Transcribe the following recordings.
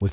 With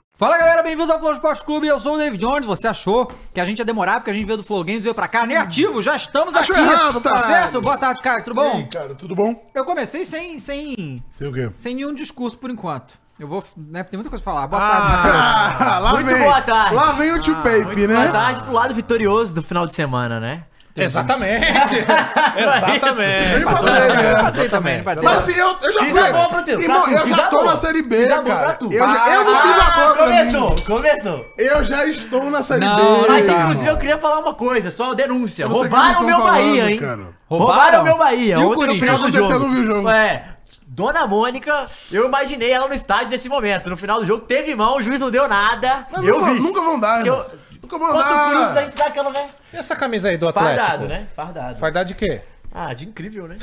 Fala galera, bem-vindos ao Flow Esporte Clube. Eu sou o David Jones. Você achou que a gente ia demorar porque a gente veio do Flow Games veio pra cá? Negativo, já estamos Hum. Achou aqui. errado, tá caralho. certo? Boa tarde, cara. Tudo bom? E aí, cara, tudo bom? Eu comecei sem, sem, Sei o quê? sem nenhum discurso por enquanto. Eu vou, né? Tem muita coisa pra falar. Boa tarde. Ah, lá Muito boa tarde. Lá vem o tio Pape, né? Ah, Boa tarde pro lado vitorioso do final de semana, né? Exatamente! Vem Exatamente! pra frente, Eu né? passei também, vai ter. Mas assim, eu, eu já Fiz a boa pro teu, Irmão, pra tu, eu fiz já a tô boa. na Série B, Fiz a boa cara. pra tu. Ah, Eu, já- eu não fiz a boa pra mim. Começou, começou. Eu já estou na Série Não, B. Mas mas Tá, inclusive mano. eu queria falar uma coisa, só uma denúncia. sei o que vocês Roubaram o estão meu falando, Bahia, hein? cara. Roubaram? Roubaram o meu Bahia. E o Ontem no Corinthians? final do Você jogo. não viu o jogo. É. Dona Mônica, eu imaginei ela no estádio nesse momento. No final do jogo teve mão, o juiz não deu nada. Mas eu nunca, vi. nunca vão dar, Eu- irmão. Nunca vão Quanto cruz a dar. gente dá aquela, né? E essa camisa aí do Atlético? Fardado, né? Fardado. Fardado de quê? Ah, de incrível, né?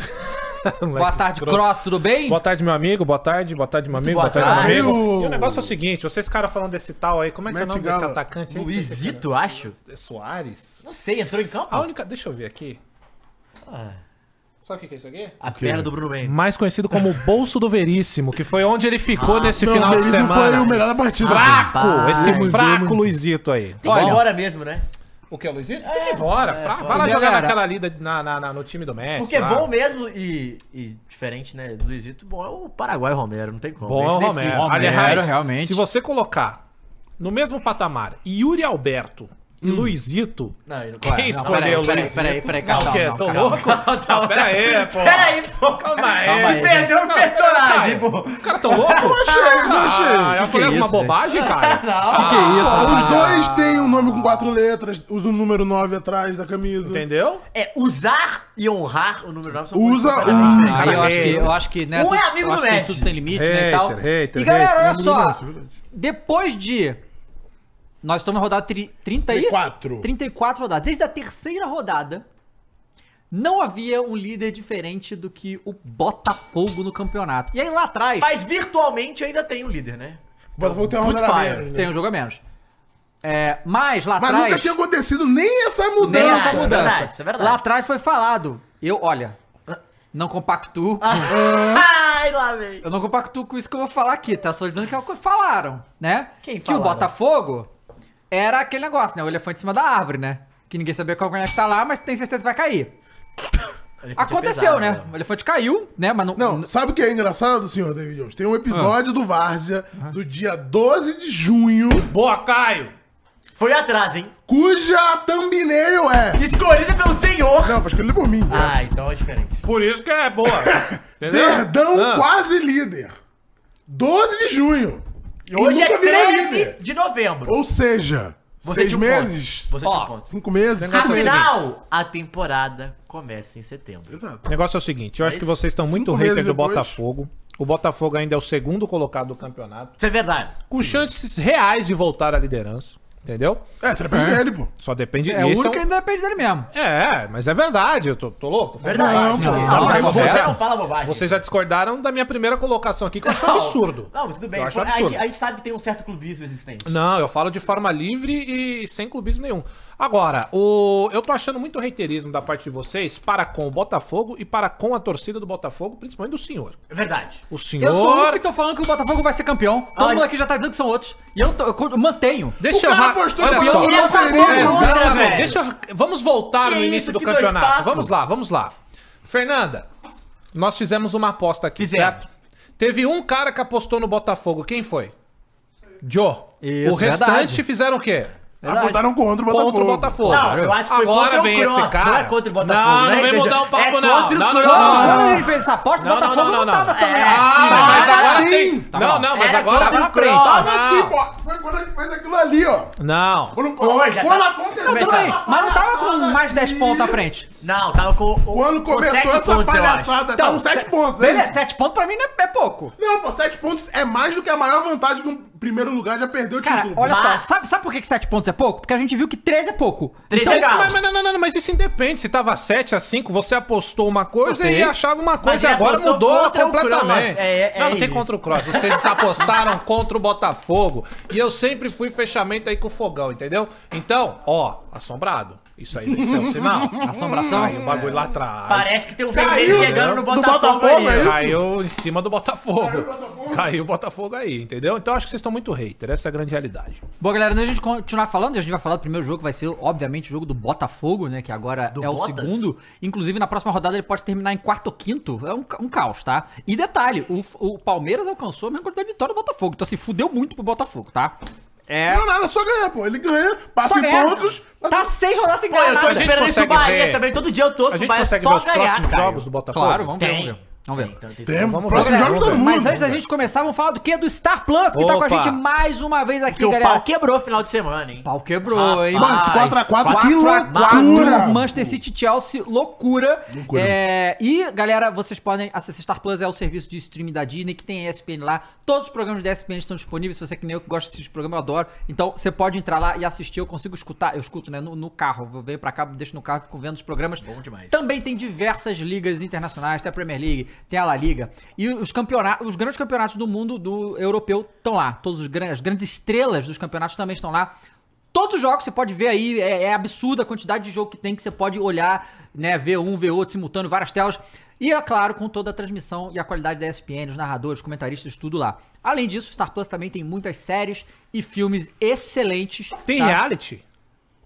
Boa tarde, escroto. Cross, tudo bem? Boa tarde, meu amigo. Boa tarde, boa tarde, meu amigo. boa Boa tarde, tarde. meu amigo. Eu- E o negócio é o seguinte: vocês caras falando desse tal aí, como é que é o Mete nome desse gala. atacante aí? Luizito, acho. É Soares? Não sei, entrou em campo? A única. Deixa eu ver aqui. Ah. Sabe o que que é isso aqui? A perna do Bruno Mendes. Mais conhecido como o Bolso do Veríssimo, que foi onde ele ficou nesse Não, final de isso semana. foi o melhor da partida. Fraco! Rapaz. Esse fraco Luizito aí. Tem que ir embora mesmo, né? O que é o Luizito? Tem que ir embora. fraco. Vai lá Galera. jogar naquela lida na, na- na- no time do Messi. Porque é lá. bom mesmo e, e diferente, né? Do Luizito, bom é o Paraguai Romero, não tem como. Bom, é Esse decide. Romero. Aliás, realmente. se você colocar no mesmo patamar Yuri Alberto e Luizito, Não, ele não quem Não, peraí, escolheu o peraí, Luizito? peraí, peraí, não, calma, o quê? não, Tô calma. louco? Não, pera aí, pô. Peraí, pô, calma Tá Calma aí. aí. Se perdeu no Não, personagem, cara, pô. Os caras tão loucos? Não achei, não achei. Eu falei Que que é alguma isso, gente? bobagem, cara? Não, Pô, Os dois têm um nome com quatro letras, usa o número 9 atrás da camisa. Entendeu? é usar e honrar o número 9. Usa um. o. Aí eu acho que, Hater. eu acho que, né, Um é tudo- amigo eu acho do que Messi. tudo tem limite, né, e Hater, tal. hater, e galera, hater. olha só, Nossa, verdade. depois de... Nós estamos na rodada tri... 30 aí? 34. 34 rodadas. Desde a terceira rodada, não havia um líder diferente do que o Botafogo no campeonato. E aí lá atrás, Mas virtualmente ainda tem um líder, né? O Botafogo tem uma Putz, rodada fire. menos, né? tem um jogo a menos. É, mas lá Mas atrás... nunca tinha acontecido nem essa mudança. Nem essa Isso é mudança. verdade, isso é verdade. Lá atrás foi falado. Eu, olha, não compactuo. Ah. Ai, lá vem. Eu não compactuo com isso que eu vou falar aqui, tá? Só dizendo que é o que falaram, né? Quem que falaram? o Botafogo era aquele negócio, né? O elefante em cima da árvore, né? Que ninguém sabia qual é que tá lá, mas tem certeza que vai cair. é Aconteceu, né? O elefante caiu, né? Mas não. Não, sabe o que é engraçado, senhor David Jones? Tem um episódio do Várzea do dia 12 de junho, Boa, Caio! Foi atrás, hein? cuja thumbnail é. Escolhida pelo senhor. Não, foi escolhido por mim. Ah, então é diferente. Por isso que é boa. Entendeu? Verdão Ah. quase líder. 12 de junho. E Hoje é nunca virou 13 líder. de novembro. Ou seja, seis tinha um meses, ponto. Você Ó, tinha um ponto. cinco meses. negócio é o seguinte. Afinal, a temporada começa em setembro. Exato. O negócio é o seguinte, eu acho que vocês estão muito Cinco hater meses do depois. Botafogo. O Botafogo ainda é o segundo colocado do campeonato. Isso é verdade. Com chances reais de voltar à liderança. Entendeu? É, você depende dele, pô. Só depende. é o esse único que é, um- ainda depende dele mesmo. é, mas é verdade. Eu tô, tô louco. Verdade. É Não, Não, pô. não, Não, não, você você não. não fala bobagem. Vocês já discordaram da minha primeira colocação aqui, que eu acho Não. um absurdo. Não, tudo bem. Eu acho A gente, absurdo. a gente sabe que tem um certo clubismo existente. Não, eu falo de forma livre e sem clubismo nenhum. Agora, o... eu tô achando muito reiterismo da parte de vocês para com o Botafogo e para com a torcida do Botafogo, principalmente do senhor. É verdade. O senhor. Eu sou o único que tô falando que o Botafogo vai ser campeão. Todo Olha. mundo aqui já tá dizendo que são outros. E eu, tô- eu co- mantenho. Deixa O eu cara ra- apostou Olha que só. eu não seria Contra, Exatamente. velho. Deixa eu... Vamos voltar Que no é isso, início do que dois papos. campeonato. Vamos lá, vamos lá. Fernanda, nós fizemos uma aposta aqui, Fizemos. certo? Teve um cara que apostou no Botafogo. Quem foi? Joe. Isso, o restante verdade. fizeram o quê? Apontaram contra o Botafogo. Contra o Botafogo. Não, eu acho que foi Agora contra o vem esse Cross, cara. não é contra o Botafogo, Não, né, não vem entendeu? mudar o papo, É não. contra o não, Cross. não, não, Quando não. ele fez essa aposta, o Não, Botafogo não, tá- não, não, não, tava não. tão É, Ah, assim. mas Agora agora sim. tem. Tá não, bom. não, mas Era agora contra pra o Cross. frente. Tava Não. aqui, pô. Foi quando ele fez aquilo ali, ó. Não. Quando, Foi, já quando tá- aconteceu. Não, tudo bem, essa mas não tava com palhaçada mais 10 aqui, pontos à frente. Não, tava com. com- Quando com começou sete essa pontos, eu acho. tá Então, palhaçada, estavam 7 Então, se- pontos, hein? Beleza, 7 pontos pra mim não é- é pouco. Não, pô, 7 pontos é mais do que a maior vantagem que um primeiro lugar já perdeu o Cara, título. olha Mas- só, sabe, sabe por que 7 pontos é pouco? Porque a gente viu que 3 é pouco. Três então, é legal. Mas, mas não, não, não, não, mas isso independe. Se tava 7 a 5, você apostou uma coisa Ok. e achava uma Mas coisa ele agora apostou mudou contra o Cross. completamente. É, é, é não, não tem isso. contra o Cross. Vocês apostaram contra o Botafogo. E eu sempre fui fechamento aí com o fogão, entendeu? Então, ó, assombrado. Isso aí isso é um sinal. Assombração. Aí o bagulho lá atrás. Parece que tem um filho dele né? chegando do no Botafogo, é Botafogo aí. aí. Caiu em cima do Botafogo. Caiu o Botafogo aí, entendeu? Então acho que vocês estão muito hater. Essa é a grande realidade. Bom, galera, antes de a gente continuar falando, a gente vai falar do primeiro jogo, que vai ser, obviamente, o jogo do Botafogo, né? Que agora é o Botas? segundo. Inclusive, na próxima rodada ele pode terminar em quarto ou quinto. É um, ca- um caos, tá? E detalhe, o, F- o Palmeiras alcançou a mesma quantidade de vitória do Botafogo. Então, assim, fudeu muito pro Botafogo, tá? É. Não, nada, só ganha, pô. Ele ganha, passa Só em ganhar. pontos. passa- Tá seis rodadas sem Pô, eu ganhar tô A nada. gente esperando isso do consegue Bahia ver- também. Todo dia eu tô A com o gente Bahia consegue ver só os ganhar, próximos cara. jogos do Botafogo? Claro, vamos ver, Tem. vamos ver. Vamos ver. Então, tem- Temos Vamos próximo ver, jogo vamos de todo ver. mundo. Mas antes da gente começar, vamos falar do que? Do Star Plus, que tá com a Opa. gente mais uma vez aqui, Porque o galera. pau quebrou final de semana, hein? O pau quebrou, hein? Mano, esse 4x4, que 4x4, loucura! Manchester City Chelsea, loucura. É, e, galera, vocês podem acessar Star Plus, é o serviço de streaming da Disney, que tem ESPN lá. Todos os programas da ESPN estão disponíveis. Se você é que nem eu que gosta de assistir programa, eu adoro. Então, você pode entrar lá e assistir. Eu consigo escutar, eu escuto, né, no, no carro. Eu venho pra cá, deixo no carro, fico vendo os programas. Bom demais. Também tem diversas ligas internacionais, tem a Premier League, tem a La Liga. E os campeonatos, os grandes campeonatos do mundo do europeu estão lá. Todas as grandes estrelas dos campeonatos também estão lá. Todos os jogos você pode ver aí, é, é absurda a quantidade de jogo que tem que você pode olhar, né, ver um, ver outro, simultâneo, várias telas. E, é claro, com toda a transmissão e a qualidade da ESPN, os narradores, comentaristas, tudo lá. Além disso, o Star Plus também tem muitas séries e filmes excelentes. Tem tá? reality?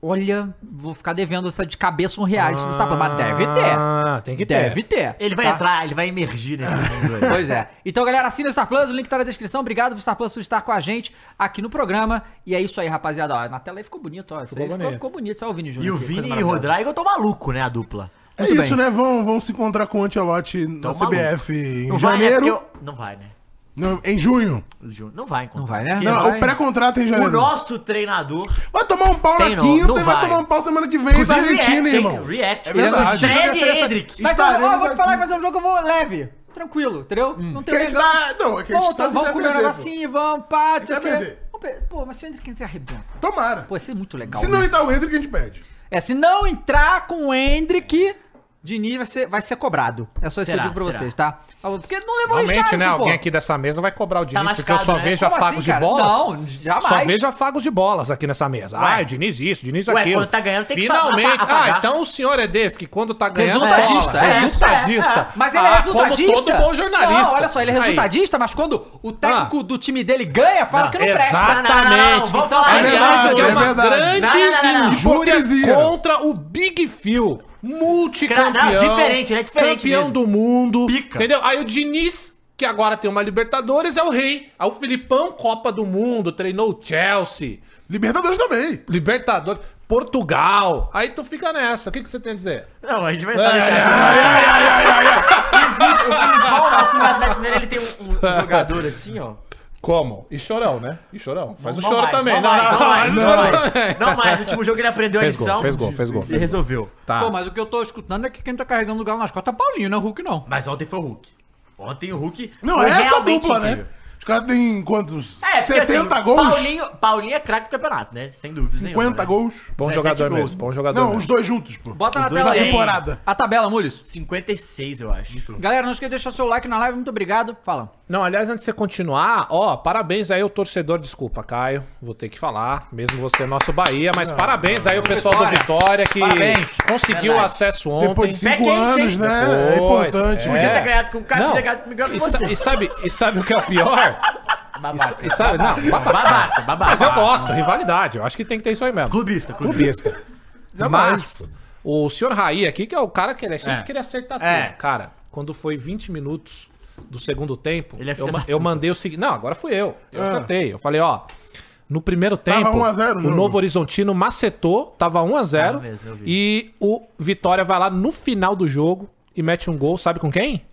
Olha, vou ficar devendo essa de cabeça um reality do Star Plus, mas deve ter. Ah, tem que ter. Deve ter. Ele vai tá? entrar, ele vai emergir nesse mundo aí. Pois é. Então, galera, assina o Star Plus, o link tá na descrição. Obrigado pro Star Plus por estar com a gente aqui no programa. E é isso aí, rapaziada. Ó, na tela aí ficou bonito, ó. Isso aí Ficou, bonito. ficou bonito. Só o Vini Júnior. E o aqui, coisa Vini e o maravilhosa. Rodrigo, eu tô maluco, né? A dupla. É Muito isso, bem. né? Vão, vão se encontrar com o Antelote na Tão maluco. CBF em Não é vai, né? janeiro. Porque eu- Não vai, né? Não, em junho. Ju- Não vai encontrar. Não vai, né? Porque Não, vai. o pré-contrato é em O janeiro. nosso treinador. Vai tomar um pau Tem na não, quinta não e vai vai. tomar um pau semana que vem da Argentina, react, hein? irmão. React. É verdade. Ele Joga anunciou essa- de Hendrick. Mas ó, ó, Estaremos vou te falar que aqui. vai ser um jogo eu vou leve. Tranquilo, entendeu? Hum. Não tem Que a gente tá- não, é que a gente tá Volta, vamos vai comer um perder, pô. negocinho, vamos, pá, não sei o vai quê. perder. Ah, Vamos per- Pô, mas se o Hendrick entrar arrebenta. Tomara. Pô, ia ser muito legal. Se não né? entrar o Hendrick, a gente pede. É, se não entrar com o Hendrick, Diniz vai ser, vai ser cobrado. É só isso que eu Será, digo pra será? vocês, tá? Porque não levou o Realmente, Richardson, né? pô. Alguém aqui dessa mesa vai cobrar o Diniz, porque eu machucado, só né? vejo Tá Como afagos assim, de cara? bolas. Não, jamais. Só vejo afagos de bolas aqui nessa mesa. Ué. Ah, o Diniz isso, o Diniz Ué, aquilo. quando tá ganhando, tem que Finalmente. fa- afagar. ah, então o senhor é desse que quando tá ganhando. Resultadista, bola. é. Resultadista. Mas ele é Ah, resultadista. Como todo bom jornalista. Não, olha só, ele é Aí. resultadista, mas quando o técnico do time dele ganha, fala Ah, que não presta. Exatamente. Não, não, não, não, vamos falar Aliás, verdade, aqui é é uma verdade. grande Não, não, não, não. injúria Hipocrisia. contra o Big Phil. Multicampeão. Cara, não, diferente, ele é diferente Campeão mesmo. do mundo. Pica. Entendeu? Aí o Diniz, que agora tem uma Libertadores, é o rei. Aí o Filipão, Copa do Mundo, treinou o Chelsea. Libertadores também. Libertadores, Portugal. Aí tu fica nessa. O que, que você tem a dizer? É, Não, a gente vai entrar nesse Ai, assunto. é, Existe- O Filipão, lá, no Atlético Mineiro, ele tem um, um jogador assim, ó. Como? E chorão, né? E chorão. Faz o Não choro mais, também. Não, mais, não, mais, não, chora mais, também. Não mais. O último jogo ele aprendeu a Fez gol, lição. fez gol, fez gol. E Fez gol. resolveu. Tá. Pô, mas o que eu tô escutando é que quem tá carregando o galo nas costas é Paulinho, não é o Hulk, não. Mas ontem foi o Hulk. Ontem o Hulk. Não, foi é essa realmente dupla, incrível. né? Os caras têm quantos? É, porque 70 assim, gols? Paulinho, Paulinho é craque do campeonato, né? Sem dúvida. 50 gols? Bom 17 jogador gols. mesmo. Bom jogador Não, mesmo. os dois juntos, pô. Bota os na dois tela aí. temporada. A tabela, Mules. 56, eu acho. Galera, não esqueça de deixar seu like na live, muito obrigado. Fala. Não, aliás, antes de você continuar, ó, parabéns aí ao torcedor, desculpa, Caio, vou ter que falar, mesmo você é nosso Bahia, Ah, mas parabéns aí ao pessoal do Vitória que Parabéns. conseguiu Verdade. acesso ontem. Depois de Back 5 end, anos, hein? né? É Depois, importante. é. Podia ter ganhado com o cara, Não. podia ter ganhado comigo, E, com sa- e você. sabe, e sabe o que é o pior? E sa- Babaca. e sabe, não, babaca. Babaca, babaca. Mas eu gosto, rivalidade, eu acho que tem que ter isso aí mesmo. Clubista, clubista. Clubista. Mas o senhor Raí aqui, que é o cara que ele é cheio de querer acertar tudo. É. Cara, quando foi 20 minutos do segundo tempo, Ele é eu, filho ma- da eu mandei o seguinte. Não, agora fui eu. Eu acertei. Eu falei, ó. No primeiro Ah. Tava tempo, 1 a 0 o o jogo. Novo Horizontino macetou, tava 1 a 0 Tava Ah, mesmo, eu vi. E o Vitória vai lá no final do jogo e mete um gol, sabe com quem?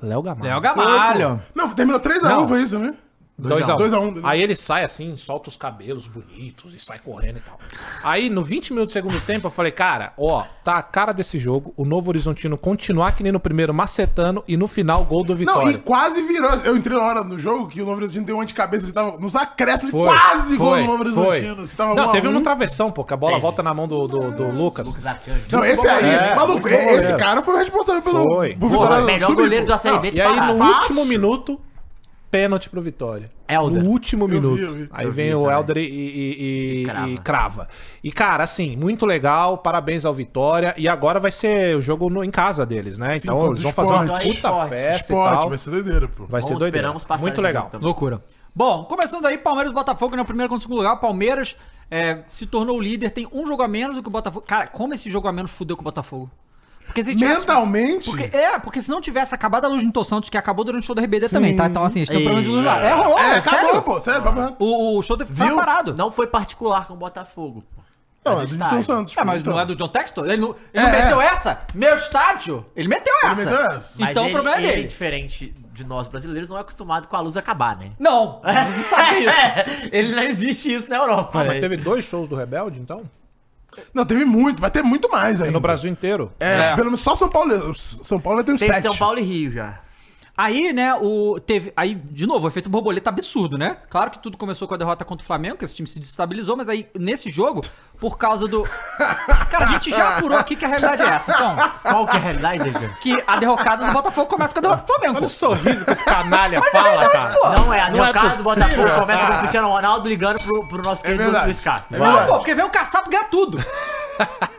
Léo Gamalho. Léo Gamalho. Não, terminou 3x1, Não. foi isso, né? 2x1. Dois a um. Aí ele sai assim, solta os cabelos bonitos e sai correndo e tal. Aí, no 20 minutos do segundo tempo, eu falei, cara, ó, tá a cara desse jogo, o Novo Horizontino continuar que nem no primeiro, macetando, e no final, gol do Não, Vitória. e quase virou. Eu entrei na hora do jogo que o Novo Horizontino deu um anticabeça, você tava nos acréscimos, Foi, quase gol foi, do Novo foi. Horizontino. Você tava um Não, a teve um um. no travessão, pô, que a bola volta na mão do, do, do Lucas. ah, um Não, esse aí, É, maluco, muito bom, esse é. cara foi o responsável pelo. Foi. por Porra, vitória melhor subir, goleiro pô. da Série B E aí, no disparado. Fácil. último minuto, pênalti pro Vitória. Helder. No último vi, minuto. eu vi. Aí Eu vem vi o também. Helder e, e- e- E crava. e crava. E, cara, assim, muito legal. Parabéns ao Vitória. E agora vai ser o jogo no- em casa deles, né? Sim, Então contra o eles vão fazer uma esporte. puta Esporte, festa e Esporte, tal. vai ser doideira, pô. Vai ser Bom, doido. esperamos passar Muito esse legal. jogo também. Loucura. Bom, começando aí, Palmeiras e Botafogo no primeiro contra o segundo lugar. O Palmeiras é, se tornou o líder, tem um jogo a menos do que o Botafogo. Cara, como esse jogo a menos fudeu com o Botafogo? Porque se tivesse- Mentalmente. Porque, é, porque se não tivesse acabado a luz do Nilton Santos, que acabou durante o show da RBD Sim. também, tá? Então, assim, a gente tem um problema de luz lá. É, rolou, É, é, acabou, sério. pô. Sério, papo reto. O, o show teve Viu? parado. Ah. Não foi particular com o Botafogo. pô. Não, é é do estádio. Nilton Santos. É, mas pô, não é então. do John Textor? Ele não, ele não É, meteu é. essa? Meu estádio? Ele meteu essa. meteu essa. Mas Então ele, o problema ele, é dele. diferente de nós brasileiros, não é acostumado com a luz acabar, né? Não, É. não sabia isso. ele não existe isso na Europa. Ah, né? mas teve dois shows do Rebelde, então? Não, teve muito, vai ter muito mais ainda. No Brasil inteiro. É, É. pelo menos só São Paulo. São Paulo vai ter uns Teve sete. São Paulo e Rio já. Aí, né, o. Teve. Aí, de novo, o efeito borboleta absurdo, né? Claro que tudo começou com a derrota contra o Flamengo, que esse time se destabilizou, mas aí, nesse jogo, por causa do. Cara, a gente já apurou aqui que a realidade é essa. Então, Qual que é a realidade, Edgar? que a derrocada do Botafogo começa com a derrota do Flamengo. é Olha o sorriso que esse canalha fala, cara. Não é, a Não é derrocada do possível. Botafogo começa com o Ah. Cristiano Ronaldo ligando pro, pro nosso querido verdade. Luiz Castro. É Vai, Não, pô, porque veio um caçapa ganhar tudo.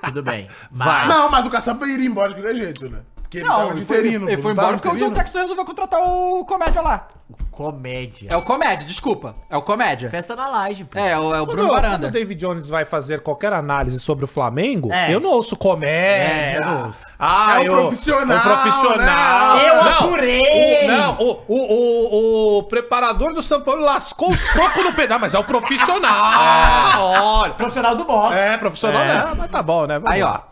Tudo bem. Vai. Mas, Não, mas o Caçapa iria embora de qualquer jeito, né? Porque ele Não, tava de ele foi, interino. ele pô, foi não tava embora porque o interino. John Texton resolveu contratar o Comédia lá. comédia. É o Comédia, desculpa. É o Comédia. Festa na laje, pô. É, é o, é o Quando, Bruno quando Varanda. o David Jones vai fazer qualquer análise sobre o Flamengo, É. eu não ouço comédia. É, eu não ouço. Ah, É o eu- profissional, o profissional. né? Eu Não, apurei! o- não, o, o, o, o preparador do São Paulo lascou o soco no pedal, mas é o É. profissional. Olha. Profissional do boxe. É, profissional, É. né? Mas tá bom, né? Vamos Aí, lá. ó.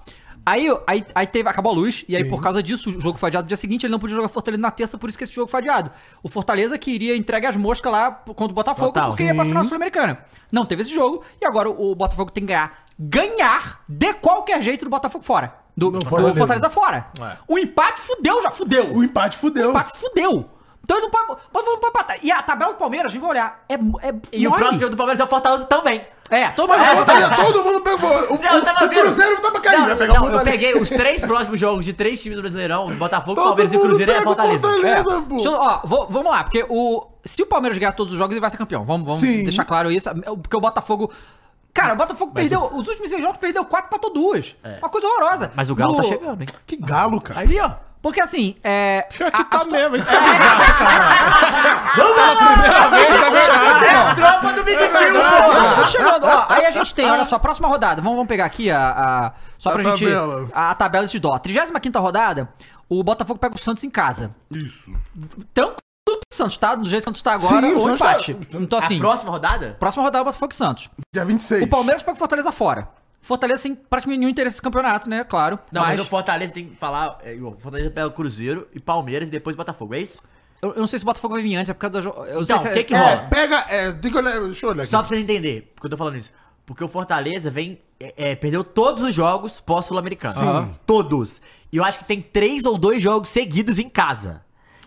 Aí, aí, aí teve, acabou a luz, e aí por causa disso o jogo foi adiado. No dia seguinte ele não podia jogar Fortaleza na terça, por isso que esse jogo foi adiado. O Fortaleza queria entregar as moscas lá p- contra o Botafogo, Total. porque ia pra final sul-americana. Não teve esse jogo, e agora o o Botafogo tem que ganhar. Ganhar de qualquer jeito do Botafogo fora. Do, do Fortaleza. Fortaleza. fora. É. O empate fudeu já, fudeu. O empate fudeu. O empate fudeu. Então ele não pode. pode- não pode empatar. E a tabela do Palmeiras, a gente vai olhar. É, é E o enorme. próximo jogo do Palmeiras é o Fortaleza também. É, todo mundo. Mas É, a Montaria, todo mundo pegou. O, o, o Cruzeiro tá tava caindo. vai Não, né? pegar o não, eu Montaria. peguei os três próximos jogos de três times do Brasileirão, Botafogo, Todo Palmeiras e mundo Cruzeiro, é pega o Fortaleza. Fortaleza, É, pô. deixa eu- ó, vou- vamos lá, porque o. Se o Palmeiras ganhar todos os jogos, ele vai ser campeão. Vamos, vamos Sim. deixar claro isso. é, Porque o Botafogo. Cara, o Botafogo perdeu. Os últimos seis jogos perdeu quatro pra duas. Uma coisa horrorosa. É. Mas o Galo No- tá chegando, hein? Que galo, cara. Ali, ó. Porque assim, é. Pior que a- tá a- mesmo, isso é bizarro. Pela primeira vez, é verdade, É mano. a tropa do Big Bill, Ó, pô. tô Tá chegando, ó. Aí a gente tem, olha só, próxima rodada. Vamos, vamos pegar aqui a. a- só A pra gente. tabela. A, a tabela de dó. 35 rodada, o Botafogo pega o Santos em casa. Isso. Tranquilo pro Santos, tá? Do jeito que o Santos tá agora, Sim, o ou Santos tá- empate. Então assim, A próxima rodada? próxima rodada é o Botafogo e Santos. Dia 26. O Palmeiras pega o Fortaleza fora. Fortaleza sem praticamente nenhum interesse nesse campeonato, né? Claro. Não, mas, o Fortaleza tem que falar. é, O Fortaleza pega o Cruzeiro e Palmeiras e depois Botafogo, é isso? eu, eu não sei se o Botafogo vai vir antes, é por causa da. jo- Eu não Então, sei se o que que É, rola? pega. É, tem que olhar. Deixa eu olhar aqui. Só pra vocês entenderem, porque eu tô falando isso. Porque o Fortaleza vem. é, é, perdeu todos os jogos pós-sul-americano. Todos. E eu acho que tem três ou dois jogos seguidos em casa.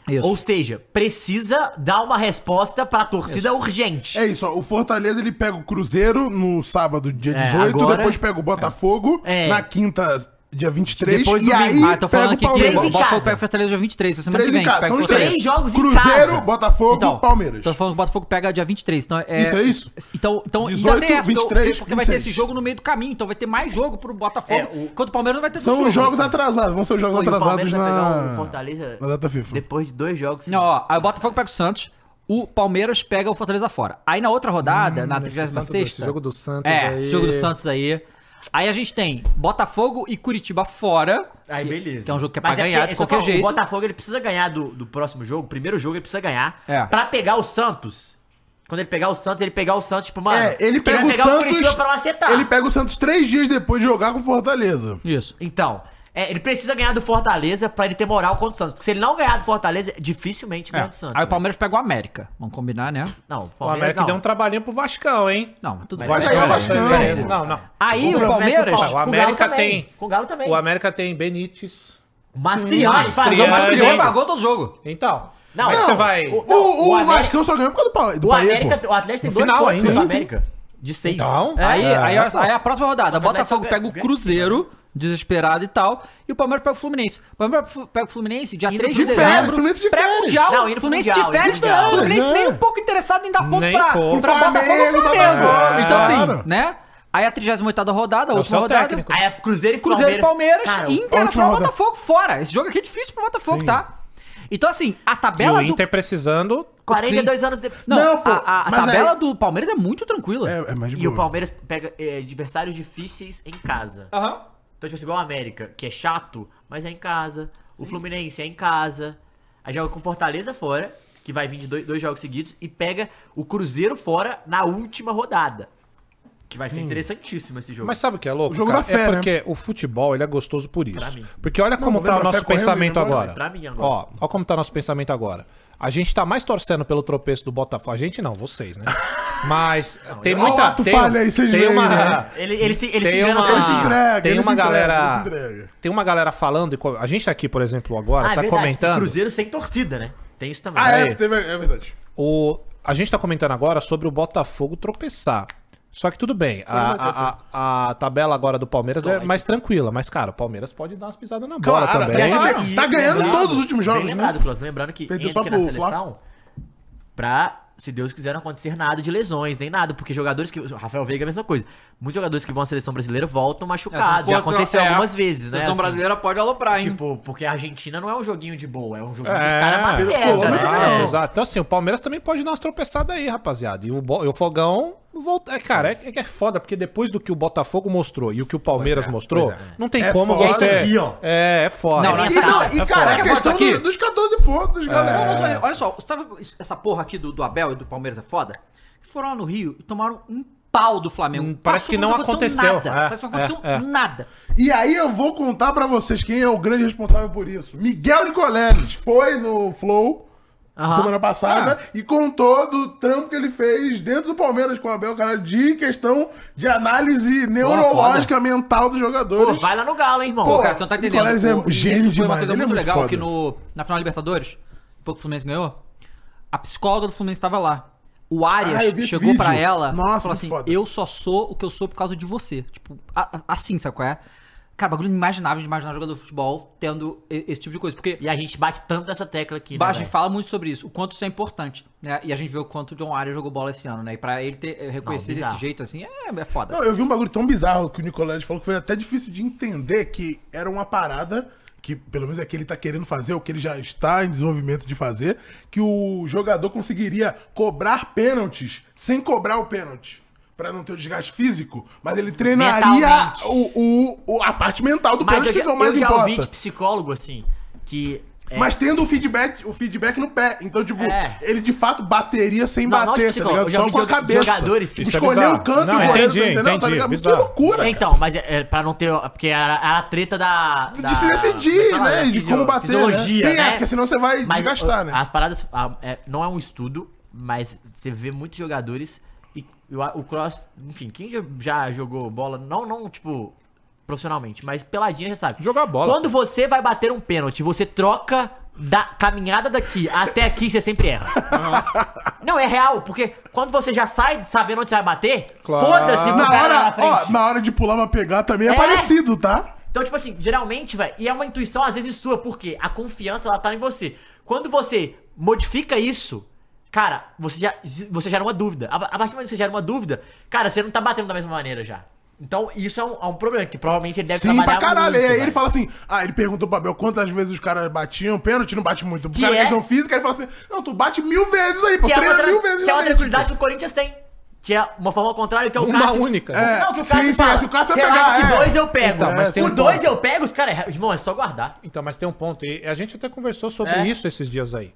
Isso. Ou seja, precisa dar uma resposta pra torcida urgente. É isso, ó. O Fortaleza ele pega o Cruzeiro no sábado, dia É, 18, agora- depois pega o Botafogo É. na quinta, dia 23, Depois e domingo. aí Ah, tô falando pega aqui o que três Palmeiras. o em Botafogo casa. pega o Fortaleza dia 23, essa semana Três que vem. em casa, pega são o os Fortaleza. três. Três jogos em casa. Cruzeiro, Botafogo, Então, Palmeiras. Tô falando que o Botafogo pega dia 23. Então, é, Isso, é isso? Então, então 18, porque eu- 23, porque vai ter 26. esse jogo no meio do caminho. Então vai ter mais jogo pro Botafogo. É, o- Enquanto o Palmeiras não vai ter São tanto os jogo. jogos atrasados, vão ser os jogos Pô, e o atrasados Palmeiras vai na... pegar um o Fortaleza na data FIFA. depois de dois jogos. Não, ó, aí o Botafogo pega o Santos, o Palmeiras pega o Fortaleza fora. Aí na outra rodada, na Hum, esse Santos do- 36 esse jogo do Santos É, aí. esse jogo do Santos aí. Aí a gente tem Botafogo e Curitiba fora. Aí que- beleza. Que é um jogo que é pra Mas ganhar porque- de eu tô qualquer falando, jeito. O Botafogo ele precisa ganhar do, do próximo jogo, primeiro jogo ele precisa ganhar. É. Pra pegar o Santos. Quando ele pegar o Santos, ele pegar o Santos, tipo, mano. É, ele quem vai pega o pegar Santos. Curitiba pra macetar. ele pega o Santos três dias depois de jogar com o Fortaleza. Isso. Então, É, ele precisa ganhar do Fortaleza pra ele ter moral contra o Santos. Porque se ele não ganhar do Fortaleza, dificilmente ganha do Santos. É, Aí o né? Palmeiras pega o América. Vamos combinar, né? Não, o O Palmeiras América não. deu um trabalhinho pro Vascão, hein? Não, tudo O bem. Vascão, pegar o o Vascão. Vascão. merece. Não, não. Aí problema o é que Palmeiras. Paulo- O com Galo América também. tem- Com o Galo também. O América tem Benítez. Mastriani, Mastriani. Fagão, Mastriani. Ele pagou todo jogo. Então. Não, mas não. você vai. O- O, o, o América- Vascão só ganhou por causa do, pa... do O Paê, América, pô. o Atlético tem No dois final pontos ainda. do América. De seis. Então, É. Aí, aí, é, olha só, aí a próxima rodada. Só que o Botafogo Atlético pega o ganha- Cruzeiro, desesperado e tal. E o Palmeiras pega o Fluminense. O Palmeiras pega o Fluminense dia Indo 3 de de férias, dezembro. Fluminense de Pré-mundial. férias. Não, indo pro Fluminense de Mundial, férias. indo pro Mundial. Fluminense Né? nem um pouco interessado em dar ponto Nem pra, pouco. pra Botafogo e Flamengo, Flamengo. Botafogo. Então, assim, Claro. né? Aí a 38 rodada, a última seu rodada. técnico. Aí é Cruzeiro e Cruzeiro e Palmeiras, Cara, última Internacional e rodada. Botafogo fora. Esse jogo aqui é difícil pro Botafogo, tá? Então, assim, a E é tabela o do. Inter precisando. 42 anos depois. Não, Não, pô, a, a- a mas tabela aí- do Palmeiras é muito tranquila. É, é mais de E boa. o Palmeiras pega é, adversários difíceis em casa. Aham. Então, tipo assim, igual o América, que é chato, mas é em casa. O Fluminense é em casa. Aí joga com Fortaleza fora, que vai vir de dois, dois jogos seguidos, e pega o Cruzeiro fora na última rodada. Que vai ser interessantíssimo esse jogo. Mas sabe o que é louco? O jogo cara? da fé, é né? porque o futebol ele é gostoso por Pra isso. mim. Porque olha como Não, tá o lembra, nosso fé correndo, pensamento lembra? agora. Pra mim agora. Ó, ó como tá o nosso pensamento agora. A gente tá mais torcendo pelo tropeço do Botafogo. A gente não, vocês, né? Mas tem eu- É, muita. Ó, o ato tem, falha aí, vocês tem veem, uma, né? Ele, ele se, ele se tem engana uma, sozinho. se entrega, tem ele uma se entrega, galera. ele se entrega. Tem uma galera falando. e co- A gente tá aqui, por exemplo, agora, Ah, é tá verdade, comentando. Cruzeiro sem torcida, né? Tem isso também. Ah, Aí. é, teve- é verdade. O, a gente tá comentando agora sobre o Botafogo tropeçar. Só que tudo bem, a, né? a- a- a tabela agora do Palmeiras é mais tranquila, mas, cara, o Palmeiras pode dar umas pisadas na bola Claro, também. é claro. Tá ganhando todos os últimos jogos, Bem né? lembrado, Klaus. Lembrando que Perdeu entra só aqui pro na seleção pra, se Deus quiser, não acontecer nada de lesões, nem nada. Porque jogadores que... o Rafael Veiga é a mesma coisa. Muitos jogadores que vão à seleção brasileira voltam É, machucados. Ah, Já aconteceu algumas vezes, né? Seleção assim. brasileira pode aloprar, hein? Tipo, porque a Argentina não é um joguinho de boa, é um joguinho que É. os caras Pelo maceta, menos né? Exato, não. É. exato. Então, assim, o Palmeiras também pode dar umas tropeçadas aí, rapaziada. E o, Bo- e o Fogão. Volta, é, cara, é, que- é que é foda, porque depois do que o Botafogo mostrou e o que o Palmeiras mostrou, não tem É como foda. você. É aqui, ó. É, é foda. né? Não, não é E, Tá, não, tá e fora. cara, a questão Aqui. do- dos 14 pontos, É. Não, É. galera. mas olha, olha só, você tá vendo isso- essa porra aqui do, do Abel e do Palmeiras é foda? Que foram lá no Rio e tomaram um pau do Flamengo. Hum, Passou parece que como não se aconteceu. Nada. É, parece que não aconteceu é, é. nada. E aí eu vou contar pra vocês quem é o grande responsável por isso. Miguel Nicoleles foi no Flow Aham. semana passada Ah. e contou do trampo que ele fez dentro do Palmeiras com o Abel, cara, de questão de análise neurológica mental dos Pô, jogadores. vai lá no Galo, hein, irmão. Pô, cara, você não tá entendendo. Nicoleles é O- gênio isso foi uma demais, ele coisa é muito muito legal foda. que no, na final da Libertadores, pouco o Fluminense ganhou, a psicóloga do Fluminense tava lá. O Ah, eu vi Arias esse chegou pra vídeo. ela e Nossa, falou muito assim: foda. Eu só sou o que eu sou por causa de você. Tipo, a- a- assim, sabe qual é? Cara, bagulho inimaginável de imaginar jogador de futebol tendo e- esse tipo de coisa. Porque E a gente bate tanto nessa tecla aqui, Baixo, a né? gente velho? fala muito sobre isso, o quanto isso é importante, né? E a gente vê o quanto o John Arias jogou bola esse ano, né? E pra ele ter, eh, reconhecer Não, desse bizarro. jeito, assim, é, é foda. Não, eu vi um bagulho tão bizarro que o Nicoleles falou que foi até difícil de entender que era uma parada que, pelo menos, é que ele tá querendo fazer, ou que ele já está em desenvolvimento de fazer, que o jogador conseguiria cobrar pênaltis sem cobrar o pênalti. Pra não ter o desgaste físico, mas ele treinaria Mentalmente. o, o- o- a parte mental do Mas pênalti eu que já, é o mais eu já ouvi de importante. psicólogo, assim, que... é, Mas tendo o feedback, o feedback no pé. Então, tipo, É. ele de fato bateria sem Não, não bater, tá psicólogo, ligado? eu já Só vi com a de- de cabeça. jogadores, tipo, Isso é escolher o bizarro. canto Não, e o goleiro, entendi, tá entendendo? entendi, tá ligado? Isso é bizarro. loucura, cara. Então, mas é, é pra não ter. Porque era, era a treta da. da de se como decidir, é que fala? né? Da De fisio- como bater. Né? Fisiologia. Sim, né? é, porque senão você vai Mas, desgastar, uh, né? As paradas. ah, é, não é um estudo, mas você vê muitos jogadores. E eu a- o cross. Enfim, quem já, já jogou bola, não, não, tipo, profissionalmente, mas peladinha já sabe. Jogar bola. Quando você vai bater um pênalti, você troca. Da caminhada daqui até aqui, você sempre erra. Não, é real, porque quando você já sai sabendo onde você vai bater, Claro. foda-se pro na, cara lá hora, Tá frente. ó, na hora de pular pra pegar também é, É. parecido, tá? Então, tipo assim, geralmente, velho, e é uma intuição às vezes sua, porque a confiança ela tá em você. Quando você modifica isso, cara, você já você gera uma dúvida. A, a partir do momento que você gera uma dúvida, cara, você não tá batendo da mesma maneira já. Então, isso é um, é um problema, que provavelmente ele deve Sim, trabalhar pra caralho. e muito, aí ele velho. fala assim: ah, ele perguntou pro Abel quantas vezes os caras batiam, pênalti não bate muito. O Que cara é é- questão física, ele fala assim: não, tu bate mil vezes aí, pô, que é, treina uma, tra- mil vezes. que é uma realmente, tranquilidade pô. que o Corinthians tem. Que é uma forma contrária que é o Uma Cássio- única. É, não, que o Cássio sim, sim, fala, se o Cássio vai relaxa pegar, que é. dois eu pego. Então, mas tem o um dois ponto. eu pego, os caras... Irmão, é só guardar. Então, mas tem um ponto. E a gente até conversou sobre É. isso esses dias aí.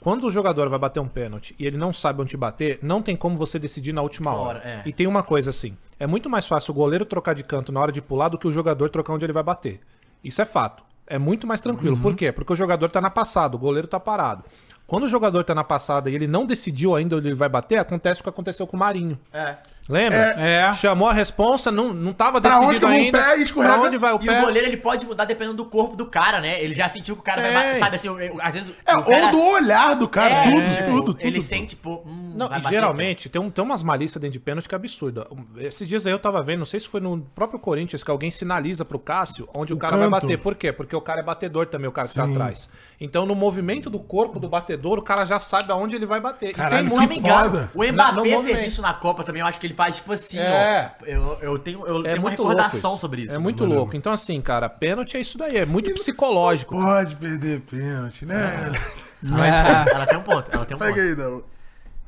Quando o jogador vai bater um pênalti e ele não sabe onde bater, não tem como você decidir na última hora. hora, é. E tem uma coisa assim: é muito mais fácil o goleiro trocar de canto na hora de pular do que o jogador trocar onde ele vai bater. Isso é fato. É muito mais tranquilo. Uhum. Por quê? Porque o jogador tá na passada, o goleiro tá parado. Quando o jogador tá na passada e ele não decidiu ainda onde ele vai bater, acontece o que aconteceu com o Marinho. É. Lembra? É. Chamou a responsa, não, não tava Pra onde decidido que eu vou o ainda. pé, escorrega. Pra onde vai o E pé? o goleiro ele pode mudar dependendo do corpo do cara, né? Ele já sentiu que o cara vai. É. ba- Sabe assim, o- o- às vezes. o- É, o cara- ou do olhar do cara, É, tudo, tipo, tudo, tudo. Ele tudo. sente, tipo. hum, Não, vai e bater, geralmente tem, um, tem umas malícias dentro de pênalti que é absurda. Um, Esses dias aí eu tava vendo, não sei se foi no próprio Corinthians, que alguém sinaliza pro Cássio onde o, O cara vai canto. bater. Por quê? Porque o cara é batedor também, o cara que tá Sim. atrás. Então, no movimento do corpo do batedor, o cara já sabe aonde ele vai bater. Caralho, e tem que Se não me muito. engano, foda. o Na- no Mbappé movimento. fez isso na Copa também. Eu acho que ele faz tipo assim, É. ó. Eu, eu tenho, eu É tenho uma muito louco. recordação sobre isso. É muito mano. louco. Então, assim, cara, pênalti é isso daí. É muito psicológico. Pode perder pênalti, né? galera? É. Ela tem um ponto, ela tem um Segue ponto. aí, não.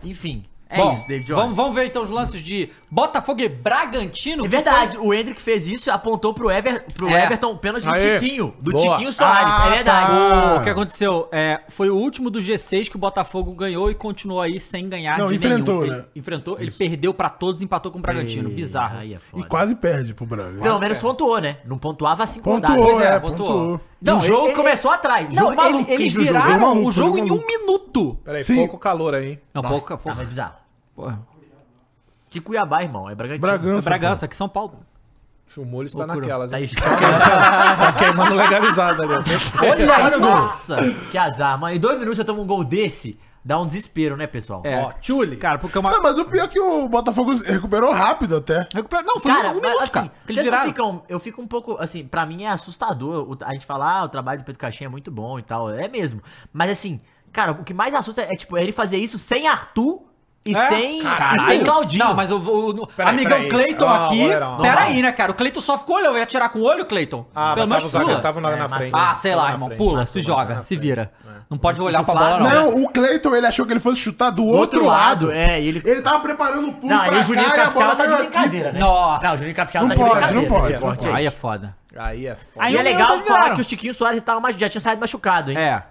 Enfim, é Bom, isso, David Jones. vamos, vamos ver então os lances de Botafogo e Bragantino. É que foi- verdade, o Hendrick fez isso e apontou pro, Ever, pro É. Everton o pênalti do Aê. Tiquinho. Do Boa. Tiquinho Soares, Ah, é verdade. tá. O que aconteceu? É, foi o último do G6 que o Botafogo ganhou e continuou aí sem ganhar Não, de enfrentou, nenhum. Ele né? enfrentou, ele perdeu pra todos, empatou com o Bragantino. Ih, Bizarro. Aí é E foda. quase perde pro Braga. Pelo menos pontuou, né? Não pontuava assim Pontuou, Pois é, é, pontuou. pontuou. Não, o Não, jogo ele- começou atrás. Não, jogo maluco, ele- eles hein, Juju? viraram Jogo maluco, o jogo jogo em um maluco. minuto. Peraí, Sim. pouco calor aí, hein? Não, Nossa, pouca, tá, mas porra. bizarro. porra. Que Cuiabá, irmão, é Bragantino. É Bragança. Bragança, que São Paulo. O molho está Loucura. naquelas. Tá hein? aí, Tá queimando legalizado ali. Olha aí, nossa! nossa. Que azar, mano. Em dois minutos eu tomo um gol desse, dá um desespero, né, pessoal? É. Ó, Tchuli. Cara, porque é uma... Não, mas o pior é que o Botafogo recuperou rápido até. Recupera- Não, foi Cara, um, um mas, minuto, assim, cara. que vocês Eles não viraram. ficam, eu fico um pouco, assim, pra mim é assustador o- a gente falar, ah, o trabalho do Pedro Caixinha é muito bom e tal, é mesmo. Mas assim, cara, o que mais assusta é, tipo, ele fazer isso sem Arthur e É? sem, e Caralho. sem Claudinho. Não, mas o, o, o Peraí, amigão peraí. Cleiton Ah, aqui. goleirão, não. Peraí, né, cara? O Cleiton só ficou olhando. Eu ia tirar com o olho, Cleiton. Ah, mas tava, o zagueiro, tava na, É, na mas- frente. É. Ah, sei Tava lá, na irmão. frente. Pula, se joga, na se frente. vira. Não pode olhar do pra bola, Flamengo, não. né? né? Não, o Cleiton ele achou que ele fosse chutar do Do outro, lado. É, e ele... Ele tava preparando o pulo Não, pra aí o Juninho cá e a bola Capixaba tá de caiu aqui. brincadeira, né? Nossa. Não, o Juninho Capixaba Não tá de pode, brincadeira. não pode, esse não corte Aí aí. é foda. Aí é foda. Aí E é um minuto legal eles falar viraram. que o Tiquinho Soares tava, mach- já tinha saído machucado, hein? É.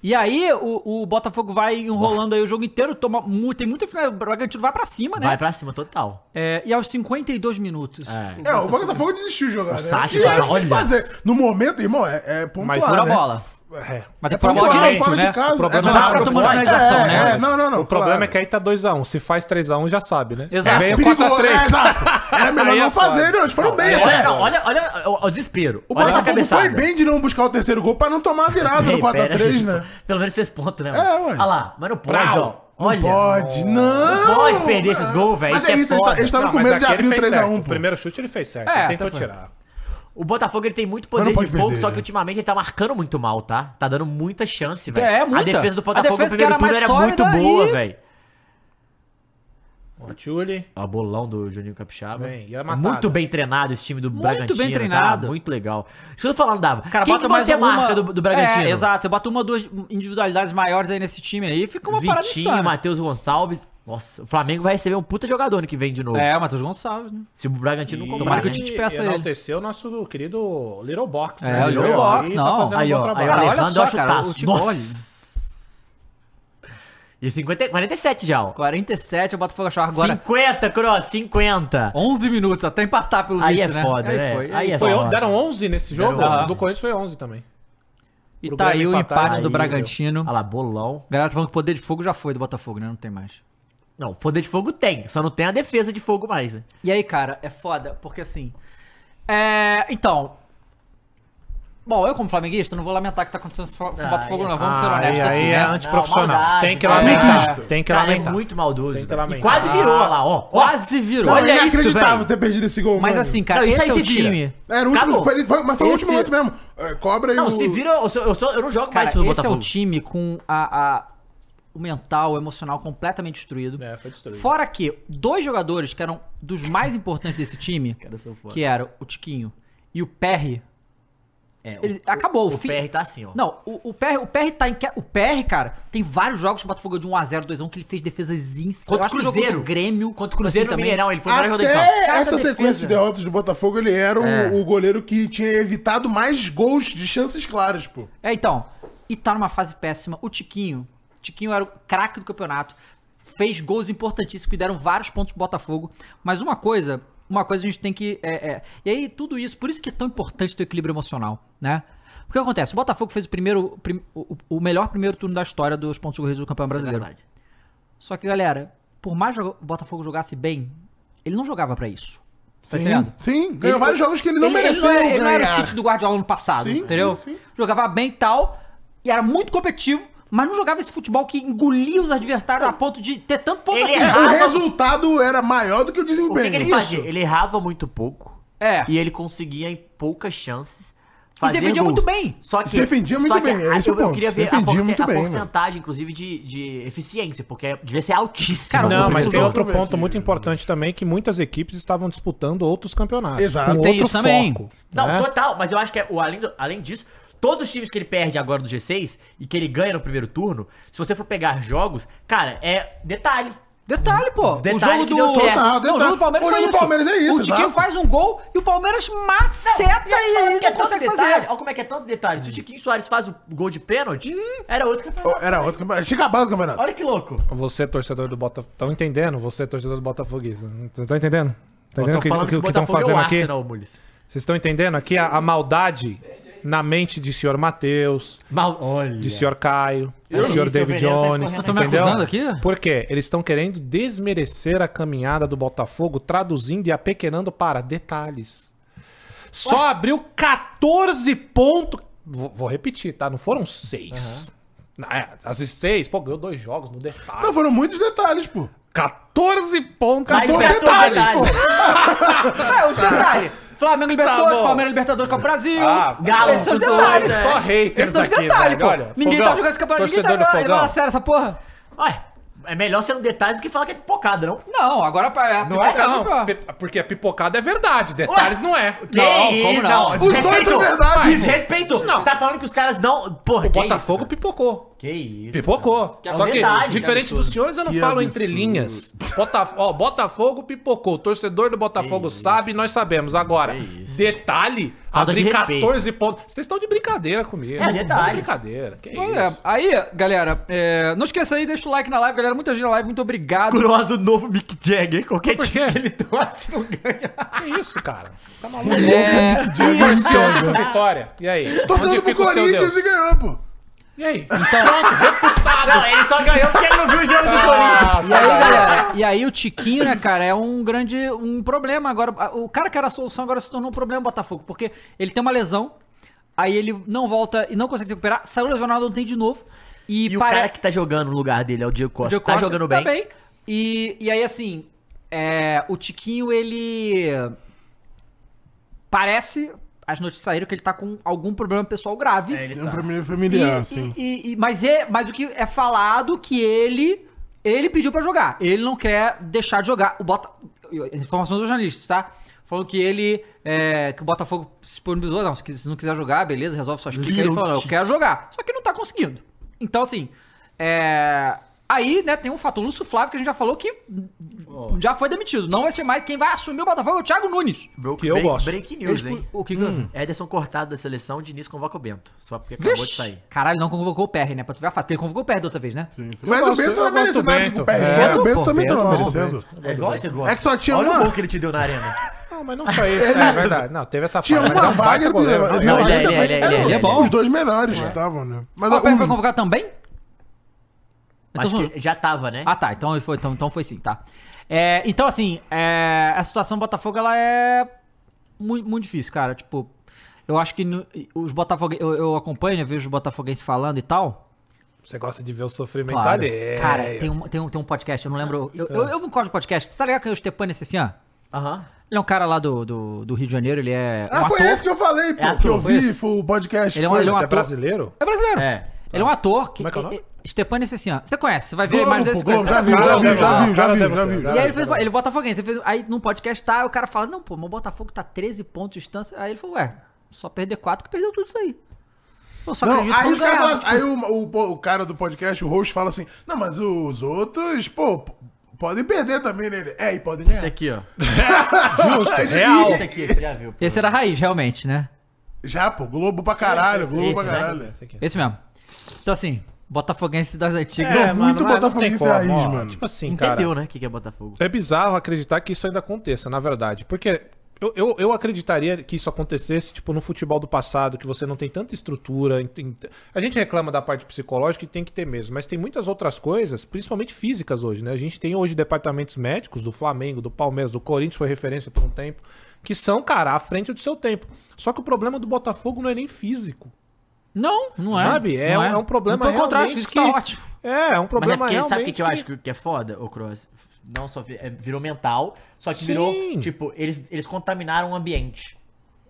E aí, o, o Botafogo vai enrolando aí o jogo inteiro, toma muito, tem muita final, o Bragantino vai pra cima, né? Vai pra cima, total. É, e aos 52 minutos. É. É, o Botafogo desistiu de jogar. né? Sacha, E aí, o olha. que fazer? No momento, irmão, é, é pontuar, Mas Fora a né? bola. É. Mas tem que Fora bola de direito, casa, né? é O problema claro, é que tá tomando pode, finalização, é, né? é, não, não, não. o problema claro. é que aí tá 2x1. Se faz 3x1, já sabe, né? Exato. Vem É o Perigoso, 4x3. é, exato. Era melhor Aí é não fazer, né? Eles foram bem Olha, até. não, olha, olha o, o desespero. O olha essa Botafogo cabeçada. foi bem de não buscar o terceiro gol pra não tomar a virada no Ei, pera 4x3, aí. né? Pelo menos fez ponto, né? É, ué. Olha lá, mas não pode, ó. Brau. Olha. Pode, não. Não pode perder esses gols, velho. Mas Isso é é isso, eles foda. ta- eles estavam Não, com mas medo de aqui ele abrir o fez certo. 3x1. O pô. primeiro chute ele fez certo. É, ele tentou tá tirar. O Botafogo ele tem muito Mas poder não de pode fogo, perder, só que né? ultimamente ele tá marcando muito mal, tá? Tá dando muita chance, velho. É, muita. A defesa do A Botafogo defesa no que era primeiro turno mais era muito sólida boa, e- velho. Ó, Tchuli. Ó, bolão do Juninho Capixaba. É Bem, e a matada. muito bem treinado esse time do Bragantino. bem cara, treinado. muito legal. Isso que eu tô falando, Dava. Cara, Quem bota que você mais uma... marca do, do Bragantino? É, exato. Você bota uma ou duas individualidades maiores aí nesse time aí, fica uma parada Vitinho, insana. Matheus Gonçalves. Nossa, o Flamengo vai receber um puta jogador ano que vem de novo. É, o Matheus Gonçalves, né? Se o Bragantino não Tomara comprar, que o né? Tite peça ele. enalteceu nosso querido Little Box. né? É, o Little Box, Aí não. Tá fazendo Aí, um bom ó, aí, trabalho. ó, Cara, olha Alejandro, só, olha o cara, o chutaço. time- Nossa. E 50, 47 já, ó. 47, o Botafogo achou agora 50, Cross, 50. 11 minutos, até empatar pelo Aí visto, é né? foda, aí né? Foi, Aí é foi. Foi, foda. deram 11 nesse jogo? Deram 11. Do Corinthians foi 11 também. E Pro tá aí Grêmio o empatar, empate do aí, Bragantino. Olha lá, bolão. Galera tá falando que o poder de fogo já foi do Botafogo, né? Não tem mais. Não, poder de fogo tem, só não tem a defesa de fogo mais, né? E aí, cara, é foda, porque assim. É. Então. Bom, eu como flamenguista não vou lamentar o que tá acontecendo com o Ah, Botafogo, é. não. Vamos ser honestos aí aqui, é né? antiprofissional. Não, maldade, tem que cara. lamentar. É. Tem que Cara, é lamentar. muito maldoso. Tem que velho. E lamentar. quase virou, olha lá, ó. Quase virou. Não, Olha é isso, inacreditável velho. ter perdido esse gol, Mas mano. assim, cara, Não, isso esse aí é o se vira. time. Era o último, acabou. foi, ele- foi- mas foi o último Esse- lance mesmo. É, cobra e Não, o... se vira, eu, sou- eu, sou- eu não jogo Cara, mais pelo esse é Botafogo. o time com a, a- o mental, o emocional completamente destruído. É, foi destruído. Fora que dois jogadores que eram dos mais importantes desse time, caras são foda. que eram o Tiquinho e o Perry, É, ele- acabou. o, o fi- PR tá assim, ó. Não, o, o, PR, o PR tá em. que- O PR, cara, tem vários jogos que o Botafogo ganhou de 1x0, 2x1 que ele fez defesas insanas. Contra Eu o acho que jogo Cruzeiro. do Grêmio. Contra o Cruzeiro assim, no também. Mineirão, ele foi o melhor jogador de campo. Até Cada essa defesa. sequência de derrotas do Botafogo, ele era o- É. o, goleiro que tinha evitado mais gols de chances claras, pô. É, então. E tá numa fase péssima. O Tiquinho. Tiquinho era o craque do campeonato. Fez gols importantíssimos que deram vários pontos pro Botafogo. Mas uma coisa uma coisa a gente tem que. é, é. E aí, tudo isso, por isso que é tão importante ter o equilíbrio emocional, né? O que acontece? O Botafogo fez o primeiro. prim- o, o melhor primeiro turno da história dos pontos corridos do campeão Isso é brasileiro. verdade. Só que, galera, por mais que o Botafogo jogasse bem, ele não jogava pra isso. Tá Sim, entendendo? sim. Ganhou vários jogos que ele não mereceu Ele não, era- ele não era o ganhar. City do Guardiola no passado, Sim, entendeu? sim, sim. Jogava bem e tal, e era muito competitivo, mas não jogava esse futebol que engolia os adversários a ponto de ter tanto ponto Ele É, assim. o errava. resultado era maior do que o desempenho. O que, que ele Isso. fazia? Ele errava muito pouco. É. E ele consegia em poucas chances. Fazer defendia gols. muito bem. Só que, Se defendia muito só que bem, é a- esse eu, o eu ponto. queria Se ver a, defendia porcen- muito a bem, né? porcentagem, inclusive, de, de eficiência, porque é devia ser altíssima. Cara, Não, Vamos mas pro tem outro outro ver ponto aqui. muito importante também, que muitas equipes estavam disputando outros campeonatos. Exato. Com Tem outro isso também. foco. Não, né? total, mas eu acho que é, o- além, do- além disso, todos os times que ele perde agora do G6 e que ele ganha no primeiro turno, se você for pegar jogos, cara, é detalhe. Detalhe, pô. o Detalhe jogo que do. deu certo. Não, o jogo do Palmeiras O jogo foi do isso. Palmeiras é isso, O Tiquinho exato. faz um gol e o Palmeiras maceta E aí, e ele que é tanto não consegue detalhe, fazer. Olha como é que é tanto detalhe. Se o Tiquinho Soares faz o gol de pênalti, Hum. era outro campeonato. Era outro campeonato. Tinha acabado o campeonato. Olha que louco. Você, torcedor do Botafogo. Estão entendendo? Você, torcedor do Botafoguista. Estão entendendo? Tá entendendo o que- o que- o que é estão fazendo aqui? Mules. Vocês estão entendendo aqui a, a maldade na mente de senhor Matheus, Mal... Olha. de senhor Caio, de Eu- senhor Isso, David Verena, tá Jones. escorrendo. Tá me acusando aqui? Por quê? Eles estão querendo desmerecer a caminhada do Botafogo, traduzindo e apequenando para detalhes. Só abriu 14 pontos. Vou, vou repetir, tá? Não foram seis. É, às vezes seis, pô, ganhou dois jogos no detalhe. Não, foram muitos detalhes, pô. 14 pontos. Mas Foram Libertou detalhes, detalhes. pô. Ah, os detalhes. Tá Flamengo Libertadores, bom. Palmeiras Libertadores com o Brasil. Ah, Galo, Esses são os tudo detalhes. isso, Só haters Esses são os aqui, detalhes, velho. pô. Olha, Ninguém Fogão, tava jogando esse campeonato. Ninguém torcedor do tava levando Fogão. a sério essa porra. Ué, é melhor ser um detalhe do que falar que é pipocada, não? Não, agora pra. Não é, pra- não. pra- Pe- Porque a pipocada é verdade, detalhes não é. Que Não, isso? como não? Os dois Desrespeito. é verdade. Desrespeito. Não. Tá falando que os caras não... Porra, O que Botafogo isso? pipocou. Que isso? Pipocou. Que é Só que, verdade, que diferente absurdo. dos senhores, eu não Que falo absurdo. entre linhas. Botaf- ó, Botafogo pipocou. O torcedor do Botafogo sabe, nós sabemos. Agora, detalhe, Falta de abrir respeito. 14 pontos. Vocês estão de brincadeira comigo. É, detalhes. Tá de brincadeira. Que Pois é. isso. Aí, galera, é, não esqueça aí, deixa o like na live, galera. Muita gente na live, muito obrigado. Curioso novo Mick Jagger. Qualquer Por time quê? que ele torce não ganha. Que isso, cara. Tá maluco. É, Torceu ontem pro Vitória. E aí? Torcendo pro Corinthians e ganhou, pô. E aí? Pronto, refutado. Ah, Não, ele só ganhou porque ele não viu o jogo do Tá Ah, Corinthians. E aí, galera, e aí o Tiquinho, né, cara, é um grande um problema agora. O cara que era a solução agora se tornou um problema no Botafogo, porque ele tem uma lesão, aí ele não volta e não consegue se recuperar, saiu lesionado ontem de novo. E, E o pare- cara que tá jogando no lugar dele é o Diego o Costa. Diego tá Costa jogando bem. E, e aí, assim, é, o Tiquinho, ele. Parece. As notícias saíram que ele tá com algum problema pessoal grave. É, ele É tá. um problema E- familiar, e- assim. e- e- mas, é, mas o que é falado que ele ele pediu pra jogar. Ele não quer deixar de jogar. O Bota... Informações dos jornalistas, tá? Falou que ele. é, que o Botafogo se disponibilizou. Não, se quis- se não quiser jogar, beleza, resolve suas clicas. Ele Little falou, eu Tite. quero jogar. Só que não tá conseguindo. Então, assim. é, Aí, né, tem um fator Lúcio Flávio que a gente já falou que já foi demitido. Não vai ser mais. Quem vai assumir o Botafogo é o Thiago Nunes. Que eu Break- gosto. Hum. Break news, Eles pu- hein? É o que Ederson cortado da seleção, Diniz convoca o Bento. Só porque acabou de Vixe, sair. caralho, não convocou o PR, né? Pra tu ver a fato. Porque ele convocou o PR da outra vez, né? Sim, sim. Mas o gosto- Bento eu não gosto merece do nada Bento. pro PR. É. O Pô, Bento também Bento, tava eu gosto merecendo. É igual você gosta. É que só tinha Olha uma- o gol que ele te deu na arena. Não, mas não só isso. É verdade. Não, teve essa Tinha falha, mas uma é um baita vaga pro goleiro. Não, ele ainda é, ele é, bem- ele é, ele é, eram ele é bom. Os dois melhores que estavam, né? Mas Ah, o Pepe foi um... convocado também? Então, Mas são- que já tava, né? Ah, tá. Então ele foi, então, então foi sim, tá. É, então, assim, é, a situação do Botafogo, ela é mu- muito, difícil, cara. Tipo, eu acho que no- os Botafoguenses... Eu, eu acompanho, eu vejo os botafoguenses falando e tal. Você gosta de ver o sofrimento Claro. É. alheio. Cara, tem um, tem, um, tem um podcast, eu não lembro... Eu, eu, eu não gosto de podcast. Você tá ligado que é o Stepan Essessian? Aham. Ele é um cara lá do, do, do Rio de Janeiro, ele é um Ah, foi ator. esse que eu falei, pô. É ator, que eu foi vi, foi o podcast. Ele é um- foi. ele é um Você é ator. brasileiro? É brasileiro. É. Ele é um ator que... Como é que é o nome? Stepan Essessian. Você conhece, você vai ver Globo, mais pô, desse Globo, já vi, Cara, já cara, vi, já vi, já cara, vi, cara, já vi. cara. E já aí vi. ele, fez, ele é botafoguense, ele fez, aí num podcast tá, aí o cara fala, não, pô, mas o Botafogo tá 13 pontos de distância. Aí ele falou, ué, só perder 4 que perdeu tudo isso aí. Eu só Não, acredito aí quando os caras ganhar. tipo falam assim- aí o, o, pô, o cara do podcast, o host, fala assim: Não, mas os outros, pô, p- podem perder também nele. É, e podem ganhar. Esse aqui, ó. Justo, real. Esse aqui, você já viu. pô. Esse era a raiz, realmente, né? Já, pô, Globo pra caralho, Globo esse, pra né? caralho. Esse aqui. Esse mesmo. Então assim, Botafoguense das antigas. É, muito mas não tem botafoguense como, raiz, ó. mano. Tipo assim, cara. Entendeu, né? O que que é Botafogo? É bizarro acreditar que isso ainda aconteça, na verdade. Porque eu, eu, eu acreditaria que isso acontecesse, tipo, no futebol do passado, que você não tem tanta estrutura. ent- ent- A gente reclama da parte psicológica e tem que ter mesmo, mas tem muitas outras coisas, principalmente físicas hoje, né? A gente tem hoje departamentos médicos do Flamengo, do Palmeiras, do Corinthians, foi referência por um tempo, que são, cara, à frente do seu tempo. Só que o problema do Botafogo não é nem físico. Não, não é. Sabe? É não um- é um problema Pelo contrário, realmente o físico tá que- ótimo. É, é um Mas é problema porque, sabe o que, realmente que eu acho que, que é foda, ô Cross? Não só vi- é, virou mental, só que Sim. virou, tipo, eles, eles contaminaram o ambiente.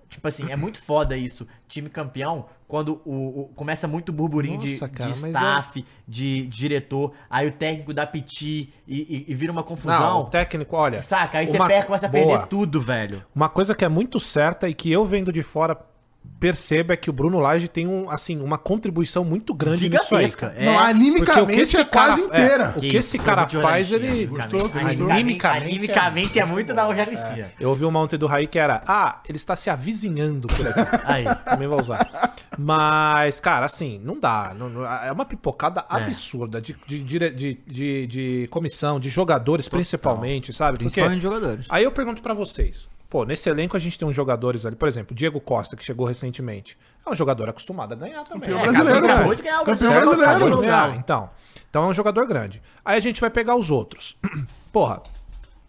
Tipo assim, é muito foda isso. Time campeão, quando o, o- começa muito burburinho de- Nossa, de, cara, mas é- staff, de, diretor, aí o técnico dá piti e, e- e vira uma Não, o confusão. técnico, olha. saca? Aí você uma- perde, começa a Boa. perder tudo, velho. Uma coisa que é muito certa e que eu vendo de fora percebo é que o Bruno Lage tem um, assim, uma contribuição muito grande nisso aí. Gigantesca. cara. É. Não, animicamente é quase inteira. é, o que isso, esse foi cara muito faz, honesto, ele. né? Gostou? Gostou? Animicamente, Animicamente, animicamente, é, muito da hojanistia. Eu ouvi uma ontem do Raí que era, ah, ele está se avizinhando por aqui. Aí. Também vou usar. Mas, cara, assim, não dá. não- não- é uma pipocada absurda de, de, dire- de, de, de comissão, de jogadores, principalmente, sabe? Porque- Principalmente jogadores. Aí eu pergunto pra vocês. Pô, nesse elenco a gente tem uns jogadores ali, por exemplo, Diego Costa, que chegou recentemente. É um jogador acostumado a ganhar também. Campeão É, brasileiro, cara, né? acabou de ganhar o Campeão Brasileiro, Acabou de brasileiro. ganhar, então. Então é um jogador grande. Aí a gente vai pegar os outros. Porra,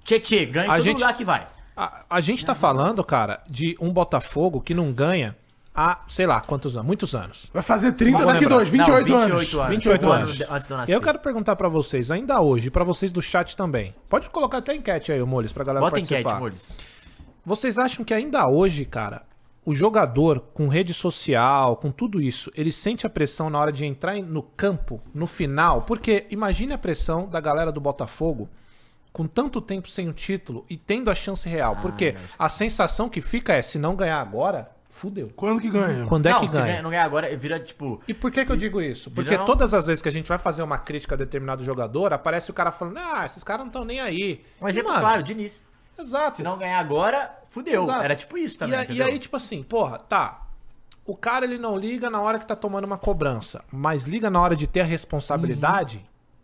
Tietê, ganha em A todo gente- lugar que vai. a, a gente tá falando, cara, de um Botafogo que não ganha há, sei lá, quantos anos? Muitos anos. Vai fazer 30 Vamos daqui lembrar. dois, 28 Não, anos. 28 anos. 28 Um ano anos. de- antes de eu nascer. Eu quero perguntar pra vocês, ainda hoje, pra vocês do chat também. Pode colocar até enquete aí, ô Moles, pra galera Bota participar. enquete, Mules. Vocês acham que ainda hoje, cara, o jogador com rede social, com tudo isso, ele sente a pressão na hora de entrar em- no campo, no final? Porque imagine a pressão da galera do Botafogo com tanto tempo sem o título e tendo a chance real. Ah, Porque a sensação que fica é, se não ganhar agora, fudeu. Quando que ganha? Quando é não, que se ganha? não ganha agora, vira tipo. E por que, que eu digo isso? Porque Virar um- todas as vezes que a gente vai fazer uma crítica a determinado jogador, aparece o cara falando, ah, esses caras não estão nem aí. Um E, exemplo mano, claro, Diniz. Exato. Se não ganhar agora, fudeu. Exato. Era tipo isso E também. a- E, entendeu? aí, tipo assim, porra, tá. O cara ele não liga na hora que tá tomando uma cobrança, mas liga na hora de ter a responsabilidade.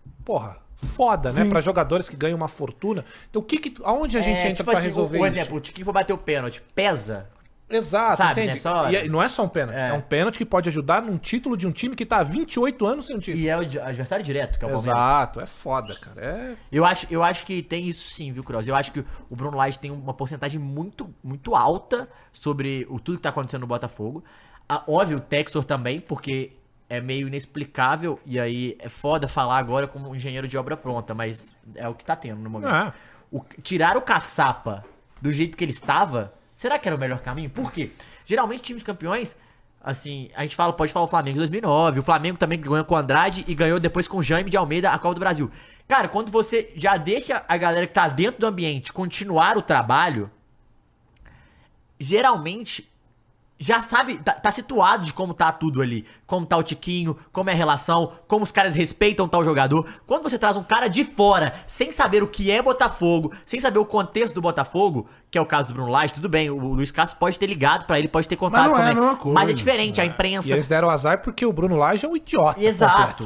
Uhum. Porra, foda, né? Sim. Pra jogadores que ganham uma fortuna. Então, o que que. Aonde a gente É, entra tipo pra assim, resolver Por isso? exemplo, o Tiquinho foi bater o pênalti. Pesa. Exato, sabe, entende? nessa hora. Ah, E aí, não é só um pênalti. É. É. um pênalti que pode ajudar num título de um time que tá há 28 anos sem um título. E é o di- adversário direto, que é o Palmeiras. Exato, é foda, cara. É Eu acho, eu acho que tem isso sim, viu, Cross? Eu acho que o Bruno Lage tem uma porcentagem muito, muito alta sobre o tudo que tá acontecendo no Botafogo. Ah, óbvio, o Texor também, porque é meio inexplicável e aí é foda falar agora como um engenheiro de obra pronta, mas é o que tá tendo no momento. É. O- tirar o caçapa do jeito que ele estava, será que era o melhor caminho? Por quê? Geralmente times campeões, assim, a gente fala, pode falar o Flamengo de 2009, o Flamengo também que ganhou com o Andrade e ganhou depois com o Jaime de Almeida a Copa do Brasil. Cara, quando você já deixa a galera que tá dentro do ambiente continuar o trabalho, geralmente já sabe, tá, tá situado de como tá tudo ali. Como tá o Tiquinho, como é a relação, como os caras respeitam tal jogador. Quando você traz um cara de fora, sem saber o que é Botafogo, sem saber o contexto do Botafogo, que é o caso do Bruno Lage, tudo bem, o Luiz Castro pode ter ligado pra ele, pode ter contado não é a também. mesma coisa. mas é diferente, a imprensa. E eles deram azar porque o Bruno Lage é um idiota. Exato,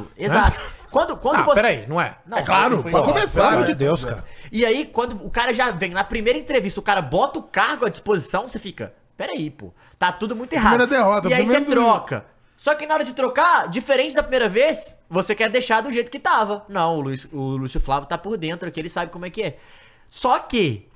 completo, né? exato. Quando, quando Ah, você. peraí, não é? Não, É claro, foi- pra foi- começar, Pelo amor Exato. de Deus, cara. e aí, quando o cara já vem na primeira entrevista, o cara bota o cargo à disposição, você fica, peraí, pô, tá tudo muito errado. Primeira derrota, E aí você primeiro domingo. troca. Só que na hora de trocar, diferente da primeira vez, você quer deixar do jeito que tava. Não, o, Luiz, o Lúcio Flávio tá por dentro aqui, ele sabe como é que é. Só que.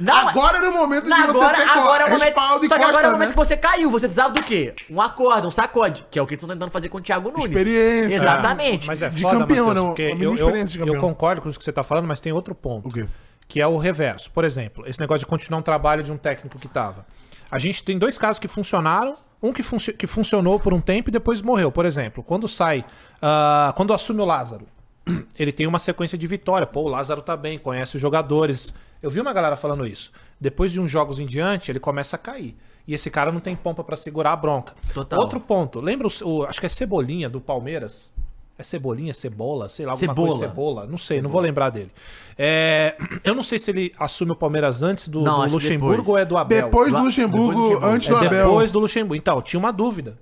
Não, Agora era o momento de você ter agora é o momento, respaldo e Só que costa, agora é o né? momento que você caiu. Você precisava do quê? Um acorde, um sacode. Que é o que eles estão tentando fazer com o Thiago Nunes. Experiência. Exatamente. Mas é De foda, campeão, Matheus, não, porque a mínima eu, eu, experiência de campeão. eu concordo com isso que você tá falando, mas tem outro ponto. O quê? Que é o reverso. Por exemplo, esse negócio de continuar um trabalho de um técnico que tava. A gente tem dois casos que funcionaram. Um que, funci- que funcionou por um tempo e depois morreu. Por exemplo, quando sai. ah, quando assume o Lázaro, ele tem uma sequência de vitória. Pô, o Lázaro tá bem, conhece os jogadores. Eu vi uma galera falando isso. Depois de uns jogos em diante, ele começa a cair. E esse cara não tem pompa pra segurar a bronca. Total. Outro ponto. Lembra o, o- acho que é Cebolinha do Palmeiras? É Cebolinha, Cebola, sei lá, alguma Cebola. coisa Cebola, não sei, não vou lembrar dele. É, eu não sei se ele assume o Palmeiras antes do, Não, do acho que Luxemburgo depois. ou é do Abel. Depois do Lá- Luxemburgo, depois do Luxemburgo. antes é do Abel. depois do Luxemburgo. Então, tinha uma dúvida,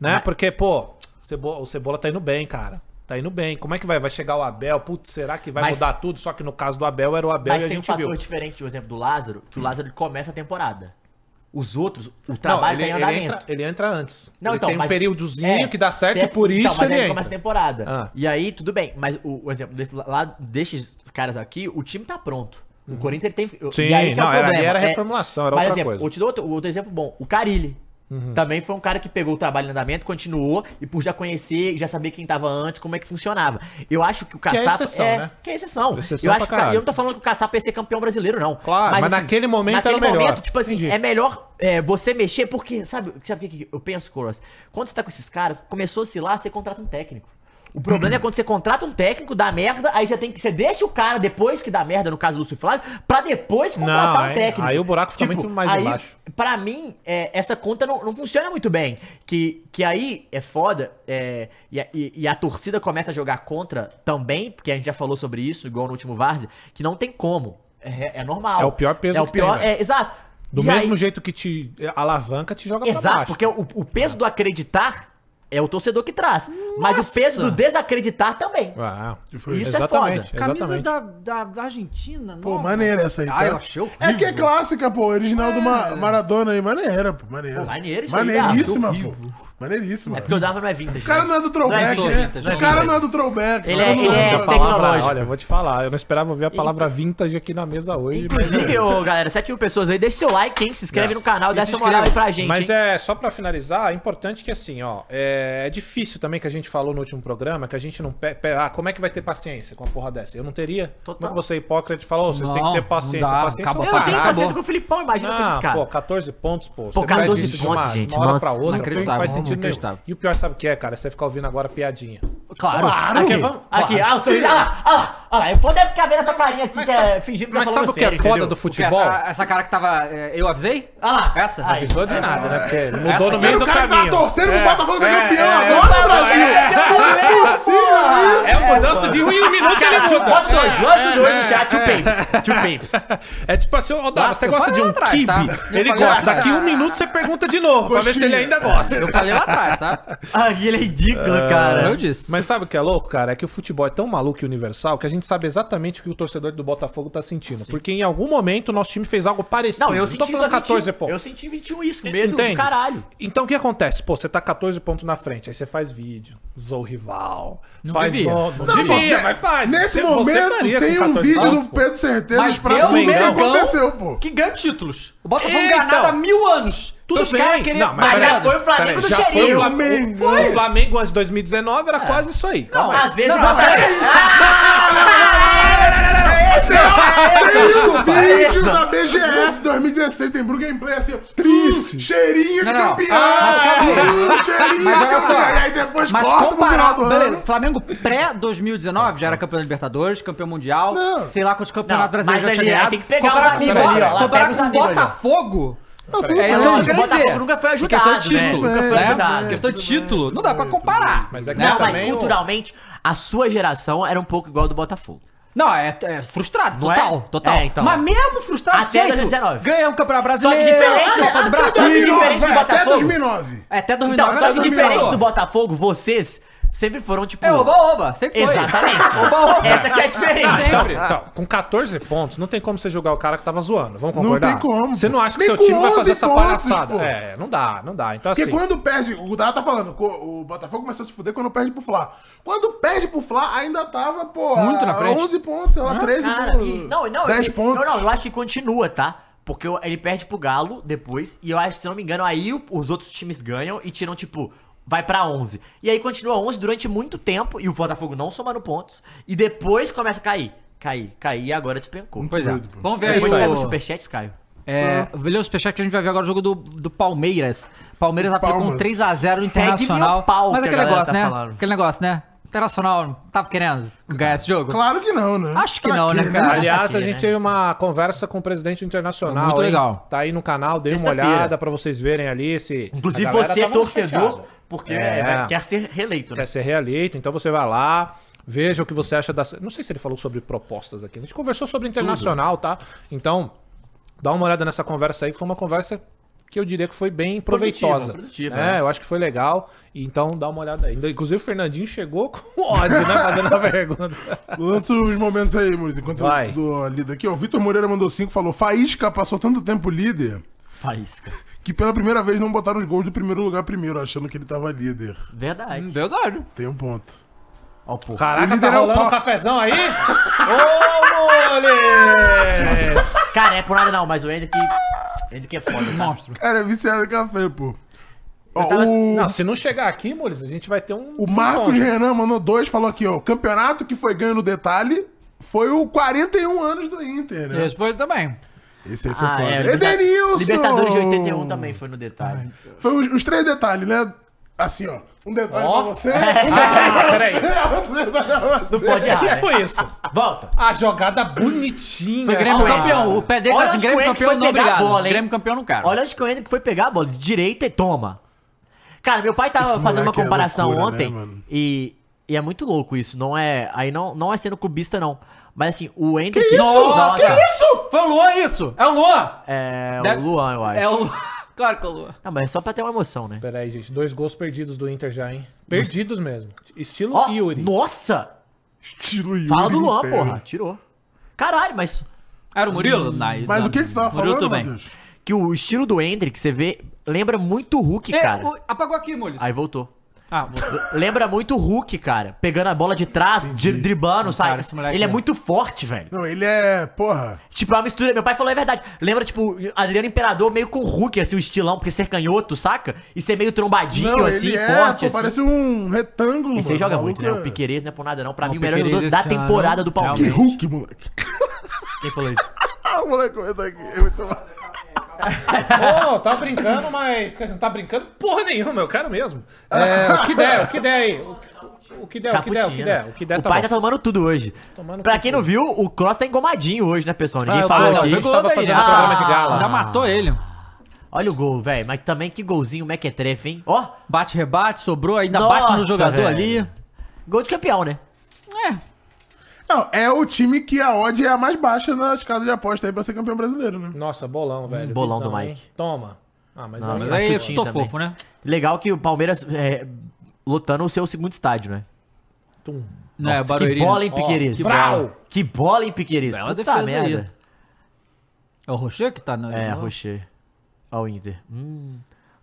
né? Porque, pô, Cebo- o Cebola tá indo bem, cara. Tá indo bem. Como é que vai? Vai chegar o Abel? Putz, será que vai Mas- mudar tudo? Só que no caso do Abel era o Abel Mas e a tem um gente fator viu. diferente, por exemplo, do Lázaro, que o Lázaro ele começa a temporada. Os outros, o Não, trabalho ele, tem ele andamento. entra, ele entra antes. Não, ele então, tem um mas- períodozinho é, que dá certo, e por então, isso mas aí ele entra. começa a temporada. Ah. E aí, tudo bem. Mas o, o exemplo desse, lá, destes caras aqui, o time tá pronto. O Corinthians ele tem. Uhum. Sim, e aí que não, é o era- problema. era É, reformulação, era mas, outra exemplo, coisa. Uhum. Vou te dar outro, outro exemplo bom. O Carilli. Também foi um cara que pegou o trabalho em andamento, continuou, e por já conhecer, já saber quem tava antes, como é que funcionava. Eu acho que o é Caçapa. exceção, né? Que é exceção. Exceção pra eu, acho que, o Ca- caralho. eu não tô falando que o Caçapa ia ser campeão brasileiro, não. assim, Claro, mas naquele momento era o melhor. tipo assim, Entendi. é melhor é, você mexer, porque, sabe, sabe o que que eu penso, Coros? Quando você tá com esses caras, começou a se lá, você contrata um técnico. O problema é quando você contrata um técnico, dá merda, aí você tem que. Você deixa o cara depois que dá merda, no caso do Lúcio Flávio, pra depois Não, contratar um aí- técnico. aí o buraco fica muito mais Tipo, aí, embaixo. Pra mim, é, essa conta não, não funciona muito bem. Que, que aí é foda, é, e, a- e- e a torcida começa a jogar contra também, porque a gente já falou sobre isso, igual no último Várzea, que não tem como. É, é normal. É o pior peso É o que tem, né? pior, velho. é, exato. Do E aí- mesmo jeito que te alavanca, te joga pra Exato, baixo. porque o, o peso do acreditar é o torcedor que traz. Mas o peso do desacreditar também. Ah, Isso é exatamente, foda. Camisa exatamente. da, da, da Argentina, Pô, nossa. maneira essa aí, tá? Ah, eu achei É horrível. que é clássica, pô. Original do Ma- Ah. Maradona aí. Maneira, pô. Maneira. Pô, maneiro isso aí, Maneiríssima, cara. pô. Maneiríssima. É porque o Dava não é vintage. O cara né? não é do throwback, Não é né? vintage, o não é cara vintage. não é do throwback. Ele é- o cara não ele é Essa do- palavra, tecnológico. olha, eu vou te falar, eu não esperava ver a palavra vintage aqui na mesa hoje. mas- Inclusive, ô, galera, 7 mil pessoas aí, deixa seu like, hein? Se inscreve no canal, dá se essa moral aí inscreva. pra gente. Mas hein? é, só pra finalizar, é importante que assim, ó, é, é difícil também que a gente falou no último programa, que a gente não pe- pe- ah, como é que vai ter paciência com uma porra dessa? Eu não teria. Total. Como é que você é hipócrita e falou, vocês Não, têm que ter não paciência, dá, paciência. acabou não Eu dá. não tenho Acabou. paciência com o Filipão, imagina com esses Ah, pô, caras. 14 pontos, pô. Pô, Você faz 14 isso de pontos, uma, gente, de uma hora nossa, pra outra, pô, não inacreditável, faz sentido nenhum. inacreditável. E o pior sabe o que é, cara? Você ficar ouvindo agora piadinha. Claro. Claro. Aqui, vamos- Aqui, ah, o sorriso. Ah lá, ah lá, ah lá. Eu vou deve ficar vendo essa carinha aqui que é fingindo que tá Mas sabe falando o que é sério, foda entendeu? do Porque a- futebol? a- essa cara que tava. é, Eu avisei? Ah lá. Essa? Aí. Avisou de nada, né? Porque mudou Essa no aqui meio Cara, do o cara caminho. tá torcendo pro Botafogo ser é, campeão é, agora, é, Brasil. é, É impossível isso. É a mudança de um em um minuto, ele muda. Bota dois, lança é, dois é, no chat, tio Papes. Tio Papes. É tipo assim, ô Dava, Lá, você eu gosta de falei lá um atrás, kibe? tá? Eu Ele falei lá gosta. Daqui atrás. um minuto você pergunta de novo, pra ver se Coxinha. ele ainda gosta. Eu falei lá atrás, tá? Ah, e ele é ridículo, cara. Eu disse. Mas sabe o que é louco, cara? É que o futebol é tão maluco e universal que a gente sabe exatamente o que o torcedor do Botafogo tá sentindo. Porque em algum momento o nosso time fez algo parecido. Não, eu tô senti falando 14 pô. pontos. Eu senti 21 isso, com medo Entende? do caralho. Então o que acontece? Pô, você tá 14 pontos na frente, aí você faz vídeo, zoa o rival, faz devia. on- Não, Não, devia, pô, mas faz. Nesse Você- você momento faria com tem um 14 vídeo pontos, do pô. Pedro Certeiros Mas pra né? eu, tudo que Mengão, aconteceu, pô. Que ganha títulos. O Botafogo Então. ganhado há mil anos. Tudo Tudo os caras bem. querendo. Não, mas Mas peraí, já foi o Flamengo peraí, do já cheirinho. É. foi o Eu, Flamengo. Mengão. O Flamengo antes de 2019 era quase isso aí. Calma aí. Às vezes Não, o Botafogo- é, um Vídeo da BGS 2016 tem Blue Gameplay assim, ó. Triste, cheirinho de Não, não. campeão. Mas Ah, calma Hum, cheirinho Mas de olha só. campeão. E aí depois mas corta né? pro final comparado, do beleza, ano. Flamengo pré-2019 já era campeão da Libertadores, campeão mundial, Não. sei lá quantos campeonatos Não, brasileiros já mas tinha ali, aí ganhado. tem que pegar os comparar com o amigos ali, ó, Bo- lá, comparar pega os com o amigos ali, ó. Botafogo... Não, tudo É isso que bem. eu Lógico, quero o Botafogo dizer. nunca foi ajudado, Questão de né? título, Nunca foi né? ajudado. Questão de título, não dá pra comparar. Mas é que Não, mas também o- culturalmente, a sua geração era um pouco igual a do Botafogo. Não, é, é frustrado, Não é? total, total. É, então. Mas mesmo Tá frustrado, Até desse jeito, 2019. Ganha o Campeonato Só que Brasileiro. É, diferente do Copa do Brasil. Brasil. Diferente Diferente do até Botafogo. 2009. É, até 2019. Então, só que era diferente 2019. do Botafogo, vocês sempre foram tipo. É oba-oba, sempre foi. Exatamente. Oba-oba. Essa que é a diferença. Sempre. Então, então, com 14 pontos, não tem como você jogar o cara que tava zoando. Vamos Não concordar? tem como, Você pô. não acha que Nem seu com time vai fazer 11 essa pontos, palhaçada? pô. É, não dá, não dá. Então, Porque assim. quando perde, o Dava tá falando, co- o Botafogo começou a se fuder quando perde pro Fla. Quando perde pro Fla, ainda tava, pô, Muito a na frente. 11 pontos, sei lá, 13 Ah, Cara, pontos. e- não, não, 10 eu, pontos. Não, não, eu acho que continua, tá? Porque eu- ele perde pro Galo depois, e eu acho, se eu não me engano, aí o- os outros times ganham e tiram, tipo, vai pra 11. E aí continua 11 durante muito tempo, e o Botafogo não somando pontos, e depois começa a cair. Cair, cair, e agora despencou. Pois é. Doido, pô. Vamos ver aí Depois isso pega os o... superchats, Caio. É, Tá. Lê o superchat que a gente vai ver agora o jogo do, do Palmeiras. Palmeiras aplicou um Palmas. 3x0 Segue Internacional. meu pau Mas que a aquele galera negócio, tá né? falando. Aquele negócio, né? Internacional não tava querendo ganhar esse jogo? Claro que não, né? Acho que Pra não, quê, né, cara? Aliás, a Aqui, gente né? teve uma conversa com o presidente do internacional. Muito hein? legal. Tá aí no canal, dei uma Sexta-feira. olhada pra vocês verem ali se. Inclusive a galera você é tava muito torcedor, chateada. porque É. né, vai- quer ser reeleito, né? quer ser reeleito, então você vai lá, veja o que você acha das. Não sei se ele falou sobre propostas aqui. A gente conversou sobre internacional, tá? Então, dá uma olhada nessa conversa aí, que foi uma conversa que eu diria que foi bem Produtiva, proveitosa. produtiva, é, né? eu acho que foi legal. Então dá uma olhada aí. Inclusive o Fernandinho chegou com ódio, né? Fazendo a pergunta. Lança os momentos aí, Murilo, enquanto Vai. eu dou a lida aqui. Ó, o Vitor Moreira mandou cinco, falou, Faísca passou tanto tempo líder Faísca. que pela primeira vez não botaram os gols do primeiro lugar primeiro, achando que ele tava líder. Verdade. Verdade. Tem um ponto. Ó, porra. Caraca, tá líder é o rolando um Pau. cafezão aí? Ô, moleque! Cara, é por nada não, mas o Hendrick. Hendrick é foda. tá? Monstro. Cara, é viciado em café, pô. Ó, tava- o... Não, se não chegar aqui, Mules, a gente vai ter um... O Marcos desmonte. Renan mandou dois, falou aqui, ó. O campeonato que foi ganho no detalhe foi o 41 anos do Inter, né? Esse foi também. Esse aí foi Ah, foda. é, Edenilson! Libertadores de 81 também foi no detalhe. Foi os, os três detalhes, né? Assim, ó. Um detalhe Ó. pra você, um detalhe Ah, peraí. pra você, outro detalhe pra Não você. pode O que errar. né? foi isso? Volta. A jogada bonitinha. Foi Grêmio Olha, campeão. É, O pé dele olha tá assim, onde Grêmio o Henrique campeão foi não, pegar a obrigado. bola, hein? Grêmio campeão não cara. Olha onde que o Hendrick foi pegar a bola. Direita e toma. Cara, meu pai Esse tava fazendo uma moleque é comparação loucura, ontem. né, mano? e, e é muito louco isso. Não é. Aí não, não é sendo clubista, não. Mas assim, o Hendrick. Nossa, que isso? Foi o Luan isso. É o Luan. É Deve- o Luan, eu acho. É o Luan. Claro que é o Luan. Não, mas é só pra ter uma emoção, né? Peraí, gente. Dois gols perdidos do Inter já, hein? Perdidos mesmo. Estilo Ó, Yuri. nossa! Estilo Yuri Fala do Luan, Império. porra. Tirou. Caralho, mas Hum, Era o Murilo? Não, Mas não. o que que você tava Murilo, falando, tudo bem. Matheus? que o estilo do Hendrick, você vê, lembra muito o Hulk, É, cara. o- apagou aqui, Mules. Aí voltou. Ah, voltou. Lembra muito o Hulk, cara. Pegando a bola de trás, dri- driblando, sabe? cara, esse moleque ele é é- muito forte, velho. Não, ele é. Porra. Tipo, é uma mistura. Meu pai falou, é verdade. Lembra, tipo, Adriano Imperador meio com o Hulk, assim, o estilão, porque ser canhoto, saca? E ser meio trombadinho, Não, assim, ele é, forte, pô, assim. parece um retângulo. E você mano. joga O muito, né? maluco O Piqueires não é por nada, não. Pra O mim, o melhor Piquerez jogador da esse ano, temporada do é- Que Palmeiras. Hulk, moleque. Quem falou isso? Ah, o moleque comentou aqui. É muito massa. Ô, tá brincando, mas. quer dizer, Não tá brincando porra nenhuma, eu quero mesmo. É, o que der, o que der aí. O, o que der, o que der, o que der. O que der o tá pai bom. tá tomando tudo hoje. Tomando pra tudo. quem não viu, o Cross tá engomadinho hoje, né, pessoal? Ninguém eu tô- falou ah, aqui. tá eu tô- tava fazendo né? um programa de gala. Já matou ele. Olha o gol, velho. Mas também que golzinho mequetrefe, é hein? Ó, Bate, rebate, sobrou, ainda Nossa, bate no jogador velho. ali. gol de campeão, né? É. Não, é o time que a odd é a mais baixa nas casas de aposta aí pra ser campeão brasileiro, né? Nossa, bolão, velho. Hum, bolão do Mike. hein? Toma. Ah, mas, Nossa, mas Mas Tá aí chutinho tô também. fofo, né? Legal que o Palmeiras é, lotando o seu segundo estádio, né? tum. Não é, que Barueri. bola, hein, Ó, Piqueires? que Brau. bola. Que bola, hein, Piqueires? Bela Puta defesa merda. aí. É o Rocher que tá no. É, no- Rocher. Ó o Inter. Hum.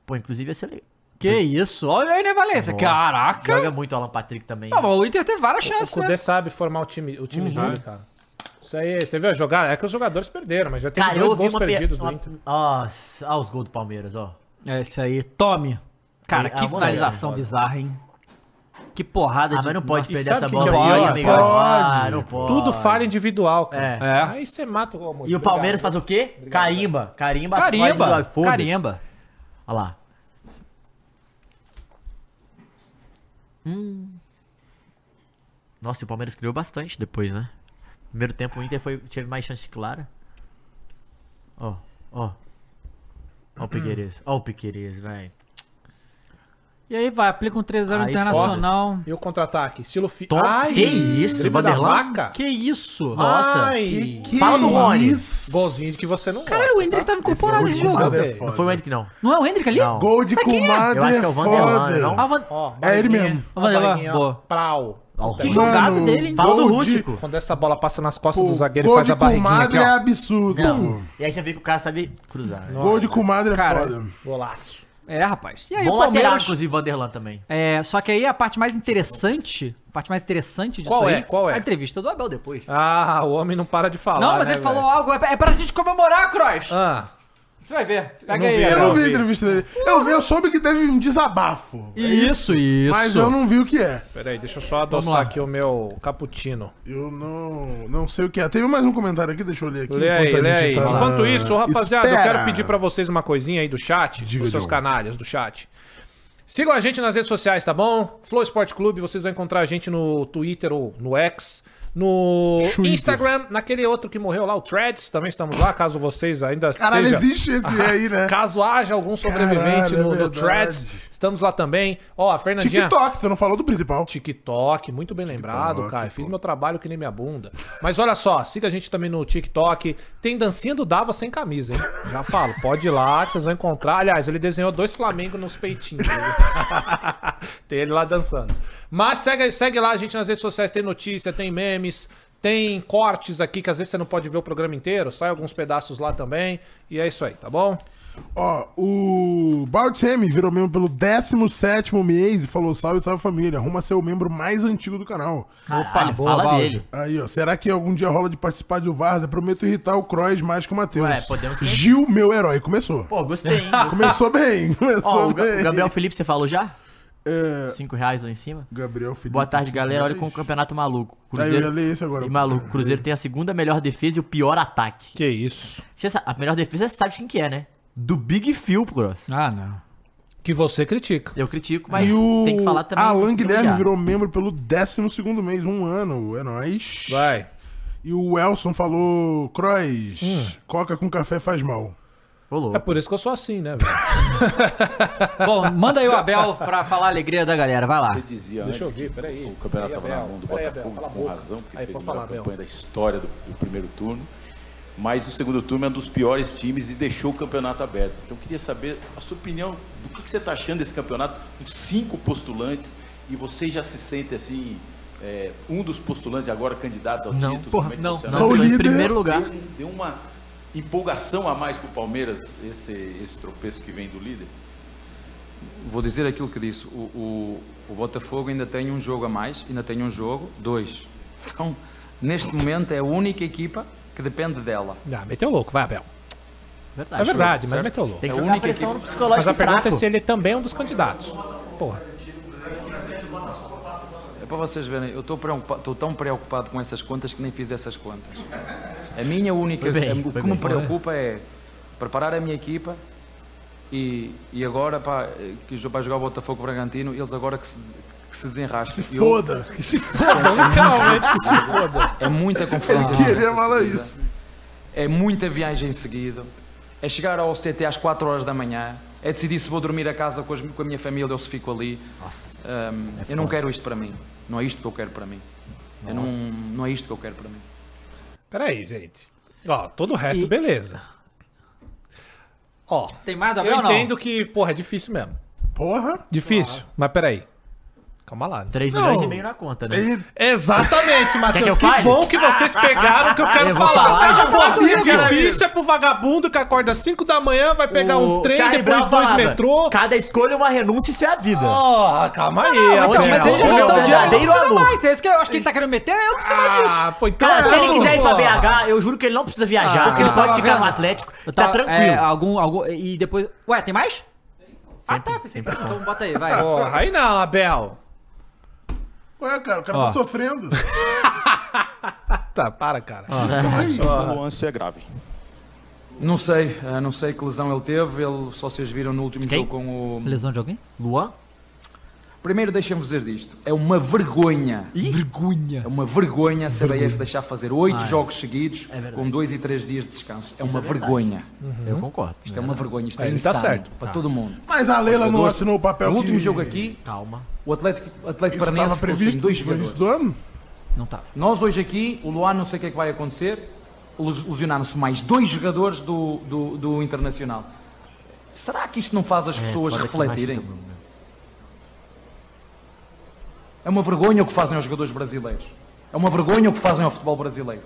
Pô, inclusive ia ser legal. Que isso? Olha aí, né, Valência? Nossa, Caraca! Joga muito o Alan Patrick também. Ah, mas o Inter teve várias O chances, né? Kudê sabe formar o time, o time Uhum. dele, cara. Isso aí, você viu a jogada? É que os jogadores perderam, mas já tem Cara, eu dois ouvi gols uma... pe- perdidos uma... do Inter. Nossa, olha os gols do Palmeiras, ó. É isso aí. Tome. Cara, É, que é uma finalização merda. bizarra, hein? Que porrada Ah, de. mas não pode e perder sabe essa o que bola que é aí, pior? amigo. Ah, não pode. Tudo falha individual, cara. É. É. Aí você mata o tá amor. E o Palmeiras faz o quê? Carimba. Carimba. Carimba. vai- foda-se. Carimba. Olha lá. Hum. Nossa, e o Palmeiras criou bastante depois, né? Primeiro tempo o Inter foi, teve mais chance clara. Ó, ó. Ó o Piqueires. Ó o Piqueires, velho. E aí vai, aplica um 3 0 Aí internacional. E o contra-ataque? Estilo fi... Tom- que isso, drible da Vanderlan? vaca? Que isso? Nossa. Ai, Fala do Rony. isso? Golzinho de que você não Caralho, o tá gosta. tá? Hendrick tava incorporado nesse Gol de jogo. Kumada é Não Não foda. foi o Hendrick, não. Não é o Hendrick ali? Não. Gol de Mas quem é? Kumada. Eu acho que é o Vanderlan, foda. não? Ah, o Van- Ó, É ele bolinha, mesmo. ó, Vanderlan, bolinha, ó, boa. Prau. Ó, Que Mano, jogada dele, hein? Fala do gol de- Rústico. Quando essa bola passa nas Pô, costas do zagueiro, ele gol faz de a barriguinha comadre aqui, é ó. absurdo. pô. E aí você vê que o cara sabe cruzar. né? Gol de comadre é Cara, foda. Golaço. É, rapaz. E aí Bom o lateral, Palmeiras... inclusive, Vanderlan também. É, só que aí a parte mais interessante, a parte mais interessante disso Qual é? aí... Qual é? A entrevista do Abel depois. Ah, o homem não para de falar, não, mas né, ele falou velho? algo, é pra, é pra gente comemorar, Cross. Ah, Você vai ver. Pega não aí. vi, Eu Abel. não vi a vi. entrevista dele. Eu, vi, eu soube que teve um desabafo. Isso, isso. Mas eu não vi o que é. peraí, deixa eu só Vamos lá. adoçar aqui o meu cappuccino. Eu não, não sei o que é. Teve mais um comentário aqui, deixa eu ler aqui. Lê aí, enquanto a lê gente aí. tá na- Enquanto isso, rapaziada, eu Espera. quero pedir pra vocês uma coisinha aí do chat, Diga, dos seus Diogo. canalhas do chat. Sigam a gente nas redes sociais, tá bom? Flow Esporte Clube, vocês vão encontrar a gente no Twitter ou no X, no Twitter. Instagram, naquele outro que morreu lá, o Threads, também estamos lá, caso vocês ainda Caralho, estejam- existe esse aí, né? Caso haja algum sobrevivente Caralho, é no, no verdade. Threads, estamos lá também. Ó, a Fernandinha. TikTok, você não falou do principal. TikTok, muito bem lembrado, cara. Fiz meu trabalho que nem minha bunda. Mas olha só, siga a gente também no TikTok. Tem dancinha do Dava sem camisa, hein? Já falo, pode ir lá que vocês vão encontrar. Aliás, ele desenhou dois Flamengo nos peitinhos. tem ele lá dançando. Mas segue, segue lá a gente nas redes sociais, tem notícia, tem memes. Tem cortes aqui que às vezes você não pode ver o programa inteiro, sai alguns pedaços lá também. E é isso aí, tá bom? Ó, o Balt Semi virou membro pelo 17 mês e falou: salve, salve família, arruma ser o membro mais antigo do canal. Caralho, boa, fala Bauer. dele. Aí, ó, será que algum dia rola de participar de Varza? Prometo irritar o Croix mais que o Matheus. Ué, podemos ter- Gil, meu herói, começou. Pô, gostei, hein? Gostei. Começou bem, começou Ó, o, Ga- bem. o Gabriel Felipe, você falou já? É, Cinco reais lá em cima. Gabriel Felipe. Boa tarde, galera. Olha com o campeonato maluco. Aí eu ia Cruzeiro ler esse agora. e maluco. Cruzeiro tem a segunda melhor defesa e o pior ataque. Que isso. Você sa- a melhor defesa você sabe de quem que é, né? Do Big Phil, Gross. Ah, não. Que você critica. Eu critico, mas e o tem que falar também. Alan tem que Guilherme elogiar. virou membro pelo 12 mês, um ano, é nóis. Vai. E o Elson falou: Croix, coca com café faz mal. Hum. Ô, louco. É por isso que eu sou assim, né, velho? Bom, manda aí o Abel pra falar a alegria da galera, vai lá. Eu dizia Deixa eu antes ver, que peraí. o campeonato Aí, estava na Abel, mão do peraí, Abel, Botafogo, cala a com boca. razão, porque Aí, fez a pode melhor falar, Abel. campanha da história do, do primeiro turno. Mas o segundo turno é um dos piores times e deixou o campeonato aberto. Então, eu queria saber a sua opinião do que, que você está achando desse campeonato, com cinco postulantes, e você já se sente assim, é, um dos postulantes e agora candidato ao Não, título? porra, Como é que não. você não acha? Sou pelo- em líder. primeiro lugar. Deu, um- deu uma empolgação a mais para o Palmeiras, esse, esse tropeço que vem do líder? Vou dizer aquilo que disse. O, o- o Botafogo ainda tem um jogo a mais, ainda tem um jogo, dois. Então, neste momento é a única equipa que depende dela. Ah, meteu louco, vai, Abel. Verdade. É verdade, mas meteu louco. Tem que É a jogar única pressão equipe. no Mas psicológico a pergunta é fraco. se ele também é um dos candidatos. Porra. É para vocês verem, eu estou preocupa- estou tão preocupado com essas contas que nem fiz essas contas. A minha única. Foi bem, o foi que me bem. preocupa é preparar a minha equipa e, e agora pá, que jo- vai jogar o Botafogo Bragantino, eles agora que se, que se desenrascam. Eu- Foda! né? Que se foda, é literalmente que se foda. É muita né? confusão. Ele queria nessa falar seguida. isso. É muita viagem seguida. É chegar ao CT às 4 horas da manhã. É decidir se vou dormir a casa com, as- com a minha família ou se fico ali. Ahm, é eu não quero isto para mim. Não é isto que eu quero para mim. Eu não, não é isto que eu quero para mim. Peraí, gente. Ó, todo o resto, beleza. Ó, Tem mais do Abel eu ou não? entendo que, porra, é difícil mesmo. Porra! Difícil, mas peraí. Calma lá. né? 3 Não. milhões e meio na conta, né? Ele Exatamente, Matheus. Quer que eu que fale? bom que vocês pegaram o que eu quero Eu vou falar. falar, eu já Porra, sabia que era difícil é pro vagabundo que acorda 5 da manhã, vai pegar um O trem, Charlie depois Brown dois falava, metrô. Cada escolha é uma renúncia, isso é a vida. Porra, calma aí. não, Abel. então, mas ele já Entendeu? não tá de verdadeiro não precisa amor. mais, é isso que eu acho que ele tá querendo meter, eu não preciso mais disso. Ah, pô, então Cara, se não, ele quiser ir pra porra. BH, eu juro que ele não precisa viajar, Ah, porque ele eu tava pode ficar no vendo. Atlético, Eu tá tava- tranquilo. é, algum, algum, e depois... Ué, tem mais? ah, tá. pensei- sempre Então bota aí, vai. Porra, aí não, Abel. Ué, cara, o cara tá sofrendo. Tá, para, cara. Ah, O lance é grave. Não sei, ah, não sei que lesão ele teve. Ele só vocês viram no último Quem? jogo com o. Lesão de alguém? Luan? Primeiro deixem-me dizer disto. É uma vergonha. Vergonha. É uma vergonha a CBF deixar fazer oito Ah, é. jogos seguidos com dois e três dias de descanso. É uma vergonha. Uhum. Eu concordo. Ah. Isto é uma vergonha. Isto é Ele tá insano certo. para todo mundo. Mas a Leila não assinou o papel No que- último jogo aqui, Calma. o Atlético, o Atlético Isso Paranaense tava ficou previsto sem dois no início jogadores. do ano? Não tá. tava. Nós hoje aqui, o Luan não sei o que é que vai acontecer, lus- lesionaram-se mais dois jogadores do, do, do Internacional. Será que isto não faz É, as pessoas É, pode aqui mais refletirem? que eu- É uma vergonha o que fazem aos jogadores brasileiros. É uma vergonha o que fazem ao futebol brasileiro.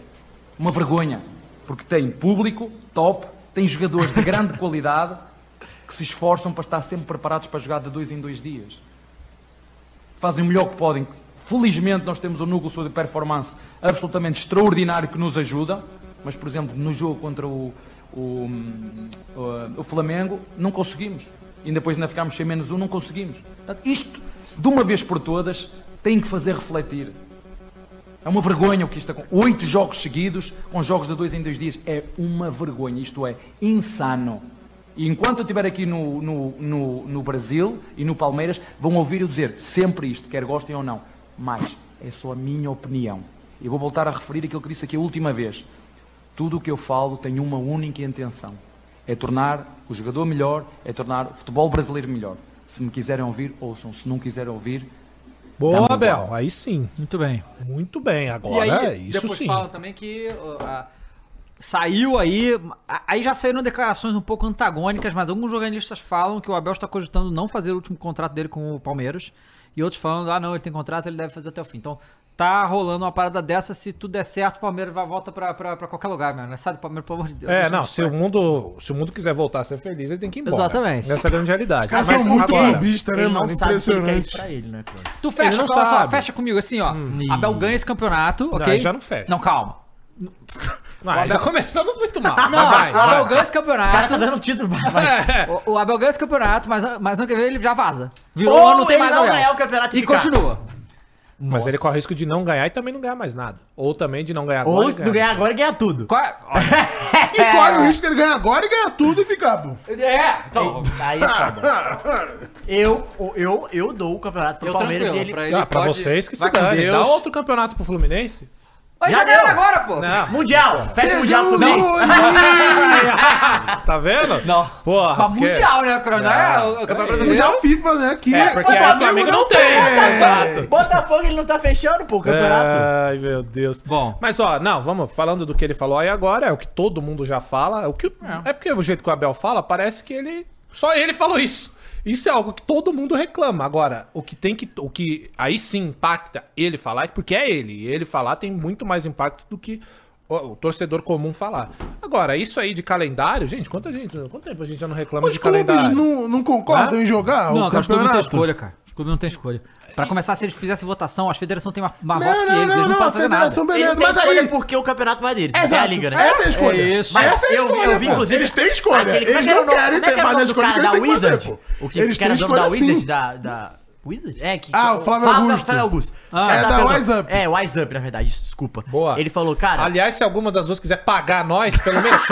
Uma vergonha. Porque tem público top, tem jogadores de grande qualidade que se esforçam para estar sempre preparados para jogar de dois em dois dias. Fazem o melhor que podem. Felizmente nós temos um núcleo de performance absolutamente extraordinário que nos ajuda. Mas, por exemplo, no jogo contra o, o, o, o Flamengo, não conseguimos. E depois ainda ficámos sem menos um, não conseguimos. Portanto, isto, de uma vez por todas, tem que fazer refletir. É uma vergonha o que isto acontece. Oito jogos seguidos, com jogos de dois em dois dias. É uma vergonha, isto é insano. E enquanto eu estiver aqui no, no, no, no Brasil e no Palmeiras, vão ouvir eu dizer sempre isto, quer gostem ou não. Mas é só a minha opinião. e vou voltar a referir aquilo que disse aqui a última vez. Tudo o que eu falo tem uma única intenção: é tornar o jogador melhor, é tornar o futebol brasileiro melhor. Se me quiserem ouvir, ouçam. Se não quiserem ouvir, Boa, Tá bom. Abel. Aí sim. Muito bem. Muito bem. E Agora, aí, é isso depois sim. falam também que ó, a- saiu aí. a- Aí já saíram declarações um pouco antagônicas, mas alguns jornalistas falam que o Abel está cogitando não fazer o último contrato dele com o Palmeiras. E outros falando, ah, não, ele tem contrato, ele deve fazer até o fim. Então, tá rolando uma parada dessa. Se tudo der certo, o Palmeiras vai, volta pra, pra, pra qualquer lugar, mano. Sai do Palmeiras, pelo amor de Deus. É, Deixa não, isso se o, mundo, se o mundo quiser voltar a ser feliz, ele tem que ir embora. Exatamente. Essa é a grande realidade. caras são muito clubistas, né, Ele mano? não sabe se ele quer isso Impressionante. pra ele, né, cara? Tu fecha, Ele não olha só, sabe. fecha comigo assim, ó. Abel ganha esse campeonato, ok? aí já não fecha. Não, calma. Ah, já começamos muito mal. Não, Mas vai, Abel vai. É. ganha esse O cara campeonato. tá dando título, vai. O, o Abel ganha esse campeonato, mas, mas ano que vem ele já vaza. Virou Ou ano, não tem ele mais não Abel. ganhar o campeonato e E ficar. continua. Mas ele corre o risco de não ganhar e também não ganhar mais nada. Ou também de não ganhar Ou e se tu ganhar agora, ganha tudo. Qual é? Olha, E corre o risco que ele ganha agora e ganha tudo e ficar, pô. é, então, Aí é foda. Eu, eu, eu dou o campeonato pro eu Palmeiras e tranquilo. ele... Pra, Ah, ele pra pode- vocês que se vai com dane. Deus. Dá outro campeonato pro Fluminense. Mas já Já ganharam deu. agora, pô. Não, Mundial! Fecha o Mundial Pegou com no o tá vendo? Não. Porra. Mas porque- mundial, né, Crono? Não é Ah, o- o campeonato peraí. brasileiro. Mundial FIFA, né? Que É, porque aí o Flamengo não tem. Exato. Botafogo, ele não tá fechando, pô, o campeonato. Ai, meu Deus. Bom. Mas ó, não, vamos, falando do que ele falou aí agora, é o que todo mundo já fala. É, o que, é. porque o jeito que o Abel fala, parece que ele. Só ele falou isso. Isso é algo que todo mundo reclama. Agora, o que tem que. O que aí sim impacta ele falar, é porque é ele. E ele falar tem muito mais impacto do que o, o torcedor comum falar. Agora, isso aí de calendário, gente, quanta gente. Quanto tempo a gente já não reclama Os de clubes calendário? não, não concordam em jogar Não, Ah, o cara, os clubes não tem campeonato? escolha, cara. Os clubes não tem escolha. Pra começar, se eles fizessem votação, as federações têm uma, uma Não, rota que não, eles, não, eles não não, a podem fazer nada. federação Ele beleza, não tem mas escolha aí... porque o campeonato não é dele, é a Exato, liga, né? Essa é a escolha. É isso. Essa é a eu- escolha, eu pô. vi, inclusive, Eles têm escolha. aquele- como é eles que era não o nome- querem como é que ter era o mais a nome do escolha que cara eles da têm que fazer, Wizard? pô. O que Eles que era têm o nome da escolha Wizard? sim. Da, da... Wizard? É, que... Ah, o Flávio Augusto. Flávio Augusto. Ah, é tá, da Wise Up. É, Wise Up, na verdade, isso, desculpa. Boa. Ele falou, cara... Aliás, se alguma das duas quiser pagar nós, pelo menos.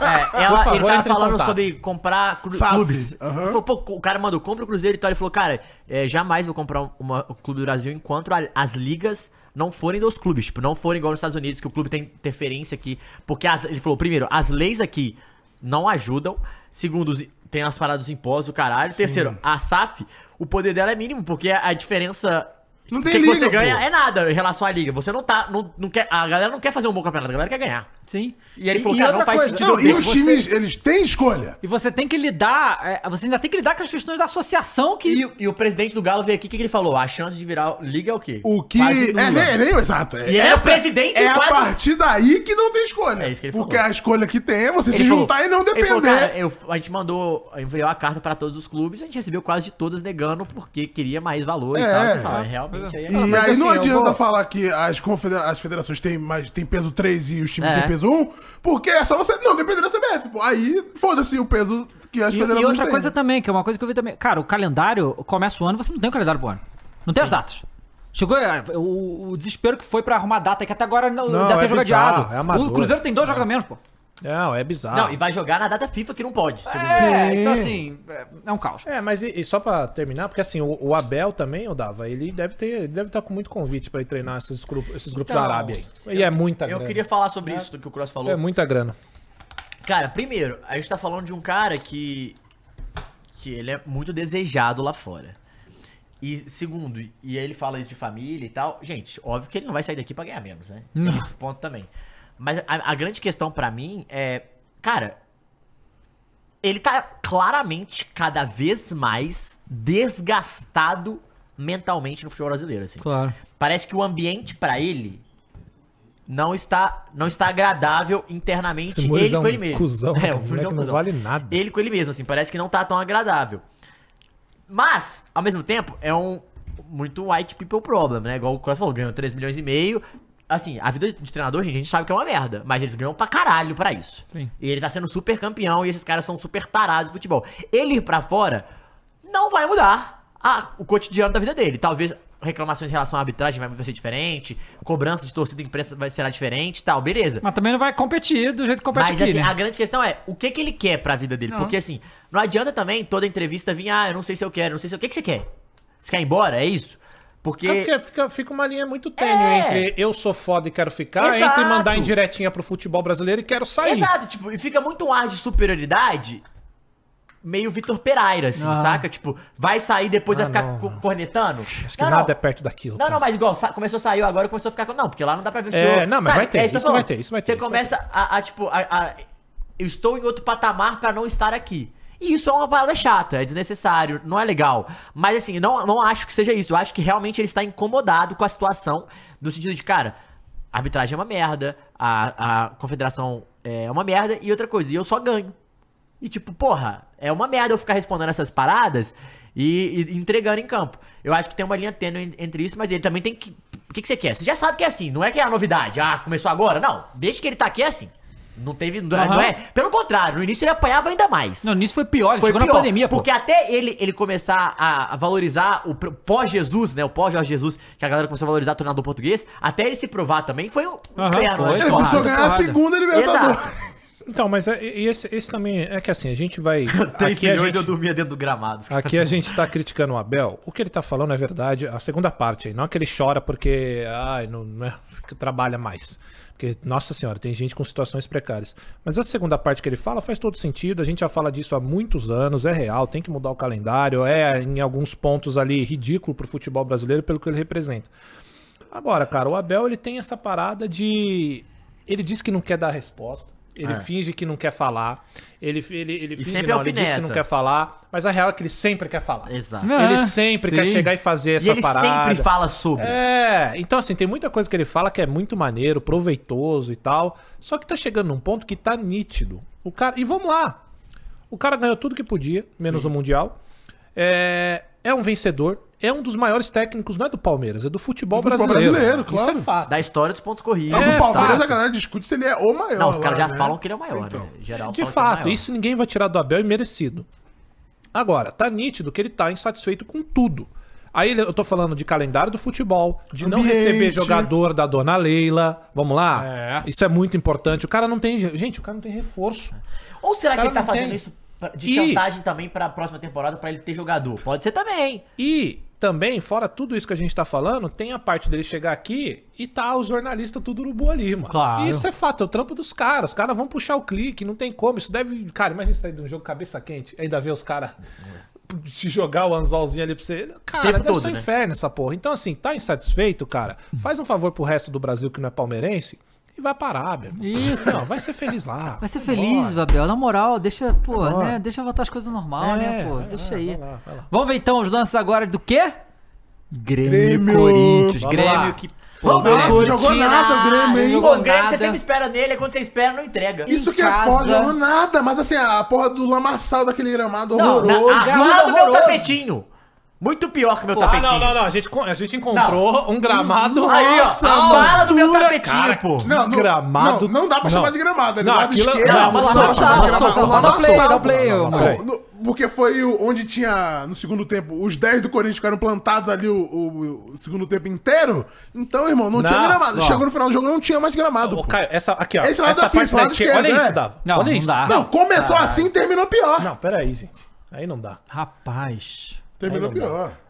É, Por ela, favor, ele tava entre em falando contato. sobre comprar cru- Saf, clubes. aham. Ele falou, pô, o cara mandou, compra o Cruzeiro e tal. Ele falou, cara, é, jamais vou comprar um- uma- o Clube do Brasil enquanto a- as ligas não forem dos clubes. Tipo, não forem igual nos Estados Unidos, que o clube tem interferência aqui. Porque as- ele falou, primeiro, as leis aqui não ajudam. Segundo, os- tem as paradas dos impostos, o caralho. Terceiro, a SAF, o poder dela é mínimo, porque a a diferença... Não o tem que liga, você ganha pô. é nada em relação à liga. Você não tá. Não, não quer, a galera não quer fazer um bom campeonato, a galera quer ganhar. Sim. E ele falou, cara, não outra faz sentido. Não, e Você- os times, eles têm escolha. E você tem que lidar, é, você ainda tem que lidar com as questões da associação que... E, e o presidente do Galo veio aqui, o que, que ele falou? A chance de virar liga é o quê? O que. Quase nula. É, nem, nem exato. E ele é o presidente É a quase- partir daí que não tem escolha. É isso que ele Porque falou. a escolha que tem é você Ele se falou- juntar e não ele depender. falou, cara, eu- a gente mandou, enviou a carta pra todos os clubes, a gente recebeu quase de todas negando porque queria mais valor e É. tal. Você fala, realmente aí é... E aí não adianta falar que as, confedera- as federações têm, mais, têm peso 3 e os times É. têm peso 1, porque é só você não depender da CBF, pô. Aí foda-se o peso que as E, federações e outra têm. coisa também, que é uma coisa que eu vi também. Cara, o calendário, começa o ano, você não tem o calendário pro ano. Não tem as datas. Chegou é, o, o desespero que foi pra arrumar data, que até agora não, Não, deve ter é jogo bizarro, adiado. é amador. o Cruzeiro tem dois jogos a menos, pô. Não, é bizarro. Não, e vai jogar na data FIFA que não pode. segundo ele. É, então assim, é, é um caos. É, mas e, e só pra terminar, porque assim, o, o Abel também, o Dava, ele deve ter, ele deve estar com muito convite pra ir treinar esses grupos, esses grupos Então, da Arábia aí. E é muita Eu grana. queria falar sobre isso do que o Cross falou. É muita grana. Cara, primeiro, a gente tá falando de um cara que. que ele é muito desejado lá fora. E segundo, e aí ele fala isso de família e tal. Gente, óbvio que ele não vai sair daqui pra ganhar menos, né? Tem esse ponto também. Mas a, a grande questão pra mim é. Cara, ele tá claramente cada vez mais desgastado mentalmente no futebol brasileiro, assim. Claro. Parece que o ambiente pra ele não está não está agradável internamente Esse ele Muris é com um ele mesmo. cuzão, é, cara, o o Muris é um moleque não cuzão. vale nada. Ele com ele mesmo, assim, parece que não tá tão agradável. Mas, ao mesmo tempo, é um muito white people problem, né? Igual o Cross falou, ganhou 3 milhões e meio. Assim, a vida de treinador, gente, a gente sabe que é uma merda, mas eles ganham pra caralho pra isso. Sim. E ele tá sendo super campeão e esses caras são super tarados de futebol. Ele ir pra fora não vai mudar a- Ah, o cotidiano da vida dele. Talvez reclamações em relação à arbitragem vai vai ser diferente, cobrança de torcida e imprensa vai será diferente e tal, beleza. Mas também não vai competir do jeito que compete Mas aqui, assim, né? a grande questão é o que, que ele quer pra vida dele. Porque assim, não adianta também toda entrevista vir, ah, eu não sei se eu quero, não sei se eu. O que, que você quer? Você quer ir embora? É isso? Porque. É porque fica, fica uma linha muito tênue É. entre eu sou foda e quero ficar, Exato. entre mandar indiretinha pro futebol brasileiro e quero sair. Exato, tipo, e fica muito um ar de superioridade meio Vitor Pereira, assim, Ah. saca? Tipo, vai sair depois vai ficar Ah, não, co- cornetando. Acho que nada é perto daquilo. Não, cara. não, mas igual, sa- começou a sair agora, começou a ficar. com- Não, porque lá não dá pra ver o É, tio. não, mas vai ter, É que eu tô isso vai falando. ter, isso vai ter, Você isso vai começa a, a, tipo, a, a- eu estou em outro patamar pra não estar aqui. E isso é uma parada chata, é desnecessário, não é legal. Mas assim, não, não acho que seja isso. Eu acho que realmente ele está incomodado com a situação, no sentido de, cara, a arbitragem é uma merda, a, a confederação é uma merda, e outra coisa, e eu só ganho. E tipo, porra, é uma merda eu ficar respondendo essas paradas e, e entregando em campo. Eu acho que tem uma linha tênue en- entre isso, mas ele também tem que. O que, que você quer? Você já sabe que é assim, não é que é a novidade. Ah, começou agora? Não. Desde que ele tá aqui é assim. Não teve. Não, é- Aham. não é. Pelo contrário, no início ele apanhava ainda mais. Não, nisso foi pior. Ele Foi chegou pior, na pandemia, pô. porque até ele, ele começar a, a valorizar o pr- pós-Jesus, né? O pós-Jorge Jesus, que a galera começou a valorizar o tornador português, até ele se provar também, foi um Aham, inferno, foi, né? Ele porrada, precisou ganhar a porrada. segunda Libertadores. Exato. Então, mas é- e esse, esse também é que assim, a gente vai. 3 aqui a milhões gente, eu dormia dentro do gramado. Aqui a gente tá criticando o Abel. O que ele tá falando é verdade. A segunda parte aí, não é que ele chora porque ai, não, não é, que trabalha mais. Porque, nossa senhora, tem gente com situações precárias. Mas a segunda parte que ele fala faz todo sentido. A gente já fala disso há muitos anos, é real, tem que mudar o calendário, é em alguns pontos ali ridículo pro futebol brasileiro pelo que ele representa. Agora, cara, o Abel ele tem essa parada de. Ele diz que não quer dar resposta. Ele finge que não quer falar. Ele, ele, ele finge É. sempre não, ele diz que não alfineta. quer falar. Mas a real é que ele sempre quer falar. Exato. Não, é, ele sempre quer sim. chegar e fazer essa e ele parada. sempre fala sobre. É, então assim, tem muita coisa que ele fala que é muito maneiro, proveitoso e tal. Só que tá chegando num ponto que tá nítido. O cara, e vamos lá. O cara ganhou tudo que podia, menos o Mundial. É, é um vencedor. É um dos maiores técnicos, não é do Palmeiras, é do futebol, Do futebol brasileiro. brasileiro, Isso claro. é fato. Da história dos pontos corridos. Não, do É, Palmeiras fato. a galera discute se ele é o maior. Não, os caras lá, já né? falam que ele é o maior, Então. né? De Geral fala que ele é o fato, maior. isso ninguém vai tirar do Abel e merecido. Agora, tá nítido que ele tá insatisfeito com tudo. Aí ele- eu tô falando de calendário do futebol, de não Ambiente. receber jogador da dona Leila. Vamos lá? É. Isso é muito importante. O cara não tem. Gente, o cara não tem reforço. Ou será que Cara, ele tá não fazendo tem. isso pra- de E- chantagem também pra próxima temporada pra ele ter jogador? Pode ser também. E também, fora tudo isso que a gente tá falando, tem a parte dele chegar aqui e tá os jornalistas tudo urubu ali, mano. Claro. Isso é fato, é o trampo dos caras. Os caras vão puxar o clique, não tem como. Isso deve. Cara, imagina sair de um jogo cabeça quente, ainda ver os caras te jogar o anzolzinho ali pra você. Cara, Tempo deve todo, ser um né? inferno essa porra. Então, assim, tá insatisfeito, cara? Faz um favor pro resto do Brasil que não é palmeirense e vai parar, meu irmão. Isso. Não, vai ser feliz lá. Vai ser feliz, Babel. Na moral, deixa, pô, né? Deixa voltar as coisas normal, É, né, pô? vai lá, Deixa vai aí. lá, vai lá. Vamos ver então os lances agora do quê? Grêmio, Grêmio. Corinthians. Vamos Grêmio lá. que. Pô, Vamos Nossa, Grêmio jogou tira- nada o Grêmio, hein? não é Pô, jogou Ah, o Grêmio, você nada. sempre espera nele, é quando você espera, não entrega. Isso Em que é casa. foda, jogou nada. Mas assim, a porra do lamaçal daquele gramado Não, na, horroroso. Grêmio é azul do meu horroroso. tapetinho. Muito pior que o meu Ah, tapetinho. não, não, não. A gente, con- a gente encontrou um gramado. Aí, ó, Nossa, a bala do meu altura, tapetinho, cara. um pô. Não, não, Gramado- Não, não dá pra chamar Não. de gramado. É do Não, lado aquilo- esquerdo. não, do lamaçal, lado esquerdo, lamaçal, gramado, lamaçal. Dá o play, dá o play, Não, mano. não, não, Porque foi o- onde tinha, no segundo tempo, os 10 do Corinthians ficaram plantados ali o, o- o segundo tempo inteiro. Então, irmão, não, Não, tinha gramado. não. Chegou no final do jogo, não tinha mais gramado. Ô, pô. Caio, essa, aqui, ó. Esse lado essa da parte pista, da lado esquerda. Olha esquerdo, isso, é. Dava. Não, Olha não isso. dá. Não, Não, começou assim, terminou pior. não, peraí, gente. Aí não dá. Rapaz. terminou aí não pior. que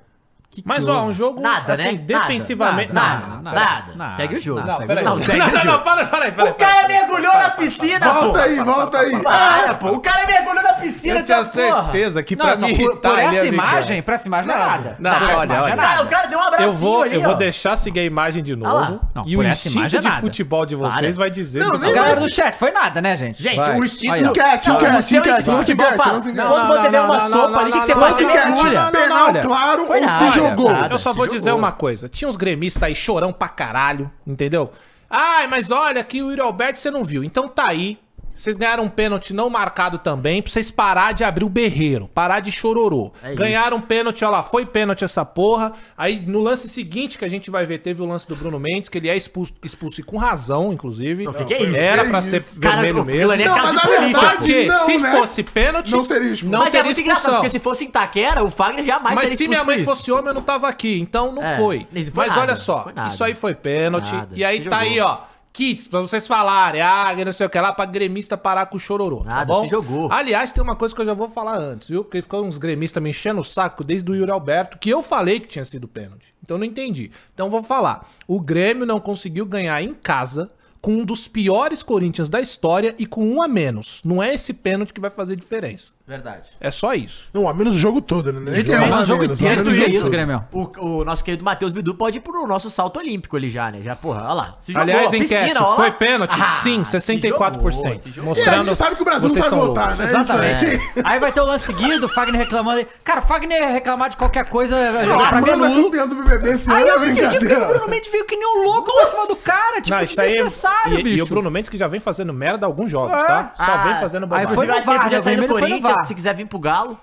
que Mas, ó, houve? um jogo. Nada, assim, né? defensivamente. Nada, Não, nada, não, nada, nada, nada. Segue o jogo. Não, segue o peraí. Não, jogo. não, não, não, para, para aí, para aí. O cara mergulhou na é piscina, pô. Volta aí, volta aí. Para, pô. O cara mergulhou na piscina, Eu tinha essa porra. certeza que Não, pra tá é só me por, irritar por ele ia essa vir imagem, com pra essa imagem não é nada. não, Pra essa Olha, imagem olha. é nada. Cara, o cara deu um essa. abracinho Eu vou, ali, eu vou ó. deixar seguir a imagem de novo. lá. Não, e por o essa imagem instinto é de nada. futebol de vocês Para. vai dizer Não, se nem vai- Galera um do chat, foi nada, né, gente? Gente, Vai. o instinto. Aí, ó. é Enquete, Não, enquete, o um seu enquete, instinto vamos futebol enquete, fala, vamos enquete. Quando você vê um Não, uma não, sopa não, ali, o que que você não, faz? Lance Você não, enquete. mergulha. Penal, Não, não, claro, Foi ou nada, se jogou? nada. Eu só se vou jogou. dizer uma coisa. Tinha uns gremistas aí chorão pra caralho, entendeu? Ai, mas olha que o Yuri Alberto você não viu. Então tá aí. Vocês ganharam um pênalti não marcado também, pra vocês parar de abrir o berreiro, parar de chororô. É isso. ganharam um pênalti, olha lá, foi pênalti essa porra. Aí no lance seguinte que a gente vai ver, teve o lance do Bruno Mendes, que ele é expulso, expulso e com razão, inclusive. Não, que que é isso? Era Que pra isso? ser Cara, vermelho o- mesmo. aquilo ali é Não, caso mas de a polícia, verdade- Porque não, se né? fosse pênalti, Não seria expulso. não Mas é teria muito engraçado, expulsão. porque se fosse em Taquera, o Fagner jamais Mas seria se expulso minha por mãe isso. fosse homem, eu não tava aqui. Então não É, foi. não foi Mas nada, olha só, foi nada. isso aí foi pênalti. Nada, E aí se tá jogou. aí, ó. kits pra vocês falarem, ah, não sei o que lá, pra gremista parar com o chororô, tá Nada, bom? se jogou. Aliás, tem uma coisa que eu já vou falar antes, viu? Porque ficou uns gremistas me enchendo o saco desde o Yuri Alberto, que eu falei que tinha sido pênalti. Então eu não entendi. Então eu vou falar. O Grêmio não conseguiu ganhar em casa com um dos piores Corinthians da história e com um a menos. Não é esse pênalti que vai fazer diferença. Verdade. É só isso. Não, a menos o jogo todo, né? Dito Não, isso, a o jogo menos, a inteiro, menos dito o jogo isso, todo. Grêmio. O, o nosso querido Matheus Bidu pode ir pro nosso salto olímpico ali já, né? Já, porra, olha lá. Se Aliás, a piscina, enquete, ó lá. Ah, foi pênalti? Sim, se 64%. jogou, se jogou. E É, a gente Mostrando. sabe que o Brasil não vocês vai são voltar, loucos. né? Isso Exatamente. aí. É. Aí vai ter o lance seguido, o Fagner reclamando. Cara, o Fagner reclamar de qualquer coisa Não, ajuda a pra um. Amanda é Benulo. campeã do BBB esse Aí ano, é eu não entendi porque o brincadeira. Bruno Mendes veio que nem um louco pra cima do cara. Tipo, Não, isso é aí- é desnecessário, e, bicho. E o Bruno Mendes que já vem fazendo merda alguns jogos, É. tá? Só Ah, vem fazendo bobagem. aí foi Inclusive, eu acho que no ele podia VAR, sair do né? Foi no VAR. Corinthians se quiser vir pro Galo.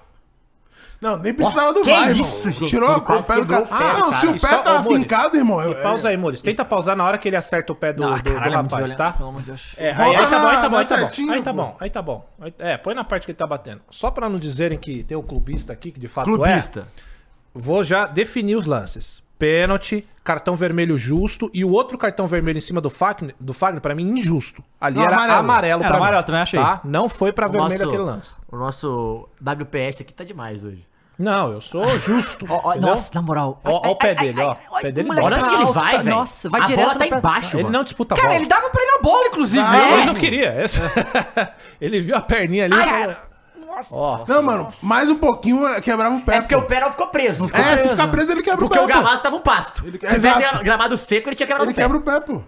Não, nem precisava do que VAR, irmão. isso, gente? Tirou Ele a quase pé do quebrou cara. o pé, não, cara. se o E pé só- tá ô, Mores, afincado, irmão. é- E pausa aí, Mores. Tenta pausar na hora que ele acerta o pé do, Ah, do- do caralho, é muito rapaz, violento, tá? Pelo amor de Deus. É, aí, Volta aí tá bom, aí tá na- bom, aí na tá bom. setinha, Aí tá pô. bom, aí tá bom. Aí- É, põe na parte que ele tá batendo. Só pra não dizerem que tem o clubista aqui, que de fato é. Clubista. Vou já definir os lances. Pênalti, cartão vermelho justo e o outro cartão vermelho em cima do Fagner, do Fagner para mim, injusto. Ali Não, era amarelo, amarelo. pra Era mim, amarelo, também achei. Tá? Não foi pra vermelho nosso- aquele lance. O nosso WPS aqui tá demais hoje. Não, eu sou justo. Ó, ó, entendeu? nossa, na moral. Ó, Ai, ó o pé ai, ai, dele, ó. ai, O pé dele moleque tá bom. Olha onde que ele alto, vai, velho. Nossa, vai a direto bola tá no pé. embaixo, Ele mano. não disputa Cara, bola. ele dava pra ele na bola, inclusive. Não, Não, né? ele não queria. essa- ele viu a perninha ali. e Ai, falou- Nossa. Não, mano, mais um pouquinho é, quebrava o pé. É porque pô. o pé não ficou preso. Não ficou É, se preso. né? ficar preso, ele quebra Porque o o pé. pô. gramado tava um pasto. Ele- Se tivesse Exato. gramado seco, ele tinha quebrado Ele o pé. quebra o pé, pô.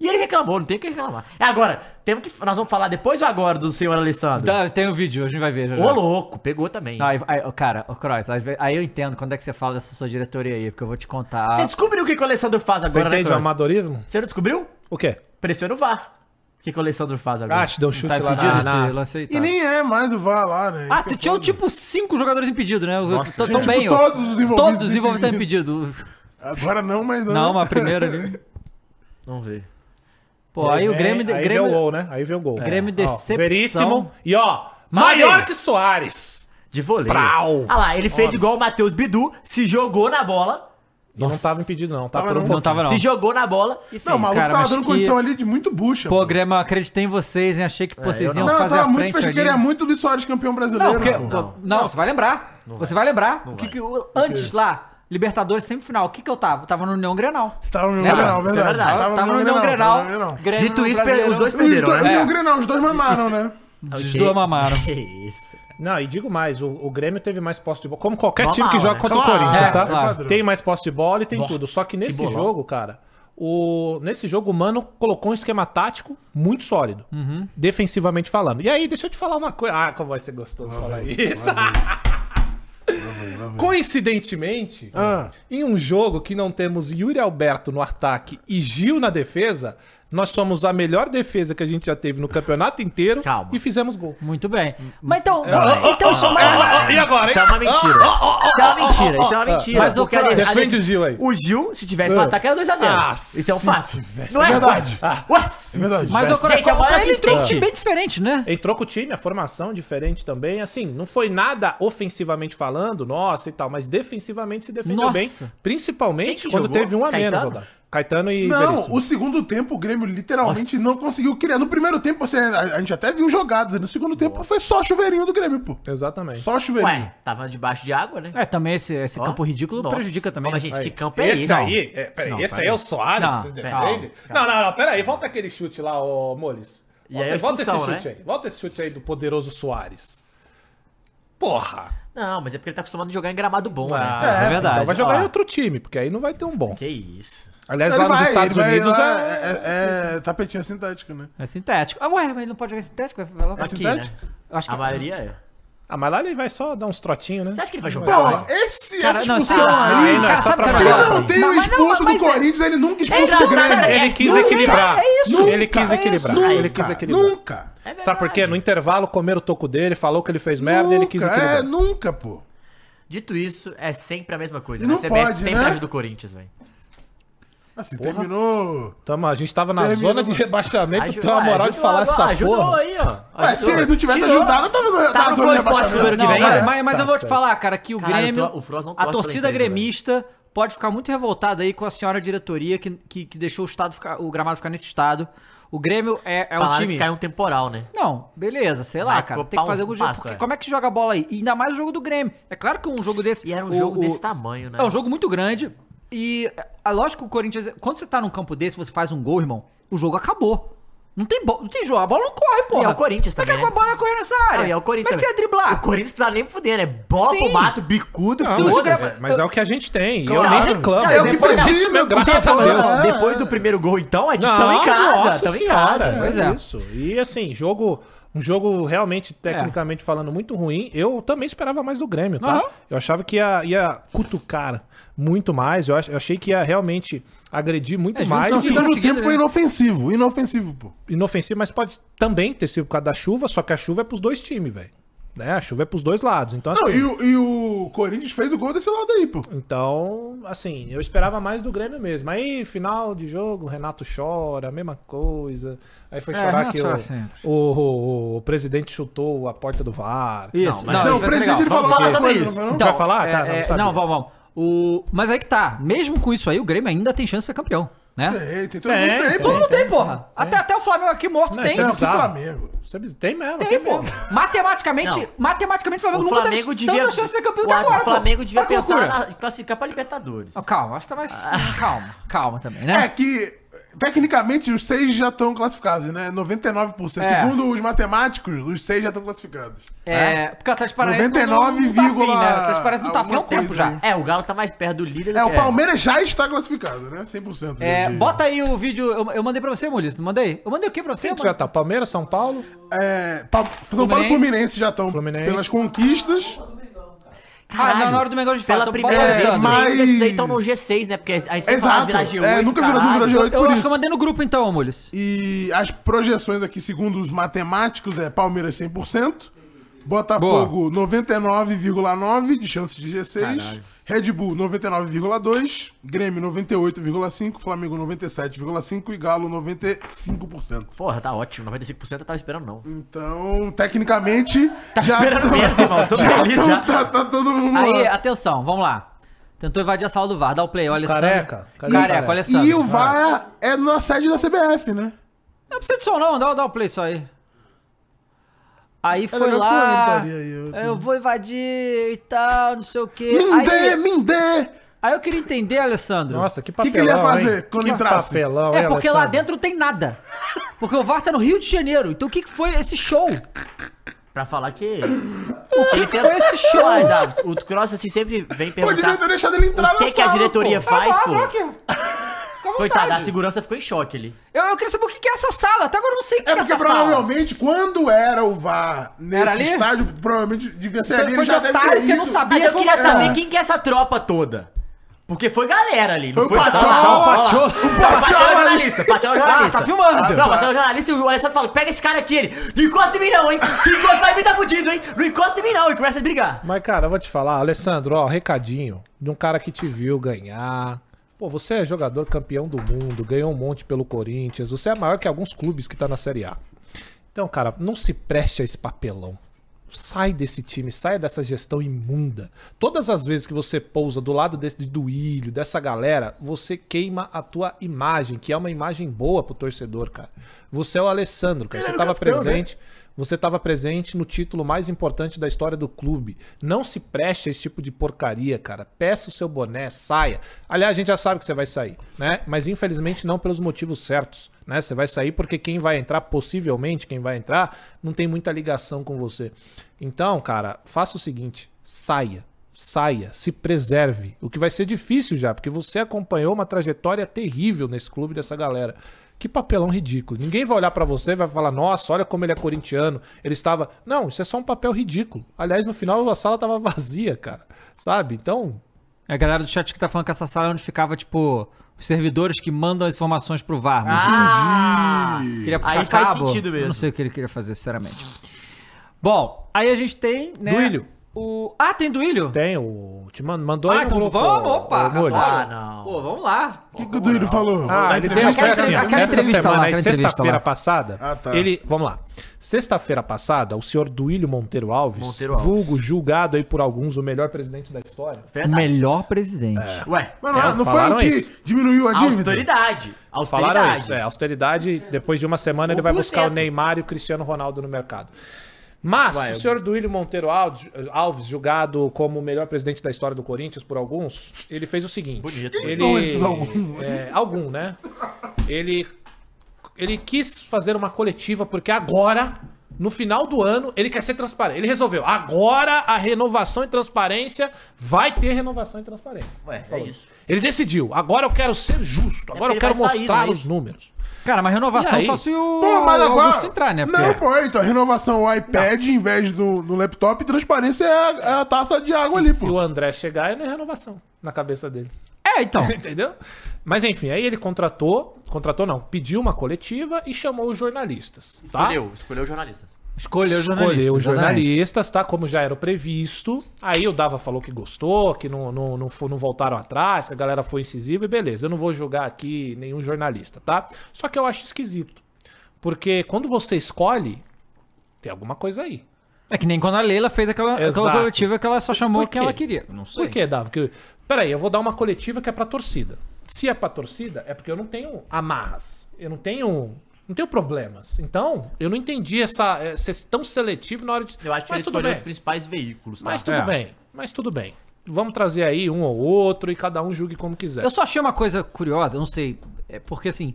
E ele reclamou, não tem o que reclamar. É agora, temos que, nós vamos falar depois ou agora do senhor Alessandro? Então, Tá, Tem um vídeo, a gente vai ver já. já. Ô, louco, pegou também. Não, aí, aí, ó, cara, ô, Croix, às ve- aí eu entendo quando é que você fala dessa sua diretoria aí, porque eu vou te contar. Você descobriu o que, que o Alessandro faz Você agora, né, entende o Cross? amadorismo? Você não descobriu? O quê? Pressiona o VAR. O que, que o Alessandro faz agora? Ah, te deu um chute tá lá impedido na, esse na- lance aí, tá? E nem é mais o VAR lá, né? Ah, Isso que é tinha foda. tipo cinco jogadores impedidos, né? Nossa, Tão- gente, tão tipo, bem, ó. todos os envolvidos Todos os envolvidos estão impedidos. Agora não, né? mas... Não, mas a primeira ali. Vamos ver. Pô, aí, o vem- Grêmio. de- aí Grêmio... vê o gol, né? Aí vê o gol. Grêmio Ó, decepção. Veríssimo. E ó, Valeu. maior que Soares. De voleio. Prau. Ah lá, ele fez igual o Matheus Bidu, se jogou na bola, E Não tava impedido, não. Tava Tava por um não. Não pouquinho. tava, não. se jogou na bola e fez. Não, o maluco Cara, tava mas dando que- condição ali de muito bucha. Pô, mano. Grêmio, acreditei em vocês, hein? Achei que É, vocês iam Não, eu fazer tava a muito frente feliz, ali. queria muito o Luiz Soares campeão brasileiro. Não, porque. pô. Não, você vai lembrar. você vai, lembrar. o que que eu- antes lá, Libertadores semifinal, o que que eu tava? Eu tava no União Grenal. Tava no Lembra? Grenal, verdade. Isso é verdade. Tava, no União Grenal. Grêmio Dito no isso, per- Brasileirão. os dois Os perderam, dois, né? É. no um Grenal, os dois mamaram, né? Os dois mamaram. Que isso. Não, e digo mais, o, o Grêmio teve mais posse de bola. Como qualquer Normal, time que joga né? contra o Claro, Corinthians, é, tá? claro. Tem mais posse de bola e tem tudo. Só que nesse bolão. jogo, cara, o, nesse jogo o Mano colocou um esquema tático muito sólido, Uhum. defensivamente falando. E aí, deixa eu te falar uma coisa. Ah, como vai ser gostoso falar isso. Coincidentemente, Ah. em um jogo que não temos Yuri Alberto no ataque e Gil na defesa, nós somos a melhor defesa que a gente já teve no campeonato inteiro Calma. e fizemos gol. Hum, É, Muito bem. Mas então. então só- E agora, Isso é uma mentira. Isso é uma mentira, isso é uma mentira. Mas porque a- a- defende o Gil aí. O Gil, se tivesse no ataque, era 2x0. Ah, Isso é um se fato. tivesse- Não é Verdade. Ué, É verdade. Mas o Gente, é a bola Corinthians ele tem um assistente. time bem diferente, né? Entrou com o time, a formação diferente também. Assim, não foi nada ofensivamente falando, nossa e tal, mas defensivamente se defendeu Nossa. bem. Quem Principalmente que quando jogou? teve um a Caetano? menos, Rodar. Caetano e Não, Veríssimo. o segundo tempo o Grêmio literalmente não conseguiu criar. No primeiro tempo, você, a, a gente até viu jogadas. No segundo tempo foi só chuveirinho do Grêmio, pô. Exatamente. Só chuveirinho. Ué, tava debaixo de água, né? É, também esse, esse Ó. campo ridículo Nossa. prejudica também. Mas, né? gente, que campo é Esse esse? aí, é, peraí, Não, esse aí peraí. é o Soares, Não, vocês calma, defendem? Não, não, não, peraí, volta aquele chute lá, ô Molis. E Volta, aí a volta esse expulsão, chute né? aí, volta esse chute aí do poderoso Soares. Porra! Não, mas é porque ele tá acostumado a jogar em gramado bom, né? Ah, é verdade. Então vai jogar Ó. em outro time, porque aí não vai ter um bom. Que isso. Aliás, Ele lá vai- nos Estados ele vai Unidos lá, é... é, é, tapetinho sintético, né? É sintético. Ah, ué, mas ele não pode jogar sintético? Vai falar- É Aqui, sintético? né? Eu Acho que A maioria é. Ah, mas lá ele vai só dar uns trotinhos, né? Você acha que ele vai jogar? Pô, lá? esse, Cara, essa não, expulsão ah, aí. aí não é só pra se falar. não tem o Mas- mas não, expulso do mas é- Corinthians, ele nunca expulsa do engraçado, Grêmio. é- Ele quis Não, equilibrar. é isso. Ele quis equilibrar. Nunca, ele quis equilibrar. Nunca. É verdade. Sabe por quê? No intervalo comeram o toco dele, falou que ele fez merda e ele quis Nunca, É, né? equilibrar. nunca, pô. Dito isso, é sempre a mesma coisa. Não né? A CBF pode, sempre né? ajuda o Corinthians, velho. Assim, terminou. Tamo, a gente tava na Terminou. zona de rebaixamento, Aju- tem uma ah, moral de ajudou falar agora, essa ajudou porra. aí, ó. Ué, se ele não tivesse ajudado, eu tava no, Tá tava zona de no Flow Esporte rebaixamento. número que Não, vem, mas, né? mas- mas eu vou te falar, cara, que o Caralho, Grêmio, o Fro- o Frost não a torce pela torcida empresa, gremista pode ficar muito revoltado aí com a senhora diretoria que, que, que deixou o, estado ficar- o gramado ficar nesse estado. O Grêmio é, é um Falaram time. que caiu um temporal, né? Não, beleza, sei lá, Mas cara. ficou Tem que pau fazer no algum jeito. passo, Porque é. como é que joga a bola aí? E ainda mais o jogo do Grêmio. É claro que um jogo desse. E era um o- jogo o- desse tamanho, né? É um jogo muito grande. E a lógica que o Corinthians. Quando você tá num campo desse, você faz um gol, irmão, o jogo acabou. Não tem, bo... não tem jogo, a bola não corre, porra. E é o Corinthians Como é que também, a bola vai correr nessa área? Não, e é o Corinthians. Como é que você ia também. driblar? O Corinthians não tá nem fudendo, é bola pro Sim. mato, bicudo, Não, se mas, usa- gra- é- mas é o que a gente tem. e Eu Claro. nem reclamo. É o que Depois disso, precisa, meu, porque graças a tá Deus. falando- Depois do primeiro gol, então, é a gente tamo em casa, nossa tamo em senhora, casa. Pois é é. isso. E assim, jogo. Um jogo realmente, tecnicamente falando, muito ruim. Eu também esperava mais do Grêmio, tá? Aham. Eu achava que ia, ia cutucar muito mais. Eu, ach- eu achei que ia realmente agredir muito É, mais. Não, o Mas E segundo seguida, tempo né? foi inofensivo. Inofensivo, pô. inofensivo, mas pode também ter sido por causa da chuva, só que a chuva é pros dois times, velho. Né? A chuva é pros dois lados. Então, assim. Não, e, o- e o Corinthians fez o gol desse lado aí, pô. Então, assim, eu esperava mais do Grêmio mesmo. Aí, final de jogo, o Renato chora, a mesma coisa. Aí foi É, chorar Renato que chora o, sempre. o, o- o presidente chutou a porta do VAR. Não, mas- Isso, não, Não, isso o vai ser presidente legal. ele falou Vamos falar alguma sobre coisa, isso. não falou, não? Então, vai falar? Tá, não é, sabia. não, vamos, vamos. O... Mas aí que tá. Mesmo com isso aí, o Grêmio ainda tem chance de ser campeão, né? É, Tem, tem, todo mundo tem, É, Tem, pô. Todo mundo tem, porra. Até, até o Flamengo aqui morto Não, tem. isso Não, é que bizarro. Flamengo. Você diz- tem mesmo, tem, Tem, pô. mesmo. Matematicamente, Não. matematicamente o Flamengo O nunca Flamengo teve devia. tanta chance de ser campeão o até agora, pô. Flamengo devia Olha que pensar loucura. na- em classificar pra Libertadores. Ah. Não, calma, acho que tá mais. Calma, calma também, né? É que, tecnicamente, os seis já estão classificados, né? 99%. É. Segundo os matemáticos, os seis já estão classificados. É, porque o Atlético Paranaense não- não, não tá afim, né? O Atlético Paranaense não tá afim há um alguma tempo coisa já. aí. É, o Galo tá mais perto do líder. É, do o que- Palmeiras já está classificado, né? 100%. É, de- bota aí o vídeo. Eu, eu mandei pra você, Mulis, não mandei? Eu mandei o que pra você? Quem que mano? já tá? Palmeiras, São Paulo? É, pa... São Paulo e Fluminense. Fluminense já estão. Fluminense. Pelas conquistas. Ah, Caralho. na hora do Mengão de Pela fato. primeira vez, É, que mas- eles estão no G6, né? Porque a gente sempre falava Exato. virar G8. É, nunca virou caralho. nunca virou G8 Eu por acho que eu isso. mandei no grupo então, Mulis. E as projeções aqui, segundo os matemáticos, é Palmeiras 100%, Botafogo 99,9% de chance de G6, Red Bull 99,2%, Grêmio 98,5%, Flamengo 97,5% e Galo 95%. Porra, tá ótimo. 95% eu tava esperando, não. Hum, Então, tecnicamente, Tá já, esperando mesmo, irmão. Tô já feliz tão- já. Tá, tá todo mundo Aí, lá. atenção, vamos lá. Tentou invadir a sala do VAR, dá o play, olha Careca. Careca, Careca. Alessandro. E o VAR é na sede da CBF, né? Não precisa de som, não, dá, dá o play só aí. Aí foi É legal lá. que eu gritaria aí, eu- Eu vou invadir e tal, não sei o quê. Me dê, Aí, me dê! aí eu queria entender, Alessandro. Nossa, que que papelão, que ele ia fazer hein? quando que entrasse? papelão, É hein, porque lá Alessandro? dentro não tem nada. Porque o VAR tá no Rio de Janeiro. Então o que, que foi esse show? O Pra falar que. que, que foi esse show? Ai, Davi, o Cross assim sempre vem Poderia perguntar. ter deixado ele entrar o que na que a sala, diretoria pô. faz, Ah, pô? vai, Brock. Fica à Coitado, a vontade. segurança ficou em choque ali. Eu, eu queria saber o que que é essa sala. Até agora eu não sei o que É porque essa sala. provavelmente quando era o VAR nesse Era ali? estádio, provavelmente devia ser Então ali, foi ele já de deve otário ter que eu não ido. sabia. Mas eu Foi- queria saber é. quem que é essa tropa toda. Porque foi galera ali. Foi Não o foi Pachola, Não, Pachola. Não, o Pachola é jornalista. Pachola é jornalista. Ah, tá filmando. Não, o Pachola é jornalista e o Alessandro fala: pega esse cara aqui, ele. Não encosta em mim, não, hein? Se encostar em mim, tá fudido, hein? Não encosta em mim, não. E começa a brigar. Mas, cara, eu vou te falar, Alessandro, ó, recadinho de um cara que te viu ganhar. Pô, você é jogador campeão do mundo, ganhou um monte pelo Corinthians, você é maior que alguns clubes que tá na Série A. Então, cara, não se preste a esse papelão. Sai desse time, sai dessa gestão imunda. Todas as vezes que você pousa do lado desse duílio, dessa galera, você queima a tua imagem, que é uma imagem boa pro torcedor, cara. Você é o Alessandro, cara. Você tava presente, você tava presente no título mais importante da história do clube. Não se preste a esse tipo de porcaria, cara. Peça o seu boné, saia. Aliás, a gente já sabe que você vai sair, né? Mas infelizmente não pelos motivos certos, né? Você vai sair porque quem vai entrar, possivelmente quem vai entrar, não tem muita ligação com você. Então, cara, faça o seguinte, saia. Saia, se preserve. O que vai ser difícil já, porque você acompanhou uma trajetória terrível nesse clube dessa galera. Que papelão ridículo. Ninguém vai olhar pra você e vai falar: "Nossa, olha como ele é corintiano". Ele estava Não, isso é só um papel ridículo. Aliás, no final a sala tava vazia, cara. Sabe? Então, É a galera do chat que tá falando que essa sala é onde ficava, tipo, os servidores que mandam as informações pro VAR. né? Ah! queria puxar aí faz cabo. sentido mesmo. Eu não sei o que ele queria fazer, sinceramente. Bom, aí a gente tem, né? Duílio. O... Ah, tem Duílio? Tem, o. Te man- mandou ah, aí no então grupo, vamos, opa! ô, Mules. adoro. Ah, não. Pô, vamos lá. O que, que o Duílio falou? Ah, Da ele deu entrevista? foi entrevista. assim, ó, Aquela nessa entrevista lá, semana aí, aquela entrevista sexta-feira lá. passada, Ah, tá. ele, vamos lá. Sexta-feira passada, o senhor Duílio Monteiro Alves, Monteiro Alves. vulgo julgado aí por alguns o melhor presidente da história. É, O Verdade. melhor presidente. Ué, É. Mas não, não foi falaram o que isso. diminuiu a dívida? austeridade. Austeridade. Falaram isso, é, austeridade, depois de uma semana ele vai buscar o 1%. Neymar e o Cristiano Ronaldo no mercado. Mas o senhor Duílio Monteiro Alves, Alves, julgado como o melhor presidente da história do Corinthians por alguns, ele fez o seguinte. Bonito. Ele, são esses alguns? é, algum, né? Ele, ele quis fazer uma coletiva porque agora, no final do ano, ele quer ser transparente. Ele resolveu, agora a renovação e transparência vai ter renovação e transparência. Ué, é isso. É Ele decidiu, agora eu quero ser justo, agora eu porque quero ele vai sair, mostrar não é os isso? números. Cara, mas E renovação aí? só se o Pô, mas Augusto agora... entrar, né? Porque- Não, pô, então, renovação o iPad em vez do, do laptop, transparência é a, é a taça de água ali, Se pô. o André chegar, é na renovação na cabeça dele. É, então. Entendeu? Mas enfim, aí ele contratou, contratou não, pediu uma coletiva e chamou os jornalistas, tá? Escolheu, escolheu o jornalista. Escolheu o jornalista. Escolheu os exatamente. jornalistas, tá? Como já era o previsto. Aí o Dava falou que gostou, que não, não, não, fo- não voltaram atrás, que a galera foi incisiva e beleza. Eu não vou julgar aqui nenhum jornalista, tá? Só que eu acho esquisito. Porque quando você escolhe, tem alguma coisa aí. É que nem quando a Leila fez aquela, Exato. aquela coletiva que ela só chamou Por quem quê? ela queria. Não sei. Por que, Dava? Porque, peraí, eu vou dar uma coletiva que é pra torcida. Se é pra torcida, é porque eu não tenho amarras. Eu não tenho. Não tenho problemas. Então, eu não entendi essa, eh, ser tão seletivo na hora de. Eu acho que Mas ele tudo escolheu bem. os principais veículos, tá? Mas tudo É. bem, mas tudo bem. Vamos trazer aí um ou outro e cada um julgue como quiser. Eu só achei uma coisa curiosa, eu não sei, é porque assim,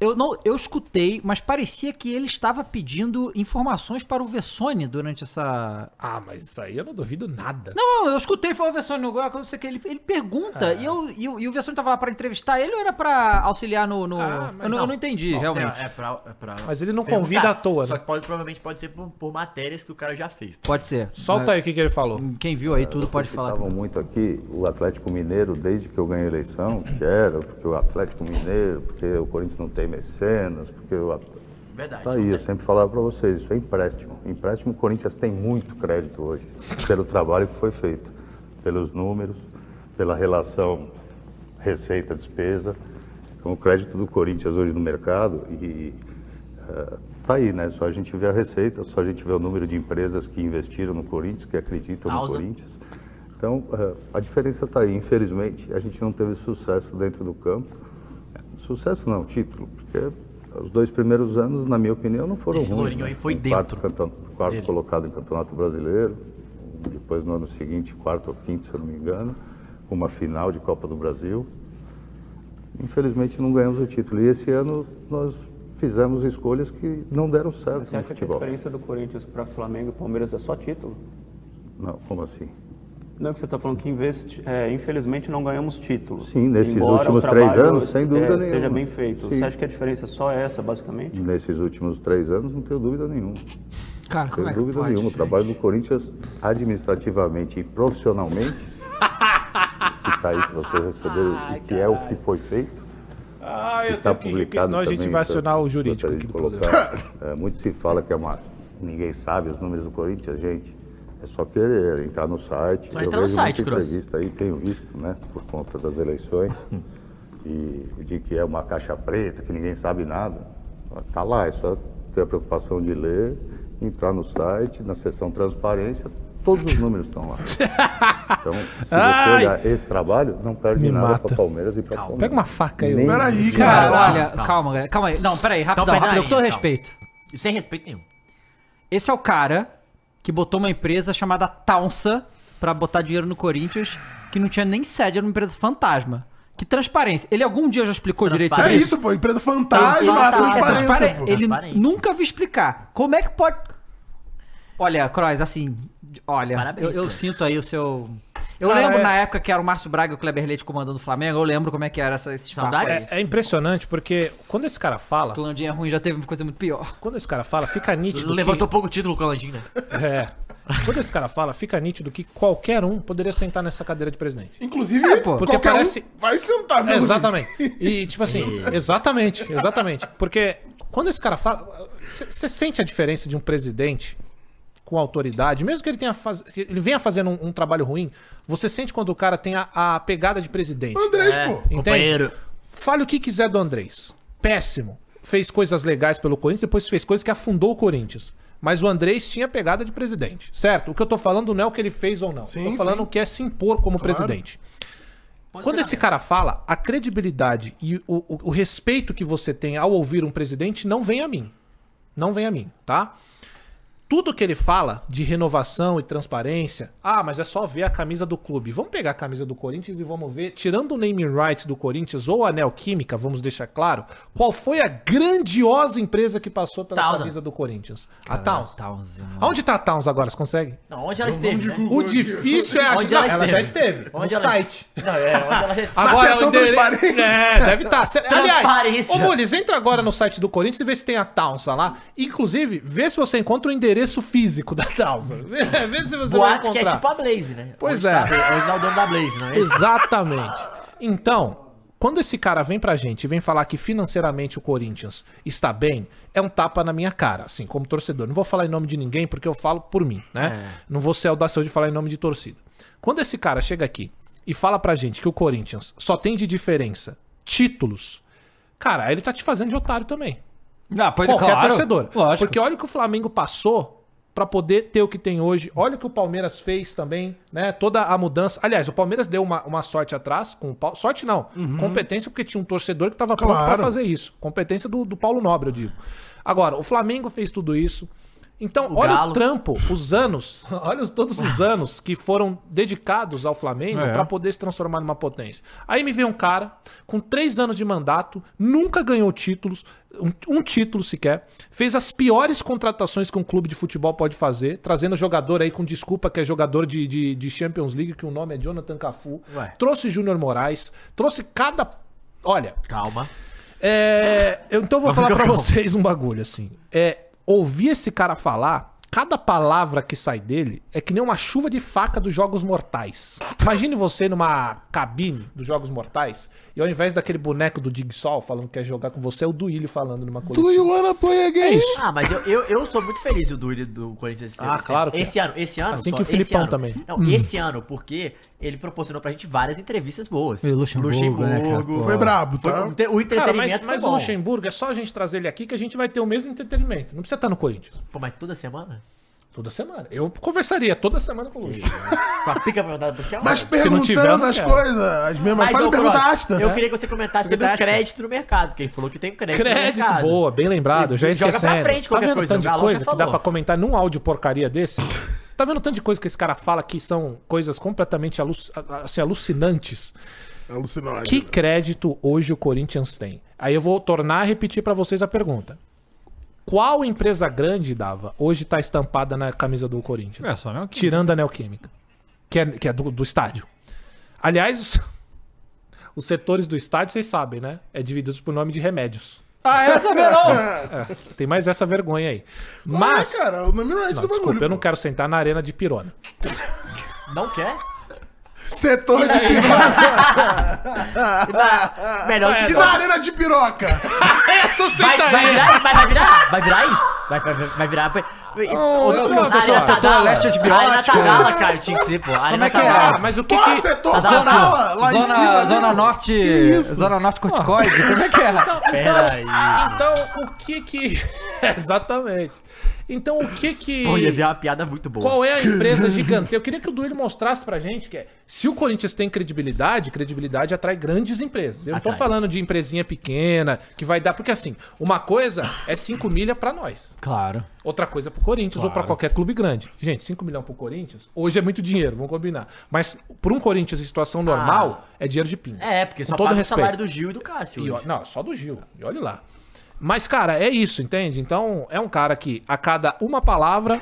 eu não, eu escutei, mas parecia que ele estava pedindo informações para o Vessone durante essa. Ah, mas isso aí eu não duvido nada. Não, não, eu escutei, falou o Vessone, não não sei o que, ele, ele pergunta, É. e, eu, e, o- e o Vessone tava lá para entrevistar ele ou era para auxiliar no... no- Ah, mas eu, não, eu não. não entendi, Não, realmente. É, é pra, é pra Mas ele não perguntar. convida à toa, Só né? que pode, provavelmente pode ser por, por matérias que o cara já fez. Pode ser. Solta aí o que, que ele falou. Quem viu aí tudo pode falar. Falavam muito aqui o Atlético Mineiro desde que eu ganhei a eleição, que era, porque o Atlético Mineiro, porque o Corinthians não tem mecenas, porque o At- Verdade. Tá não aí, eu tem- sempre falava pra vocês, isso é empréstimo. Empréstimo, o Corinthians tem muito crédito hoje, pelo trabalho que foi feito, pelos números, pela relação receita-despesa. Então, o crédito do Corinthians hoje no mercado, e eh, tá aí, né? Só a gente vê a receita, só a gente vê o número de empresas que investiram no Corinthians, que acreditam Causa. no Corinthians. Então, eh, a diferença tá aí. Infelizmente, a gente não teve sucesso dentro do campo. Sucesso não, título, porque os dois primeiros anos, na minha opinião, não foram Esse ruins. lourinho aí foi Um quarto dentro campeon- quarto dele. colocado em campeonato brasileiro, depois no ano seguinte, quarto ou quinto, se eu não me engano, uma final de Copa do Brasil. Infelizmente não ganhamos o título. E esse ano nós fizemos escolhas que não deram certo Você no acha que a futebol. diferença do Corinthians para Flamengo e Palmeiras é só título? Não, como assim? Não é que você está falando que investe, é, infelizmente não ganhamos título. Sim, nesses Embora o últimos três trabalho, anos, sem dúvida é, Seja nenhuma. bem feito. Sim. Você acha que a diferença é só essa, basicamente? Nesses últimos três anos, não tenho dúvida nenhuma. Cara, Sem como é que dúvida pode? nenhuma. O trabalho do Corinthians, administrativamente e profissionalmente, que está aí para você receber o que é o que foi feito. Ah, que está Tá publicado senão a gente também, vai então, acionar o jurídico gostaria aqui de do programa. colocar. É, muito se fala que é uma... Ninguém sabe os números do Corinthians, gente. É só querer entrar no site. Só Eu entrar no vejo site, muita Cross. entrevista aí, tenho visto, né, por conta das eleições. E de que é uma caixa preta, que ninguém sabe nada. Tá lá, é só ter a preocupação de ler, entrar no site, na seção transparência, todos os números estão lá. Então, se você Ai! olhar esse trabalho, não perde Me nada mata. para Palmeiras e para Palmeiras. Pega uma faca aí, Nem- ô. Peraí, Cara, cara. olha, calma, galera, calma aí. Não, peraí, rapidão, pera rapidão, aí, com todo calma. respeito. E Então, sem respeito nenhum. Esse é o cara que botou uma empresa chamada Taunsa pra botar dinheiro no Corinthians, que não tinha nem sede, era uma empresa fantasma. Que transparência. Ele algum dia já explicou direito tipo Transparência. sobre É isso? isso, pô. Empresa fantasma, Transparência. É transparência, transparente. pô. Ele Transparente. nunca vi explicar. Como é que pode. Olha, Crois, assim. Olha, Parabéns, eu, eu Crois. sinto aí o seu. Eu Cara, lembro é- na época que era o Márcio Braga e o Kleber Leite comandando o Flamengo. Eu lembro como é que era essa, esses Saudades? papos aí. É, é impressionante porque quando esse cara fala, O Landinha é ruim já teve coisa muito pior. um quando esse cara fala, fica nítido. Levantou pouco título com a né? Landinha. Que, é. Quando esse cara fala, fica nítido que qualquer um poderia sentar nessa cadeira de presidente. Inclusive, É, pô, porque qualquer parece- um vai sentar mesmo. Exatamente. E, tipo assim, exatamente, exatamente. Porque quando esse cara fala. Você sente a diferença de um presidente com autoridade, mesmo que ele tenha faz... que ele venha fazendo um, um trabalho ruim, você sente quando o cara tem a, a pegada de presidente. Andrés, pô. Entende? Companheiro. Fale o que quiser do Andrés. Péssimo. Fez coisas legais pelo Corinthians, depois fez coisas que afundou o Corinthians. Mas o Andrés tinha pegada de presidente, certo? O que eu tô falando não é o que ele fez ou não. Sim, tô falando sim. o que é se impor como presidente. Quando esse cara fala, a credibilidade e o, o- o respeito que você tem ao ouvir um presidente não vem a mim. Não vem a mim, tá? Tudo que ele fala de renovação e transparência, ah, mas é só ver a camisa do clube. Vamos pegar a camisa do Corinthians e vamos ver, tirando o naming rights do Corinthians ou a Neoquímica, vamos deixar claro, qual foi a grandiosa empresa que passou pela Tausa. camisa do Corinthians? A Towns. Tausa, mano. Onde tá a Towns agora? Você consegue? Não, onde ela esteve, né? O difícil é a. Onde ela Não, esteve? já esteve. Onde no ela- site. Não, é, onde ela já esteve. Agora, seção o endere- transparência. É, deve estar. Tá Aliás, Transparência. ô Mules, entra agora no site do Corinthians e vê se tem a Tausa lá. Inclusive, vê se você encontra o endereço físico da Tausa. Vê vê se você vai Boate que é encontrar. tipo a Blaze, né? Pois Onde é. tá a Blaze, Onde tá o dono da Blaze, não é isso? Exatamente. Então, quando esse cara vem pra gente e vem falar que financeiramente o Corinthians está bem, é um tapa na minha cara, assim, como torcedor. Não vou falar em nome de ninguém porque eu falo por mim, né? Não vou ser audacioso de falar em nome de torcida. Quando esse cara chega aqui e fala pra gente que o Corinthians só tem de diferença títulos, cara, aí ele tá te fazendo de otário também. Não, pois Qualquer é, claro. torcedor. Lógico. Porque olha o que o Flamengo passou pra poder ter o que tem hoje. Olha o que o Palmeiras fez também, né? Toda a mudança. Aliás, o Palmeiras deu uma, uma sorte atrás. com o Pau- Sorte não. Competência, porque tinha um torcedor que tava pronto Claro. pra fazer isso. Competência do, do Paulo Nobre, eu digo. Agora, o Flamengo fez tudo isso. Então, olha o Galo. trampo, os anos, olha os- todos os anos que foram dedicados ao Flamengo É. pra poder se transformar numa potência. Aí me vem um cara com três anos de mandato, nunca ganhou títulos, um, um título sequer, fez as piores contratações que um clube de futebol pode fazer, trazendo jogador aí com desculpa que é jogador de, de, de Champions League, que o nome é Jonathan Cafu, Ué. trouxe Júnior Moraes, trouxe cada. Olha, Calma. é, eu então vou falar pra calmo. vocês um bagulho assim. É, ouvir esse cara falar, cada palavra que sai dele é que nem uma chuva de faca dos Jogos Mortais. Imagine você numa cabine dos Jogos Mortais e ao invés daquele boneco do Digsol falando que quer jogar com você, é o Duílio falando numa coletiva. wanna play a É isso. Ah, mas eu, eu, eu sou muito feliz do Duílio do Corinthians esse, Ah, esse claro que tempo. Esse ano, esse ano. Assim só, que o esse Filipão ano. também. Não, esse ano, porque ele proporcionou pra gente várias entrevistas boas. E Luxemburgo, né, cara? Pô. Foi brabo, Foi- tá? o, entre- o Cara, mas, mas entretenimento foi o bom. Luxemburgo é só a gente trazer ele aqui que a gente vai ter o mesmo entretenimento. Não precisa estar no Corinthians. Pô, mas toda semana? Toda semana. Eu conversaria toda semana com o Luxemburgo. Com a pica perguntada do Luxemburgo? Mas Se não perguntando tiver, eu não as quero. coisas, as mesmas. Faz ô, a pergunta Cross, ácida. Eu queria que você comentasse sobre o Verdade, cara. crédito no mercado, porque ele falou que tem crédito no Crédito, mercado. boa, bem lembrado. Eu já E esqueci. joga pra frente tá qualquer vendo coisa, tanto o de Galão coisa já que dá falou. pra comentar num áudio porcaria desse? Você tá vendo tanto de coisa que esse cara fala que são coisas completamente alu- a- assim, alucinantes? Alucinante. Que crédito hoje o Corinthians tem? Aí eu vou tornar a repetir pra vocês a pergunta. Qual empresa grande, Dava, hoje tá estampada na camisa do Corinthians? É, só a Neoquímica. Tirando a Neoquímica, que é, que é do, do estádio. Aliás, os, os setores do estádio, vocês sabem, né? É divididos por nome de remédios. Ah, essa não! É, Tem mais essa vergonha aí. Mas, Mas. cara, o nome right Não, do desculpa, eu não pô. quero sentar na arena de pirona. Não quer? Setor de Melhor que Se se na arena de piroca. Essa Vai, vai virar, vai, vai virar, vai virar isso? Vai, vai, vai, vai virar. Vai, vai, eu Ô, gosto dessa a Arena história. Tadala. Leste antibiótico. A Arena Tadala, cara, tinha que ser, pô. A Arena é que é? Tadala. Mas o que Pô, que. setor da Zona, sala, lá zona, em cima. zona né? norte. isso? zona norte corticoide? Como é que é? Peraí. Então, o que que. Exatamente. Então, o que que. Pô, ia vir uma piada muito boa. Qual é a empresa gigante? Eu queria que o Duílio mostrasse pra gente que é, se o Corinthians tem credibilidade, credibilidade atrai grandes empresas. Eu não tô Atrai. falando de empresinha pequena, que vai dar, porque assim, uma coisa é 5 milha pra nós. Claro. Outra coisa pro Corinthians ou pra qualquer clube grande. Gente, 5 milhões pro Corinthians, hoje é muito dinheiro, vamos combinar. Mas pra um Corinthians em Ah. situação normal, é dinheiro de pinga. É, porque só Com todo paga o respeito. salário do Gil e do Cássio. E ó- hoje. não, só do Gil. E olha lá. Mas, cara, é isso, entende? Então, é um cara que a cada uma palavra,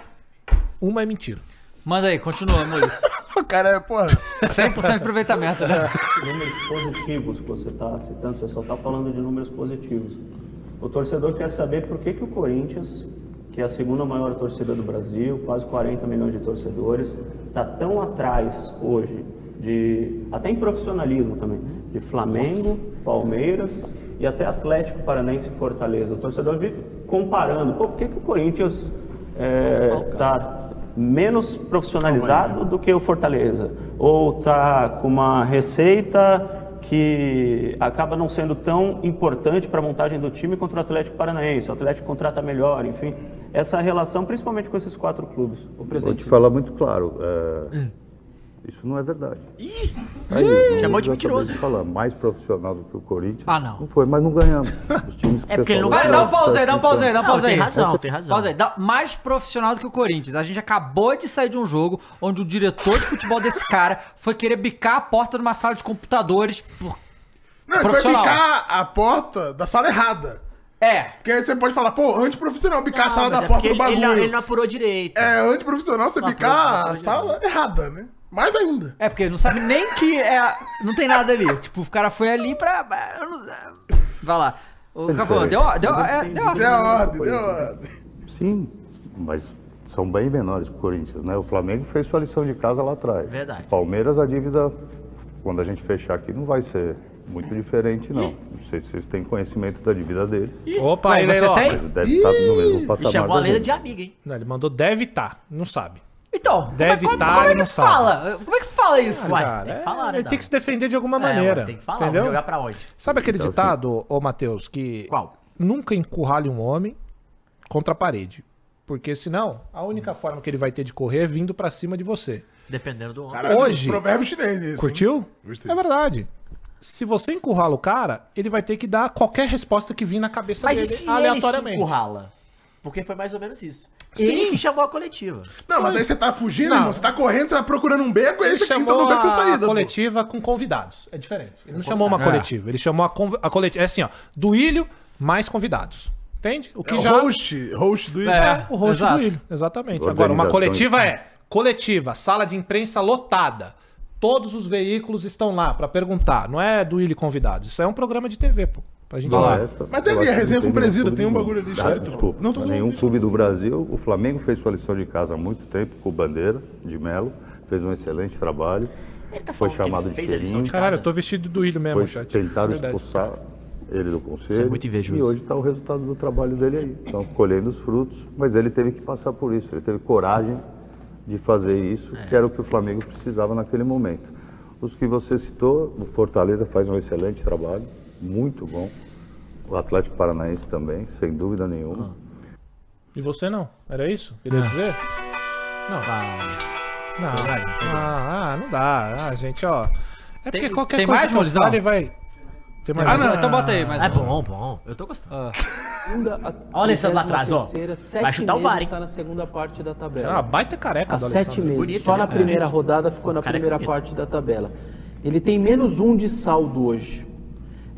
uma é mentira. Manda aí, continua, Mules. O cara é, porra. 100% de aproveitamento, né? números positivos que você está citando, você só está falando de números positivos. O torcedor quer saber por que, que o Corinthians, que é a segunda maior torcida do Brasil, quase 40 milhões de torcedores, está tão atrás hoje, de, até em profissionalismo também, de Flamengo, Palmeiras e até Atlético Paranaense e Fortaleza. O torcedor vive comparando, pô, por que, que o Corinthians está é, tá menos profissionalizado do que o Fortaleza, ou está com uma receita que acaba não sendo tão importante para a montagem do time contra o Atlético Paranaense, o Atlético contrata melhor, enfim, essa relação principalmente com esses quatro clubes. O Vou te presidente. falar muito claro. é, isso não é verdade. Ih! Chamou de mentiroso. Falar, mais profissional do que o Corinthians. Ah, não. Não foi, mas não ganhamos. Os times que É você porque ele não falou, Vai, ganhou. dá tá- um pause aí, dá um pause aí, dá um Não, pause aí. tem razão, tem razão. Pausa aí. Dá- mais profissional do que o Corinthians. A gente acabou de sair de um jogo onde o diretor de futebol desse cara foi querer bicar a porta de uma sala de computadores. por- Não, ele foi Profissional. bicar a porta da sala errada. É. Porque aí você pode falar, pô, antiprofissional, bicar a sala mas da é porque porta do ele, ele, bagulho. não, ele não apurou direito. É antiprofissional você Não, bicar não, a não, sala errada, né? Mais ainda. É, porque não sabe nem que é. Não tem nada ali. Tipo, o cara foi ali pra. É, eu não- Vai lá. O cara falou, deu, deu, é, deu uma- Deu ordem, deu ordem. Sim, mas são bem menores que o Corinthians, né? O Flamengo fez sua lição de casa lá atrás. Verdade. O Palmeiras, a dívida, quando a gente fechar aqui, não vai ser muito diferente, não. Não sei se vocês têm conhecimento da dívida deles. Opa, Mas ele você aí, ó. tem? Mas deve estar no mesmo patamar. E chamou a da Leila gente. de amiga, hein? Não, ele mandou deve estar, não sabe. Então, Deve como, é- tá, como, como é ele que não sabe. fala? Como é que fala isso? Uai, Cara, tem que é, falar, né, Ele tem Dado? que se defender de alguma É, maneira. tem que falar, entendeu? vamos jogar pra onde? Sabe aquele Então, ditado, ô Matheus, que Qual? nunca encurrale um homem contra a parede. Porque senão, a Hum. única forma que ele vai ter de correr é vindo pra cima de você. Dependendo do homem. Caralho, um Hoje- Provérbio chinês esse. hein? Curtiu? Gostei. É verdade. Se você encurrala o cara, ele vai ter que dar qualquer resposta que vir na cabeça Mas e dele se ele se aleatoriamente. encurrala? Porque foi mais ou menos isso. Ele que chamou a coletiva. Não, mas aí você tá fugindo, Não. irmão. Você tá correndo, você tá procurando um beco, e aí ele você quinta chamou no beco você a saída. pô. coletiva com convidados. É diferente. Ele não chamou uma coletiva, ele chamou a, conv- a coletiva. É assim, ó. Duílio mais convidados. Entende? O que É, já. Host, host do É, O rosto exato. do Willian, exatamente. Organização Agora, uma coletiva e- é coletiva, sala de imprensa lotada. Todos os veículos estão lá pra perguntar. Não é do Willian convidados. Isso é um programa de TV, pô. Pra gente Não, lá. essa, Mas tem eu ali a acho que resenha não com o nenhum Presida, clube tem um do mundo. bagulho ali Ah, escrito. Desculpa, Não, tô zoando, nenhum deixa. clube do Brasil. O Flamengo fez sua lição de casa há muito tempo com o Bandeira de Melo. Fez um excelente trabalho. Ele tá Foi falando que ele chamado de fez a lição cheirinho. de Caralho, casa. eu tô vestido do Willian mesmo, Pois chat. tentaram Verdade. expulsar ele do conselho. é muito invejoso. E hoje está o resultado do trabalho dele aí. Estão Então, colhendo os frutos, mas ele teve que passar por isso. Ele teve coragem de fazer isso, que era o que o Flamengo precisava naquele momento. Os que você citou, o Fortaleza faz um excelente trabalho, muito bom. O Atlético Paranaense também, sem dúvida nenhuma. E você não? Era isso? Queria dizer? Não. Não. Ah, ah, não dá. Ah, gente, ó. É Tem- porque qualquer tem coisa mais, que eu Maurizão? fale vai. Tem mais. Ah, não. Então bota aí, Ah. mas. É bom, bom. Eu tô gostando. Olha o Alessandro lá atrás, ó. Vai chutar o VAR, hein? Tá na segunda parte da É uma tabela. baita careca Há do sete Alessandro. meses. Bonito, Só né? na primeira É. rodada ficou na Cara, é primeira bonito. parte da tabela. Ele tem menos um de saldo hoje.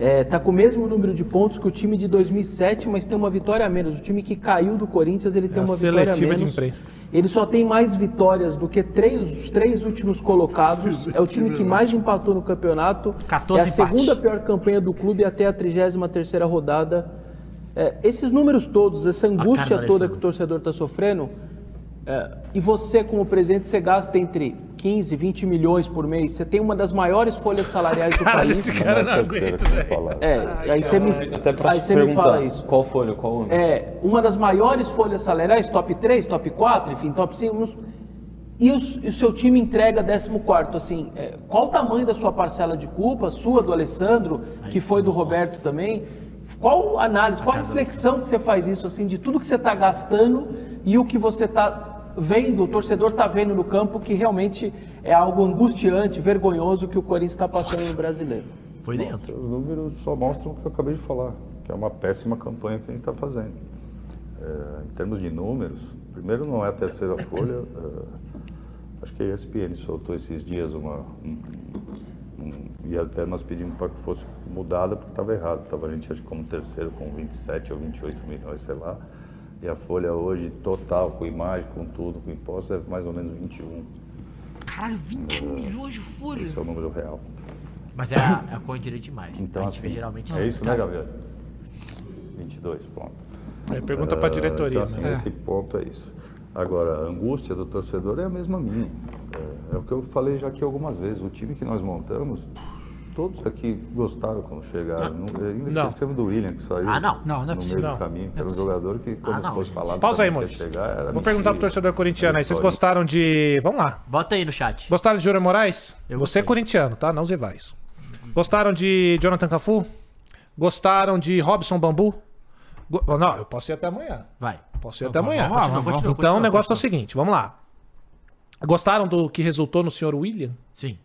É, tá com o mesmo número de pontos que o time de 2007, mas tem uma vitória a menos. O time que caiu do Corinthians, ele tem É a uma vitória a seletiva menos. de imprensa. Ele só tem mais vitórias do que três, os três últimos colocados. É o time que mais empatou no campeonato. 14 é a empates. segunda pior campanha do clube até a 33ª rodada. É, esses números todos, essa cara angústia do toda Alessandro. que o torcedor está sofrendo, é, e você como presidente, você gasta entre 15, 20 milhões por mês. Você tem uma das maiores folhas salariais do Cara, país. Ah, esse cara não Terceira aguenta, que eu velho. falava. É, aí você me, Até pra aí te você me fala perguntar, isso. Qual folha, qual ano? É, uma das maiores folhas salariais, top 3, top 4, enfim, top 5. uns- E os- e o seu time entrega 14, assim, é, qual o tamanho da sua parcela de culpa, sua, do Alessandro, que foi do Roberto também? Qual análise, qual reflexão que você faz isso, assim, de tudo que você está gastando e o que você está vendo, o torcedor está vendo no campo, que realmente é algo angustiante, vergonhoso que o Corinthians está passando no brasileiro? Foi dentro. Os números só mostram o que eu acabei de falar, que é uma péssima campanha que a gente está fazendo. É, em termos de números, primeiro não é a terceira folha. é, acho que a ESPN soltou esses dias uma. um- um- e até nós pedimos para que fosse mudada porque estava errado. Estava a gente acho que como terceiro com 27 ou 28 milhões, sei lá. E a folha hoje total, com imagem, com tudo, com impostos, é mais ou menos 21. Caralho, 21 milhões de folhas. Esse é o número real. Mas é a, é a cor direito demais. Então, a gente vê assim, geralmente Tá. é isso, né, Gabriel? 22 pontos. Aí É, pergunta pra diretoria, Então, assim, né? Esse ponto é isso. Agora, a angústia do torcedor é a mesma minha. É, é o que eu falei já aqui algumas vezes. O time que nós montamos, todos aqui gostaram quando chegaram. Não, ainda Não. esquecemos do William que saiu. Ah, não. Ah, Não, não é no possível. meio Não. do caminho, que era um jogador que, quando não. fosse falado, Pausa aí, pra Motes. chegar, era Vou perguntar pro mentira. torcedor corintiano aí. Vocês Vitória. gostaram de. Vamos lá. Bota aí no chat. Gostaram de Júnior Moraes? Eu Você gostei. é corintiano, tá? Não os rivais. Gostaram de Jonathan Cafu? Gostaram de Robson Bambu? Go- Não, eu posso ir até amanhã. Vai. Posso ir até amanhã. vamos, continua, continua, então continua, o negócio continua. é o seguinte, vamos lá. Gostaram do que resultou no senhor William? Sim.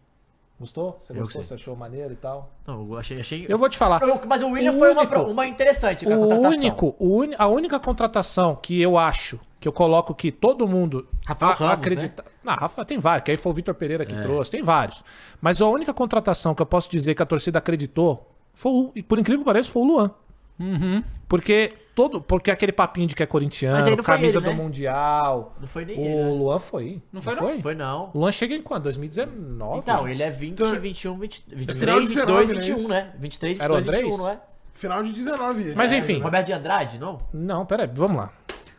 Gostou? Você Eu gostou? gostei. Você achou maneiro e tal? Não, eu achei. achei... Eu vou te falar. Eu- Mas o William foi uma, único- pro- uma interessante. pra O contratação. único, o uni- a única contratação que eu acho, que eu coloco que todo mundo Rafael Ramos, né? É. acredita. Ah, Rafa, tem vários, que aí foi o Vitor Pereira que trouxe, tem vários. Mas a única contratação que eu posso dizer que a torcida acreditou foi, o- e por incrível que pareça, foi o Luan. Uhum. Porque todo, porque aquele papinho de que é Mas aí corintiano, não foi camisa ele, né? do mundial. Não foi nem ele, né? O Luan foi. Não foi, não? Foi não. O Luan chega em quando? 2019? Então, ele é 20, 21, 20, 23, é final de 22, 19, né, 21, isso? né? 23, Era o 22, 21, não Andrés? é? Final de 19. ele. Mas enfim. Roberto de Andrade, não? Então Não, peraí, vamos lá.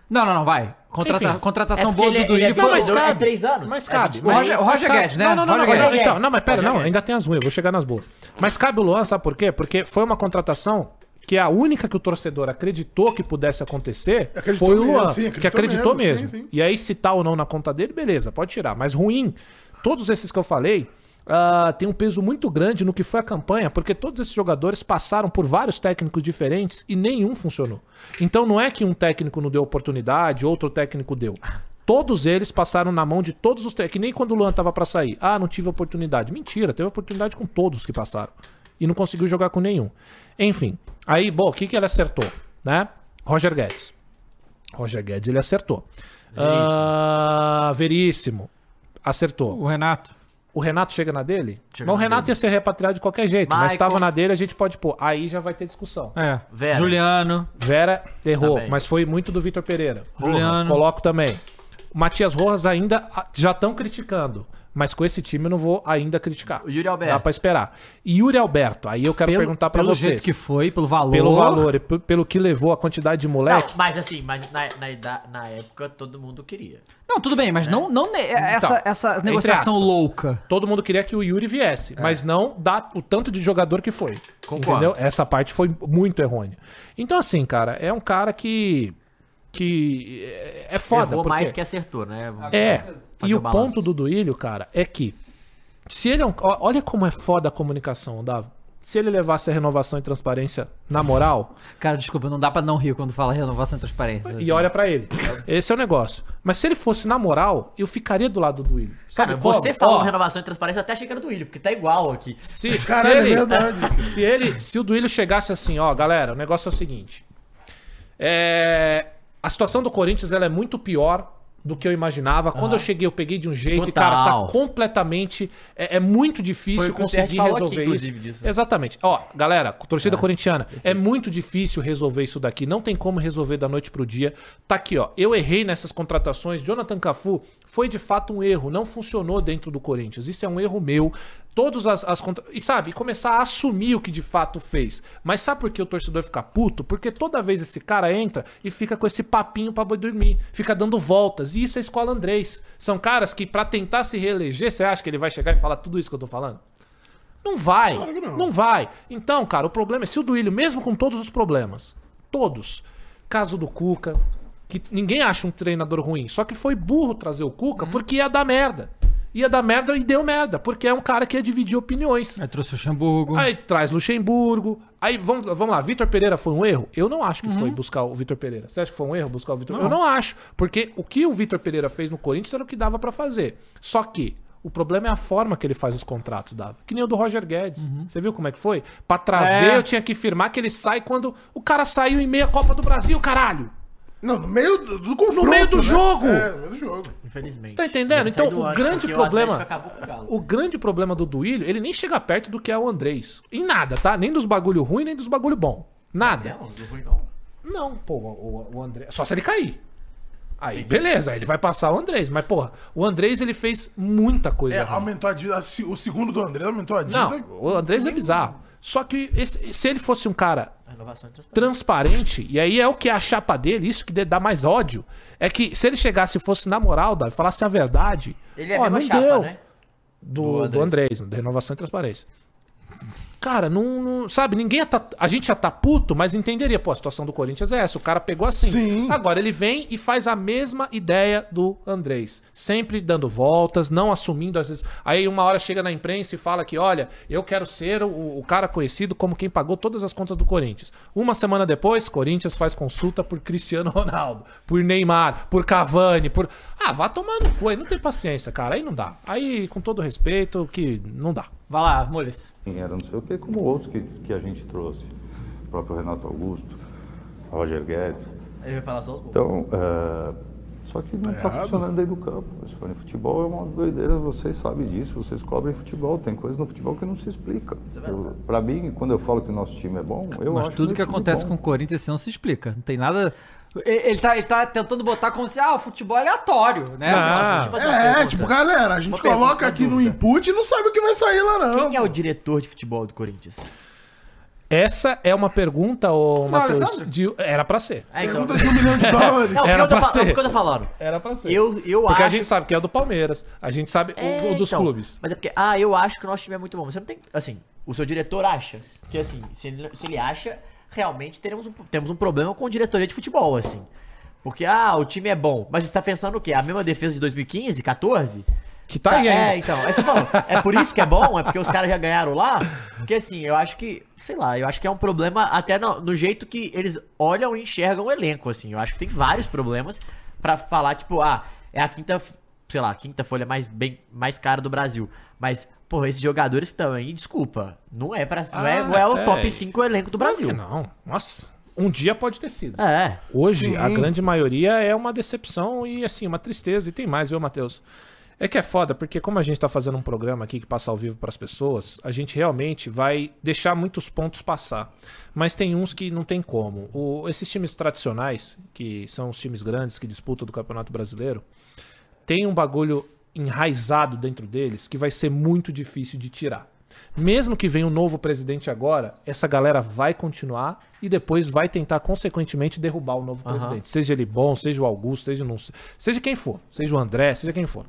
Não, não, não, vai. Contrata- Enfim. contratação É porque boa ele- do Duílio ele é foi. mais Não, caro. é três anos? Mas É cabe. 22. mas- Roger- o Roger mas Guedes, né? Não, não, não. não, Roger mas- Guedes. Então, não, mas pera, Roger não. Guedes. Ainda tem as ruins. Eu vou chegar nas boas. Mas cabe o Luan, sabe por quê? Porque foi uma contratação que a única que o torcedor acreditou que pudesse acontecer Acreditou foi o mesmo, Luan. sim, que acreditou acreditou mesmo, mesmo. sim, sim. E aí, se tá ou não na conta dele, beleza, pode tirar. Mas ruim, todos esses que eu falei. ah, tem um peso muito grande no que foi a campanha, porque todos esses jogadores passaram por vários técnicos diferentes e nenhum funcionou. Então não é que um técnico não deu oportunidade, outro técnico deu. Todos eles passaram na mão de todos os técnicos. Que nem quando o Luan tava pra sair. Ah, não tive oportunidade. Mentira, teve oportunidade com todos que passaram. E não conseguiu jogar com nenhum. Enfim, aí, bom, o que, que ele acertou? Né? Roger Guedes. Roger Guedes, ele acertou. É Ah, veríssimo. Acertou. O Renato. O Renato chega na dele? Chega Mas o na Renato ia ser repatriado de qualquer jeito. Mas Michael. tava na dele, a gente pode pôr. Aí já vai ter discussão. É. Vera. Juliano. Vera errou, Também. mas foi muito do Vitor Pereira. Juliano. Coloco também. Matias Rojas ainda ah, já estão criticando. Mas com esse time eu não vou ainda criticar. O Yuri Alberto. Dá pra esperar. E Yuri Alberto, aí eu quero perguntar pra pelo vocês. jeito que foi, pelo valor. Pelo valor, e p- pelo que levou a quantidade de Não, moleque. mas assim, mas na, na, ida- na época todo mundo queria. Então, Não, tudo bem, mas não, Então, não ne- essa, essa entre negociação aspas. louca. Todo mundo queria que o Yuri viesse, mas não dá o tanto de jogador que foi. Concordo. Entendeu? É Essa parte foi muito errônea. Então, assim, cara, é um cara que. que. é- é foda. Errou porque- mais que acertou, né? É. Fazer e o o balanço. ponto do Duílio, cara, é que se ele é um, ó, olha como é foda a comunicação, Dava. Se ele levasse a renovação e transparência na moral, Cara, desculpa, não dá pra não rir quando fala renovação e transparência. assim. e olha pra ele. Esse é o negócio. Mas se ele fosse na moral, eu ficaria do lado do Duílio. Sabe Cara, como? você falou Ó, renovação e transparência, eu até achei que era do William, porque tá igual aqui. se, se Caralho, é ele- verdade. cara. se ele, se o Duílio chegasse assim, ó, galera, o negócio é o seguinte. É, a situação do Corinthians ela é muito pior do que eu imaginava. Quando eu cheguei, eu peguei de um jeito e, cara, Total. tá completamente. É, é muito Foi difícil o que o conseguir Sérgio falou aqui, resolver isso. inclusive, disso. Exatamente. Ó, galera, torcida corintiana, é muito difícil resolver isso daqui. Não tem como resolver da noite pro dia. Tá aqui, ó. Eu errei nessas contratações. Jonathan Cafu foi de fato um erro. Não funcionou dentro do Corinthians. Isso é um erro meu. Todas as, as contra... E sabe, começar a assumir o que de fato fez. Mas sabe por que o torcedor fica puto? Porque toda vez esse cara entra e fica com esse papinho pra boi dormir. Fica dando voltas. E isso é escola Andrés. São caras que, pra tentar se reeleger, você acha que ele vai chegar e falar tudo isso que eu tô falando? Não vai. não. vai. Então, cara, o problema é se o Duílio, mesmo com todos os problemas, todos, caso do Cuca, que ninguém acha um treinador ruim, só que foi burro trazer o Uhum. Cuca porque ia dar merda. Ia dar merda e deu merda, porque é um cara que ia dividir opiniões. Aí trouxe o Luxemburgo. Aí traz Luxemburgo. Aí vamos, vamos lá, Vitor Pereira foi um erro? Eu não acho Uhum. que foi buscar o Vitor Pereira. Você acha que foi um erro buscar o Vitor Pereira? Eu não acho, porque o que o Vitor Pereira fez no Corinthians era o que dava pra fazer. Só que o problema é a forma que ele faz os contratos, dava. Que nem o do Roger Guedes. Uhum. Você viu como é que foi? Pra trazer, É. eu tinha que firmar que ele sai quando o cara saiu em meia Copa do Brasil, caralho. Não, no meio do, do confronto. meio do né? jogo. É, no meio do jogo. Infelizmente. Tá entendendo? Ele saiu Então, do o Anjo, grande porque problema- Atlético acabou com o Galo. O grande problema do Duílio, ele nem chega perto do que é o Andrés. Em nada, tá? Nem dos bagulho ruim, nem dos bagulho bom. Nada. Não, do ruim não. Não, pô, o, o André. É Só se ele cair. Aí, beleza, aí ele vai passar o Andrés. Mas, porra, o Andrés ele fez muita coisa. É, ruim. aumentou a dívida. se- O segundo do André aumentou a dívida. Não, o Andrés é bizarro. Só que esse- se ele fosse um cara Ah, Renovação e transparência. transparente, e aí é o que é a chapa dele, isso que dê- dá mais ódio, é que se ele chegasse e fosse na moral, Davi, falasse a verdade. Ele é ó, a mesma não chapa, deu né? do, do Andrés, da renovação e transparência. Cara, não, não- Sabe, ninguém. ia tá- a gente já tá puto, mas entenderia. Pô, a situação do Corinthians é essa. O cara pegou assim. Sim. Agora ele vem e faz a mesma ideia do Andrés. Sempre dando voltas, não assumindo às vezes. Aí uma hora chega na imprensa e fala que, olha, eu quero ser o, o cara conhecido como quem pagou todas as contas do Corinthians. Uma semana depois, Corinthians faz consulta por Cristiano Ronaldo, por Neymar, por Cavani, por. Ah, vá tomando cu aí. Não tem paciência, cara. Aí não dá. Aí, com todo respeito, que não dá. Vai lá, Mules. quem era não sei o quê, como outros que, que a gente trouxe. O próprio Renato Augusto, Roger Guedes. Eu ia falar só os bons. tá Então, é, só que não está errado. funcionando dentro do campo. Esse fone de futebol é uma doideira, vocês sabem disso, vocês cobrem futebol. Tem coisas no futebol que não se explica. é Para mim, quando eu falo que o nosso time é bom, eu Mas acho tudo meu que time acontece bom. com o Corinthians assim, não se explica. Não tem nada. Ele ele tá, ele tá tentando botar como se, ah, o futebol é aleatório, né? Ah, Deixa eu fazer uma É, pergunta. tipo, galera, a gente Uma coloca pergunta, aqui no dúvida. input e não sabe o que vai sair lá, não. Quem é o diretor de futebol do Corinthians? Essa é uma pergunta, ô Matheus. Alessandro? de- Era pra ser. É, então. é Pergunta de um milhão de dólares. Não, o que Era eu tô pra fa- ser. o que eu tô falando? Era pra ser. Eu, eu Porque acho. a gente sabe que é o do Palmeiras. A gente sabe o- É, o, dos então. clubes. Mas é porque, ah, eu acho que o nosso time é muito bom. Você não tem. Assim, o seu diretor acha. Que assim, se ele, se ele acha, realmente teremos um, temos um problema com a diretoria de futebol, assim. Porque, ah, o time é bom. Mas você tá pensando o quê? A mesma defesa de 2015, 14? Que tá aí É, ainda. então. É, isso que eu falo. é por isso que é bom? É porque os caras já ganharam lá? Porque assim, eu acho que, sei lá, eu acho que é um problema até no, no jeito que eles olham e enxergam o elenco, assim. Eu acho que tem vários problemas pra falar, tipo, ah, é a quinta, sei lá, a quinta folha mais, bem, mais cara do Brasil. Mas, pô, esses jogadores estão aí, desculpa. Não é, pra, não é, não é Ah, é. o top 5 elenco do Claro que Brasil. Não, nossa. Um dia pode ter sido. É. Hoje, a grande maioria é uma decepção e, assim, uma tristeza. E tem mais, viu, Matheus? É que é foda, porque como a gente tá fazendo um programa aqui que passa ao vivo pras pessoas, a gente realmente vai deixar muitos pontos passar. Mas tem uns que não tem como. O- esses times tradicionais, que são os times grandes que disputam do Campeonato Brasileiro, tem um bagulho enraizado dentro deles que vai ser muito difícil de tirar. Mesmo que venha um novo presidente agora, essa galera vai continuar e depois vai tentar, consequentemente, derrubar o novo presidente. Seja ele bom, seja o Augusto, seja, não, seja quem for. Seja o André, seja quem for.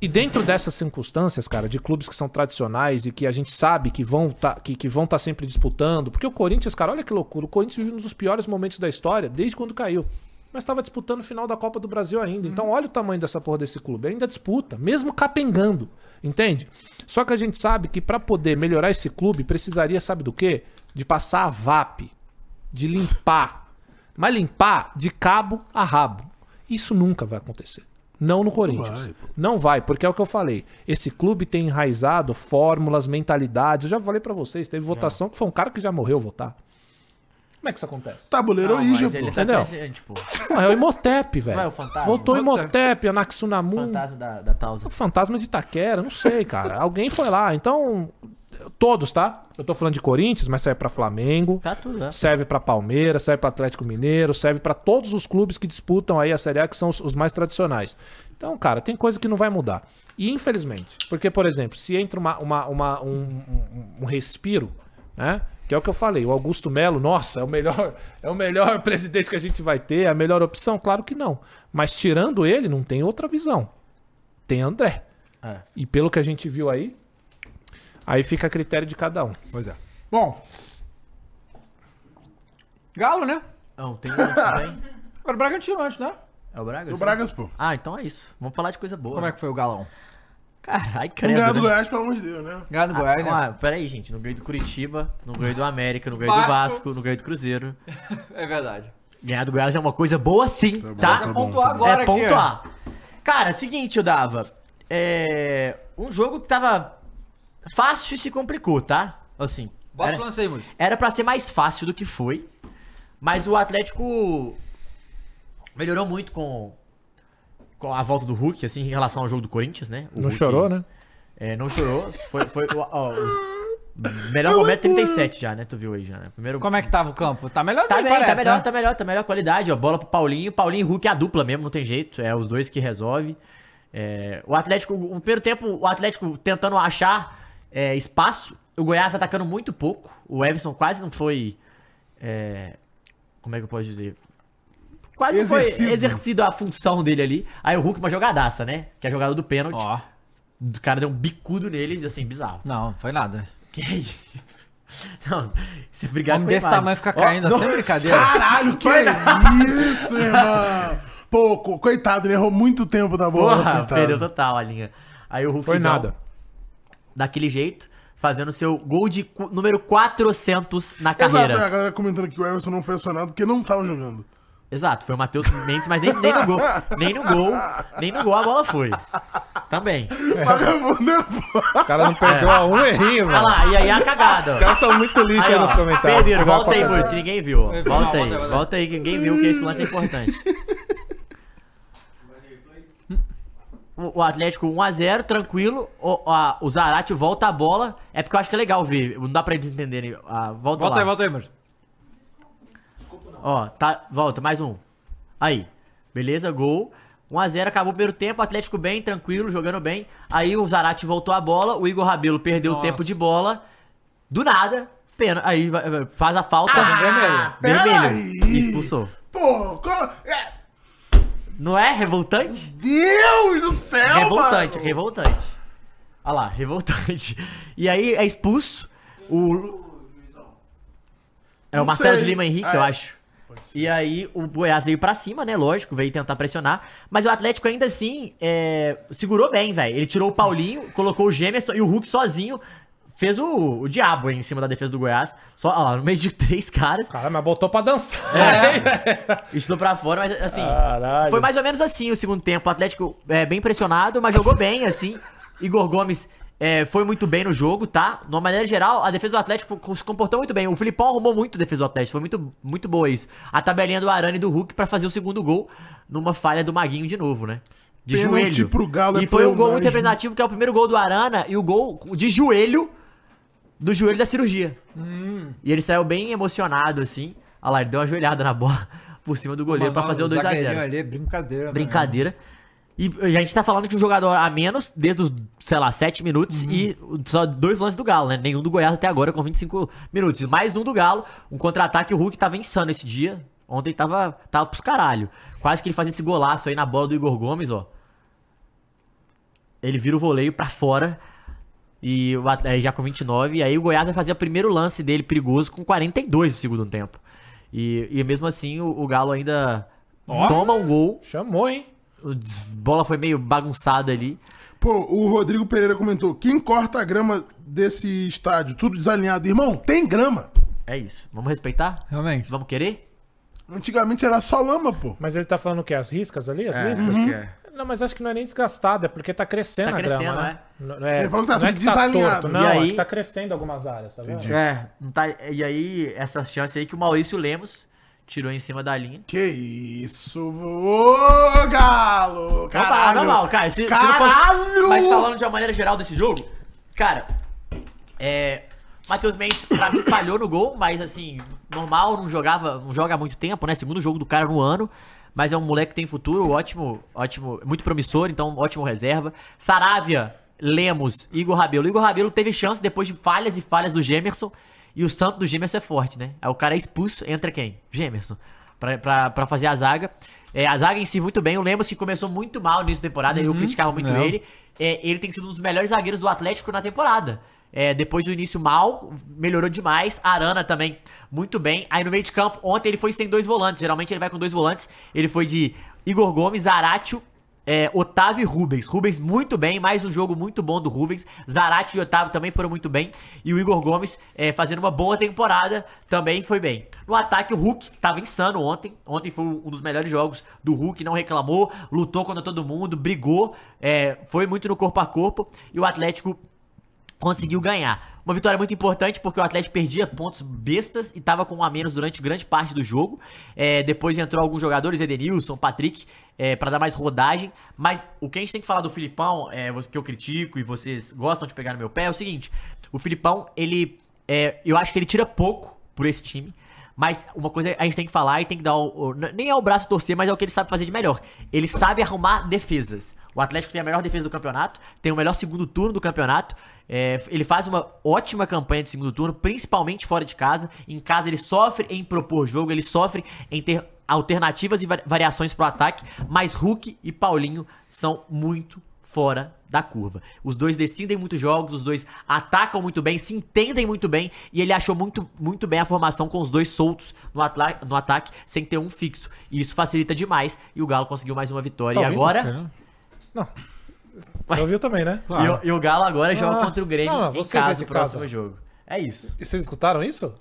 E dentro dessas circunstâncias, cara, de clubes que são tradicionais e que a gente sabe que vão tá, que, que vão tá sempre disputando, porque o Corinthians, cara, olha que loucura, o Corinthians vive um dos piores momentos da história desde quando caiu. Mas estava disputando o final da Copa do Brasil ainda. Então, olha o tamanho dessa porra desse clube. Ainda disputa, mesmo capengando. Entende? Só que a gente sabe que pra poder melhorar esse clube, precisaria, sabe do quê? De passar a VAP. De limpar. Mas limpar de cabo a rabo. Isso nunca vai acontecer. Não no Corinthians. vai, Não vai, porque é o que eu falei. Esse clube tem enraizado fórmulas, mentalidades. Eu já falei pra vocês, teve votação que foi um cara que já morreu votar. Como é que isso acontece? Tabuleiro Não, mas Ouija, ele pô. tá Entendeu? presente, pô. Não, é o Imotep, velho. Não é o fantasma? Votou o Imotep, Anaxunamun. Fantasma da, da Tausa. O fantasma de Itaquera, não sei, cara. Alguém foi lá. Então, todos, tá? Eu tô falando de Corinthians, mas serve pra Flamengo. Tá tudo, né? Serve pra Palmeiras, serve pra Atlético Mineiro, serve pra todos os clubes que disputam aí a Série A, que são os, os mais tradicionais. Então, cara, tem coisa que não vai mudar. E infelizmente, porque, por exemplo, se entra uma, uma- uma- um, um- um respiro, né? Que é o que eu falei, o Augusto Melo, nossa, é o melhor, é o melhor presidente que a gente vai ter, é a melhor opção, claro que não. Mas tirando ele, não tem outra visão. Tem André. É. E pelo que a gente viu aí, aí fica a critério de cada um. Pois é. Bom. Galo, né? Não, tem um também. Era o Bragantino antes, né? É o Braga? Do sim? Bragas, pô. Ah, então é isso. Vamos falar de coisa boa. Como é que foi o galão? Caralho, Não ganhar credo. do Né? Goiás, pelo amor de Deus, né? Ganhado do Goiás, né? Ah, peraí, gente. Não ganhei do Curitiba, não ganhei do América, não ganhei do Vasco. Vasco, não ganhei do Cruzeiro. É verdade. Ganhar do Goiás é uma coisa boa sim, bom, tá? tá bom. Pontuou tá bom. agora é aqui. ó. pontuar. Cara, seguinte, eu dava. É. Um jogo que tava fácil e se complicou, tá? Assim. Bota era- o lance aí, Mus. Era pra ser mais fácil do que foi. Mas o Atlético melhorou muito com, com a volta do Hulk, assim, em relação ao jogo do Corinthians, né? O Não Hulk, chorou, né? É, não chorou. Foi, foi o- ó, o melhor momento 37 já, né? Tu viu aí já, né? Primeiro Como é que tava o campo? Tá melhor Tá aí, bem, parece, tá melhor, né? tá melhor, tá melhor a qualidade, ó. Bola pro Paulinho. Paulinho e Hulk é a dupla mesmo, não tem jeito. É os dois que resolve. É, o Atlético, o primeiro tempo, o Atlético tentando achar é, espaço. O Goiás atacando muito pouco. O Everson quase não foi. é, como é que eu posso dizer? Quase não Exercido. foi exercido a função dele ali. Aí o Hulk, uma jogadaça, né? Que é a jogada do pênalti. Ó. O cara deu um bicudo nele, assim, bizarro. Não, foi nada. Que é isso? Não, se brigar Homem com o desse Neymar. tamanho fica Ó, caindo assim é brincadeira. Caralho, que isso, irmão! Pô, co- coitado, ele errou muito tempo da bola. Porra, coitado. perdeu total a linha. Aí o Hulk Foi nada. daquele jeito, fazendo seu gol de cu- número 400 na Exato, carreira. é, a Exato, galera comentando que o Everson não foi acionado porque não tava jogando. foi o Matheus Mendes, mas nem, nem no gol. Nem no gol. Nem no gol a bola foi. Também. É. Vagabundo é O cara não perdeu a um errinho, velho. Olha Os lá, e aí é a cagada. ó. caras são muito lixo Aí, aí ó, nos comentários. Pedro, Vai volta aí, pra- Bruce, que ninguém viu. ó. Foi, Volta volta, aí, volta. volta aí, que ninguém viu que esse lance é importante. O o Atlético 1x0, tranquilo. O, a- o Zarate volta a bola. É porque eu acho que é legal ver. Não dá pra eles entenderem. Ah, volta, Volta lá. aí, volta aí, mano. Ó, tá, volta, mais um. Aí. Beleza, gol. 1x0, acabou o primeiro tempo, Atlético bem, tranquilo, jogando bem. Aí o Zarate voltou a bola, o Igor Rabelo perdeu o Nossa. tempo de bola. Do nada, pena. Aí vai- vai- faz a falta. Ah, vermelho. Vermelho. peraí. E Expulsou. Pô, como... é, Não é revoltante? Deus do céu, revoltante, mano. revoltante. Olha lá, revoltante. E aí é expulso o. É o Não Marcelo sei. de Lima Henrique, Ah, eu é. acho. E aí o Goiás veio pra cima, né? Lógico, veio tentar pressionar. Mas o Atlético ainda assim é, segurou bem, velho. Ele tirou o Paulinho, colocou o Gemerson e o Hulk sozinho. Fez o, o diabo hein, em cima da defesa do Goiás. Só, ó lá, no meio de três caras. Caralho, mas botou pra dançar. Estou pra fora, mas assim. né? Caralho. Foi mais ou menos assim o segundo tempo. O Atlético é, bem pressionado, mas jogou bem, assim. Igor Gomes é, foi muito bem no jogo, tá? De uma maneira geral, a defesa do Atlético se comportou muito bem. O Filipão arrumou muito a defesa do Atlético. Foi muito, muito boa isso. A tabelinha do Arana e do Hulk pra fazer o segundo gol numa falha do Maguinho de novo, né? De Pênalti joelho. pro Galo é e foi um gol pleonasmo. muito representativo, que é o primeiro gol do Arana e o gol de joelho do joelho da cirurgia. Hum. E ele saiu bem emocionado, assim. Olha lá, ele deu uma joelhada na bola por cima do goleiro pra fazer o zagueirinho 2x0. ali, brincadeira. né? Brincadeira. E a gente tá falando de um jogador a menos desde os, sei lá, 7 minutos Uhum. e só dois lances do Galo, né? Nenhum do Goiás até agora com 25 minutos. Mais um do Galo, um contra-ataque. O Hulk tava insano esse dia. Ontem tava, tava pros caralho. Quase que ele fazia esse golaço aí na bola do Igor Gomes, ó. Ele vira o voleio pra fora. E o At- aí já com 29. E aí o Goiás vai fazer o primeiro lance dele perigoso com 42 no segundo tempo. E, e mesmo assim o, o Galo ainda toma um gol. Chamou, hein? O des- bola foi meio bagunçada ali. Pô, o Rodrigo Pereira comentou: quem corta a grama desse estádio, tudo desalinhado, irmão, tem grama. É isso. Vamos respeitar? Realmente. Vamos querer? Antigamente era só lama, pô. Uhum. Mas ele tá falando o quê? As riscas ali? As listas? É. Não, mas acho que não é nem desgastado, é porque tá crescendo Tá a grama, crescendo, né? né? Não- É, Ele falou que tá não é tudo que tá desalinhado. torto, E não, é aí- que tá crescendo algumas áreas, tá vendo? É. Não tá, e aí, essa chance aí que o Maurício Lemos tirou em cima da linha. Que isso, ô galo! Não, Caralho! não, não, cara. Se, se não fosse- Caralho! Mas falando de uma maneira geral desse jogo, cara, é. Matheus Mendes, pra mim, falhou no gol, mas assim, normal, não jogava, não joga há muito tempo, né? Segundo jogo do cara no ano. Mas é um moleque que tem futuro, ótimo, ótimo, muito promissor, então ótimo reserva. Saravia, Lemos, Igor Rabelo. Igor Rabelo teve chance depois de falhas e falhas do Gemerson. E o santo do Gemerson é forte, né? Aí o cara é expulso, entra quem? Gemerson. Pra, pra, pra fazer a zaga. É, a zaga em si muito bem. O Lemos que começou muito mal no início da temporada, eu criticava muito não. ele. É, ele tem sido um dos melhores zagueiros do Atlético na temporada. É, depois do início mal, melhorou demais. Arana também, muito bem. Aí no meio de campo, ontem ele foi sem dois volantes. Geralmente ele vai com dois volantes. Ele foi de Igor Gomes, Zaratio, é, Otávio e Rubens. Rubens muito bem, mais um jogo muito bom do Rubens. Zaratio e Otávio também foram muito bem. E o Igor Gomes é, fazendo uma boa temporada também foi bem. No ataque, o Hulk tava insano ontem. Ontem foi um dos melhores jogos do Hulk, não reclamou, lutou contra todo mundo, brigou, é, foi muito no corpo a corpo. E o Atlético conseguiu ganhar. Uma vitória muito importante porque o Atlético perdia pontos bestas e tava com um a menos durante grande parte do jogo. É, depois entrou alguns jogadores, Edenilson, Patrick, é, para dar mais rodagem. Mas o que a gente tem que falar do Filipão, é, que eu critico e vocês gostam de pegar no meu pé, é o seguinte: o Filipão, ele. é, eu acho que ele tira pouco por esse time. Mas uma coisa a gente tem que falar e tem que dar o, o- n- nem é o braço torcer, mas é o que ele sabe fazer de melhor. Ele sabe arrumar defesas. O Atlético tem a melhor defesa do campeonato, tem o melhor segundo turno do campeonato. é, f- ele faz uma ótima campanha de segundo turno, principalmente fora de casa. Em casa ele sofre em propor jogo, ele sofre em ter alternativas e va- variações pro ataque, mas Hulk e Paulinho são muito fora da curva. Os dois decidem muitos jogos, os dois atacam muito bem, se entendem muito bem e ele achou muito, muito bem a formação com os dois soltos no, atla- no ataque sem ter um fixo. E isso facilita demais e o Galo conseguiu mais uma vitória. Tá e ouvindo, agora? cara? Não. Você ouviu também, né? E, o- e o Galo agora joga Ah, contra o Grêmio não, não, em vocês casa é de no próximo casa. jogo. É isso. E Vocês escutaram isso?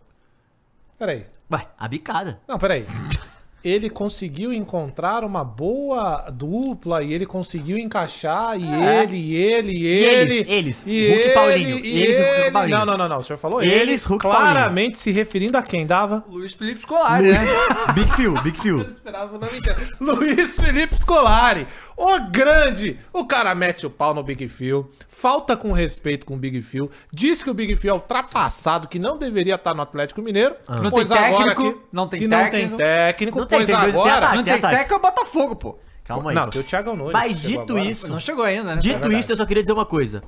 Peraí. Ué, a bicada. Não, peraí. Ele conseguiu encontrar uma boa dupla e ele conseguiu encaixar e É. ele, e ele, e ele. eles, eles. E Hulk e ele, Paulinho. E Eles, eles, Hulk e ele. Paulinho. Não, não, não, não. O senhor falou Eles, ele. Hulk e Paulinho. claramente se referindo a quem dava. Luiz Felipe Scolari, né? Big Phil, Big Phil. esperava o nome inteiro. Luiz Felipe Scolari, o grande. O cara mete o pau no Big Phil, falta com respeito com o Big Phil, diz que o Big Phil é ultrapassado, que não deveria estar no Atlético Mineiro. Não pois tem agora técnico, que, não tem que não tem técnico. técnico, Não tem, pois tem dois- tem agora... ataque. Não tem ataque. técnico, é o Botafogo, pô. Calma aí. Não, tem o Thiago Nunes. Mas que chegou dito agora. isso, Não chegou ainda, né? Dito verdade. isso, eu só queria dizer uma coisa.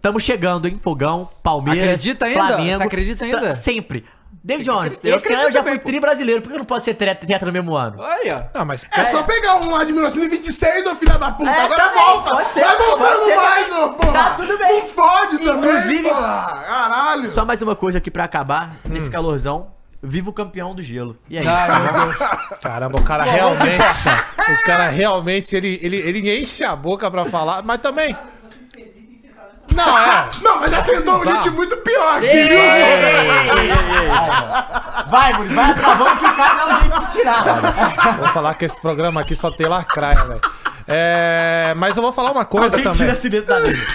Tamo chegando, hein? Fogão, Palmeiras, Acredita ainda? Flamengo. Você acredita Está- ainda? Sempre. David Jones, acreditar. E esse ano eu acredita já fui também, pô. tri brasileiro. Por que eu não posso ser tre- tetra no mesmo ano? Olha, Ah, mas É só pegar um lá de 1926, ô filha da puta. É, Agora também, volta. pode ser, Vai pode ser. voltando mais, ô porra. Tá tudo bem. Não fode também, Inclusive- porra. Caralho. Só mais uma coisa aqui pra acabar, nesse calorzão. Viva o campeão do gelo. E aí? Caramba, o cara realmente. o cara realmente, ele, ele, ele enche a boca pra falar, mas também. Não, é. Não, mas já sentou Bizarro. gente muito pior. aqui. vai, Muri, vai, tá bom que o cara dá um jeito de tirar. Vou falar que esse programa aqui só tem lacraia, velho. É, mas eu vou falar uma coisa Alguém também. tira esse dedo da Ah. mesa.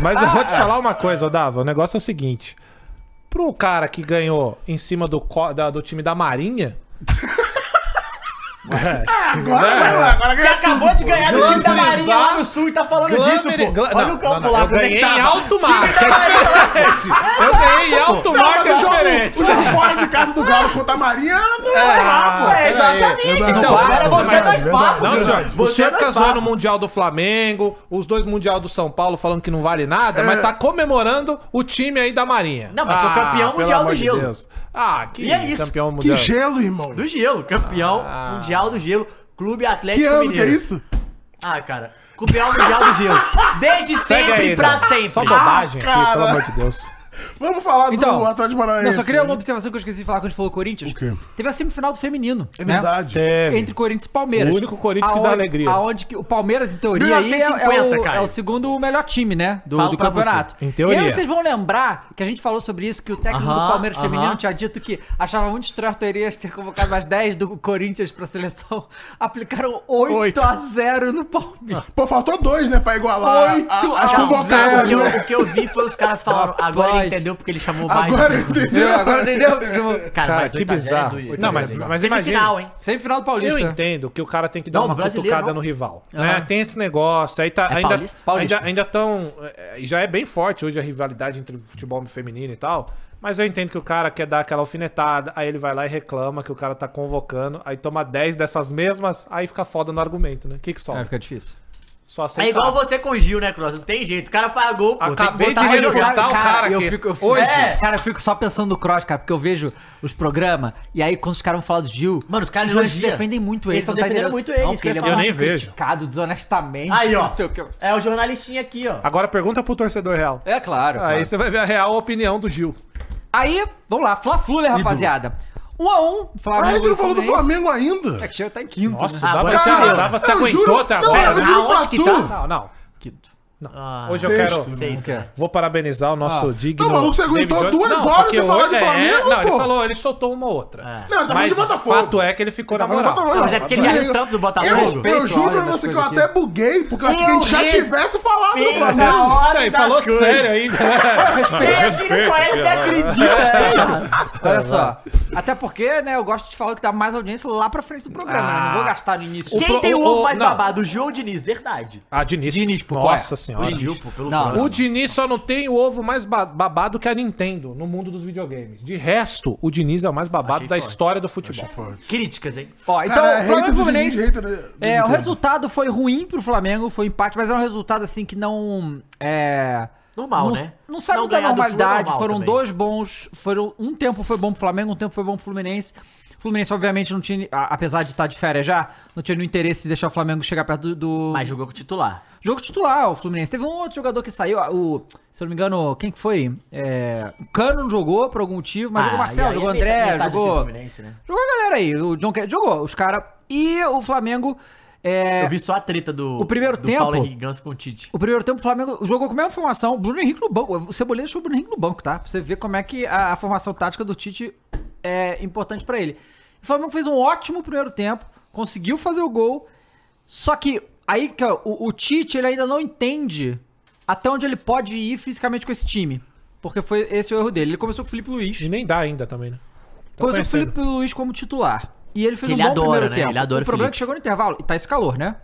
Mas eu vou te falar uma coisa, Odava. O negócio é o seguinte. Pro cara que ganhou em cima do, co- da- do time da Marinha. É, né? Você acabou de ganhar do time da Marinha lá Glamourizar- no Sul e tá falando disso, Glamour- pô. Gla- Olha não, o campo não, não, lá, eu como é que ganhei em tava. alto mar. é diferente. Eu ganhei em alto mar que é diferente. O jogo fora de casa do Galo contra a Marinha era do Ah, errar, É, exatamente. Então, Então, agora você é verdade, dois papos. Não, senhor. Você Você é dois fica papos. zoando o Mundial do Flamengo, os dois Mundial do São Paulo falando que não vale nada, mas tá comemorando o time aí da Marinha. É. Ah, Não, mas sou campeão pelo mundial do amor de gelo. Deus. Ah, que E é isso. campeão pô. Que mundial. gelo, irmão. Do gelo, campeão mundial do gelo, Clube Atlético Que ano Mineiro. que é isso? Ah, cara, campeão mundial do gelo. Desde Segue sempre aí, pra Dan. sempre. Ah, Só bobagem aqui, cara. pelo amor de Deus. Vamos falar Então, do Atlético Paranaense. eu só queria uma né? observação que eu esqueci de falar quando a gente falou Corinthians. O quê? Teve a semifinal do feminino. É né? verdade. Teve. Entre Corinthians e Palmeiras. O único Corinthians que dá Aonde- alegria. Aonde que o Palmeiras, em teoria, aí é- é, 1950, o, Caio. é o segundo melhor time, né? Do, Falo do pra campeonato. você. Em teoria. E aí vocês vão lembrar que a gente falou sobre isso, que o técnico Aham, do Palmeiras aham. feminino tinha dito que achava muito estranho a teoria de ter convocado mais 10 do Corinthians pra seleção. Aplicaram 8, Oito. a 0 no Palmeiras. Ah. Pô, faltou dois, né, pra igualar Oito a- as a convocadas, O que, eu, né? o que eu vi foi os caras falando, Rapaz. agora ele entendeu porque ele chamou o né? Agora eu Bayern. entendi. Entendeu? Agora entendeu? Cara, Cara, mas que 8 a 0 é bizarro. doido. Não, mas, mas imagina. final, hein? Semifinal do Paulista. Eu né? entendo que o cara tem que dar Não, uma do brasileiro, cutucada não. no rival. Aham. Né? Tem esse negócio, aí tá, É ainda, paulista? Paulista. ainda ainda tão eh, já é bem forte hoje a rivalidade entre o futebol feminino e tal. Mas eu entendo que o cara quer dar aquela alfinetada, aí ele vai lá e reclama que o cara tá convocando, aí toma 10 dessas mesmas, aí fica foda no argumento, né? O que que É, sobra? fica difícil. Só aceitar. É igual você com o Gil, né, Cross? Não tem jeito. O cara pagou, pô. tem que tá- Acabei botar de pra ver no jogar. Natal, Cara, cara, um eu que fico, eu fico- hoje- É, cara, eu fico só pensando no Cross, cara, porque eu vejo os programas e aí quando os caras vão falar do Gil, Mano, os caras jornalistas elogiam. defendem muito Eles ele. estão não tá defendendo entendendo? muito ele, Não, isso que que eu ele ia é falar. muito Eu nem vejo. criticado desonestamente. Aí, ó. Não sei o que. É o jornalistinha aqui, ó. Agora pergunta pro torcedor real. É claro. claro. Aí você vai ver a real opinião do Gil. Aí, vamos lá, Fla-Flu, né, rapaziada? 1 um a 1 um, Flamengo. Ah, a gente não falou do Fluminense. Flamengo ainda. É que chega tá em quinto. Nossa, né? dava agora se, sim, eu- dava se eu aguentou juro- até não, agora. eu né? juro Aonde pra que tu. tá? Não, não. quinto. Ah, Hoje eu Sexto, quero. né? Seis, quero. né? Vou parabenizar o nosso Ah. digno. Não, o maluco, você David aguentou Jones. duas Não, horas porque sem falar de hoje- Flamengo, Não, ele pô. falou, ele soltou uma outra. Não, ele tá falando Mas de Botafogo. fato é que ele ficou na Tá falando de moral. Botafogo, É. Mas é porque ele Flamengo. já tanto do Botafogo. Eu, eu juro pra Olha das você que eu coisas até aqui. buguei, porque eu acho que a Eu gente já res- tivesse falado do Sim. Flamengo. Na hora Não, ele das falou coisas. sério né? ainda. Esse não é? conhece, até É. acredita. Olha só. Até porque, né, eu gosto de falar que dá mais audiência lá pra frente do programa. né? Ah. Não vou gastar no início. O Quem pro- tem o o- ovo o- mais não. babado? O Gil ou o Diniz? Verdade. A Ah, Diniz. Diniz, pô, Nossa qual é? senhora. pô, pelo Não, Cross. O Diniz só não tem o ovo mais ba- babado que a Nintendo no mundo dos videogames. De resto, o Diniz é o mais babado Achei da forte. história do futebol. Críticas, hein? Ó, então, Cara, é Flamengo hater e do Fluminense. Diniz, hater do é, o Nintendo. resultado foi ruim pro Flamengo, foi um empate, mas era um resultado assim que não. É. Normal, não, né? Não saiu da ganhar do Flu é normalidade. normal foram também. dois bons. Foram, um tempo foi bom pro Flamengo, um tempo foi bom pro Fluminense. O Fluminense, obviamente, não tinha. a- apesar de estar de férias já, não tinha nenhum interesse em deixar o Flamengo chegar perto do. do- Mas jogou com o titular. Jogo titular, o Fluminense. Teve um outro jogador que saiu. ah, O, se eu não me engano, quem que foi? É, o Cano não jogou por algum motivo, mas Ah, jogou o Marcelo, e aí jogou o é metade- André, metade do jogou. Fluminense, né? Jogou a galera aí. O John Kennedy jogou, os caras. E o Flamengo. é, Eu vi só a treta do, O primeiro do tempo- Paulo Henrique Ganso com o Tite. o primeiro tempo, o Flamengo jogou com a mesma formação. o Bruno Henrique no banco. O Cebolinha deixou o Bruno Henrique no banco, tá? Pra você ver como é que a, a formação tática do Tite é importante pra ele. O Flamengo fez um ótimo primeiro tempo, conseguiu fazer o gol. Só que aí cara, o, o Tite ele ainda não entende até onde ele pode ir fisicamente com esse time. Porque foi esse o erro dele. Ele começou com o Felipe Luiz. E nem dá ainda também, né? Tá Começou o conhecendo. Felipe Luiz como titular. E ele fez Que um ele bom adora, primeiro né? tempo. Ele adora o o problema Felipe. é que chegou no intervalo e tá esse calor, né?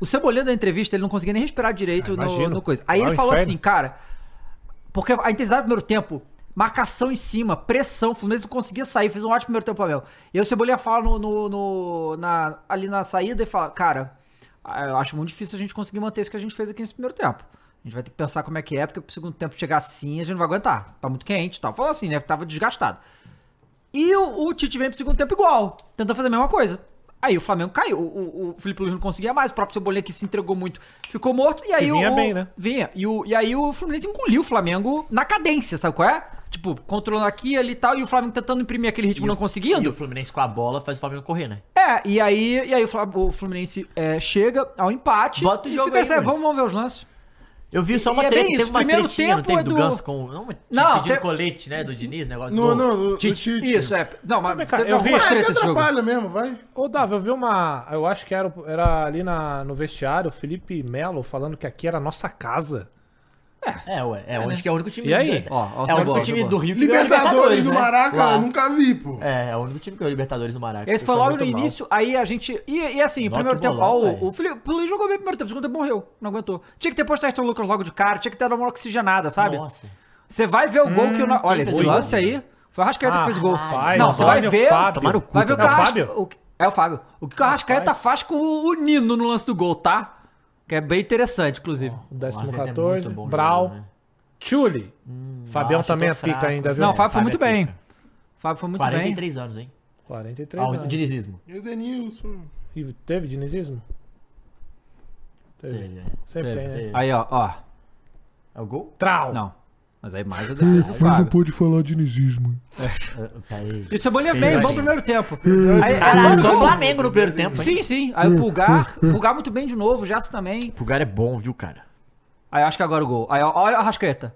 O Cebolinha da entrevista, ele não conseguia nem respirar direito Ah, no, imagino. no coisa. Aí Lá ele no falou inferno. assim, cara, porque a intensidade do primeiro tempo, marcação em cima, pressão, o Fluminense não conseguia sair, fez um ótimo primeiro tempo, Flamengo. E aí o Cebolinha fala no, no- no- na- ali na saída e fala, cara, ah, eu acho muito difícil a gente conseguir manter isso que a gente fez aqui nesse primeiro tempo. A gente vai ter que pensar como é que é, porque pro segundo tempo chegar assim, a gente não vai aguentar. Tá muito quente e tal. Falou assim, né? Tava desgastado. E o, o Tite vem pro segundo tempo igual, tentando fazer a mesma coisa. Aí o Flamengo caiu, o, o- o Felipe Luiz não conseguia mais, o próprio Cebolinha que se entregou muito ficou morto, e aí vinha o, bem, né? Vinha, e, o, e aí o Fluminense engoliu o Flamengo na cadência, sabe qual é? Tipo, controlando aqui, ali e tal, e o Flamengo tentando imprimir aquele ritmo, não E conseguindo. o Fluminense com a bola faz o Flamengo correr, né? É, e aí, e aí o, Fla- o Fluminense é, chega ao empate, Bota o e jogo fica aí, assim, "É, Luiz." vamos, vamos ver os lances. Eu vi só E- uma e é treta, bem teve isso, uma primeiro tretinha, não tempo teve é do, do- Ganso com... Não, mas tinha Não, pedido teve- colete, né, do Diniz, negócio Não, do... não, o- o Tite. Tite. Isso, é. Não, mas cá, teve eu vi- algumas Ah, É, que tretas esse jogo. atrapalha mesmo, vai. Ô, Davi, eu vi uma. Eu acho que era, era ali na, no vestiário, o Felipe Melo falando que aqui era a nossa casa. né? É, ué, é, onde que é o único time... E aí? do- Ó, ó, é o saiu único bola, time saiu do bola. Rio que ganhou a Libertadores do né? Maraca, Lá. eu nunca vi, pô. É, é o único time que ganhou o Libertadores do Maraca. Esse foi Isso é logo no muito mal. início, aí a gente. E, e assim, Nó, primeiro que tempo, bolão, é ó, velho. o, o Felipe Luiz jogou bem no primeiro tempo, o segundo tempo morreu, não aguentou. Tinha que ter posto o Lucas logo de cara, tinha que ter dado uma oxigenada, sabe? Nossa. Você vai ver o gol que o. Na- Olha, esse foi? lance aí. Foi o Arrascaeta que fez o gol. rapaz, não, o você vai Fábio, ver. Fábio. Tomar no cu, vai ver o que É o o Arrasca- Fábio? o que- É o Fábio. O que o Arrascaeta faz com o, o Nino no lance do gol, tá? Que é bem interessante, inclusive. O O Arrascaeta décimo é muito 14, bom Brau. jogador, né? Tchuli. Fabião acho também que é tô pica fraco. ainda, viu? não, o Fábio foi Fábio muito é pica. bem. O Fábio foi muito bem. 43 anos, hein? 43 Ó, o anos. Dinizismo. E o Denilson. E teve dinizismo? Teve. Teve, é. Sempre Teve, tem, né? teve. Aí, ó, ó. É o gol? Trau. Não. Mas aí mais a defesa do Fábio. pode falar de dinizismo. Peraí. E o Cebolinha bem, bom primeiro tempo. Aí, Caralho, agora só o o gol. Flamengo no primeiro tempo, hein? Sim, sim. Aí o Pulgar, Pulgar muito bem de novo, o Gerson também. O lugar é bom, viu, cara? Aí eu acho que agora o gol. Aí ó, olha a rasqueta.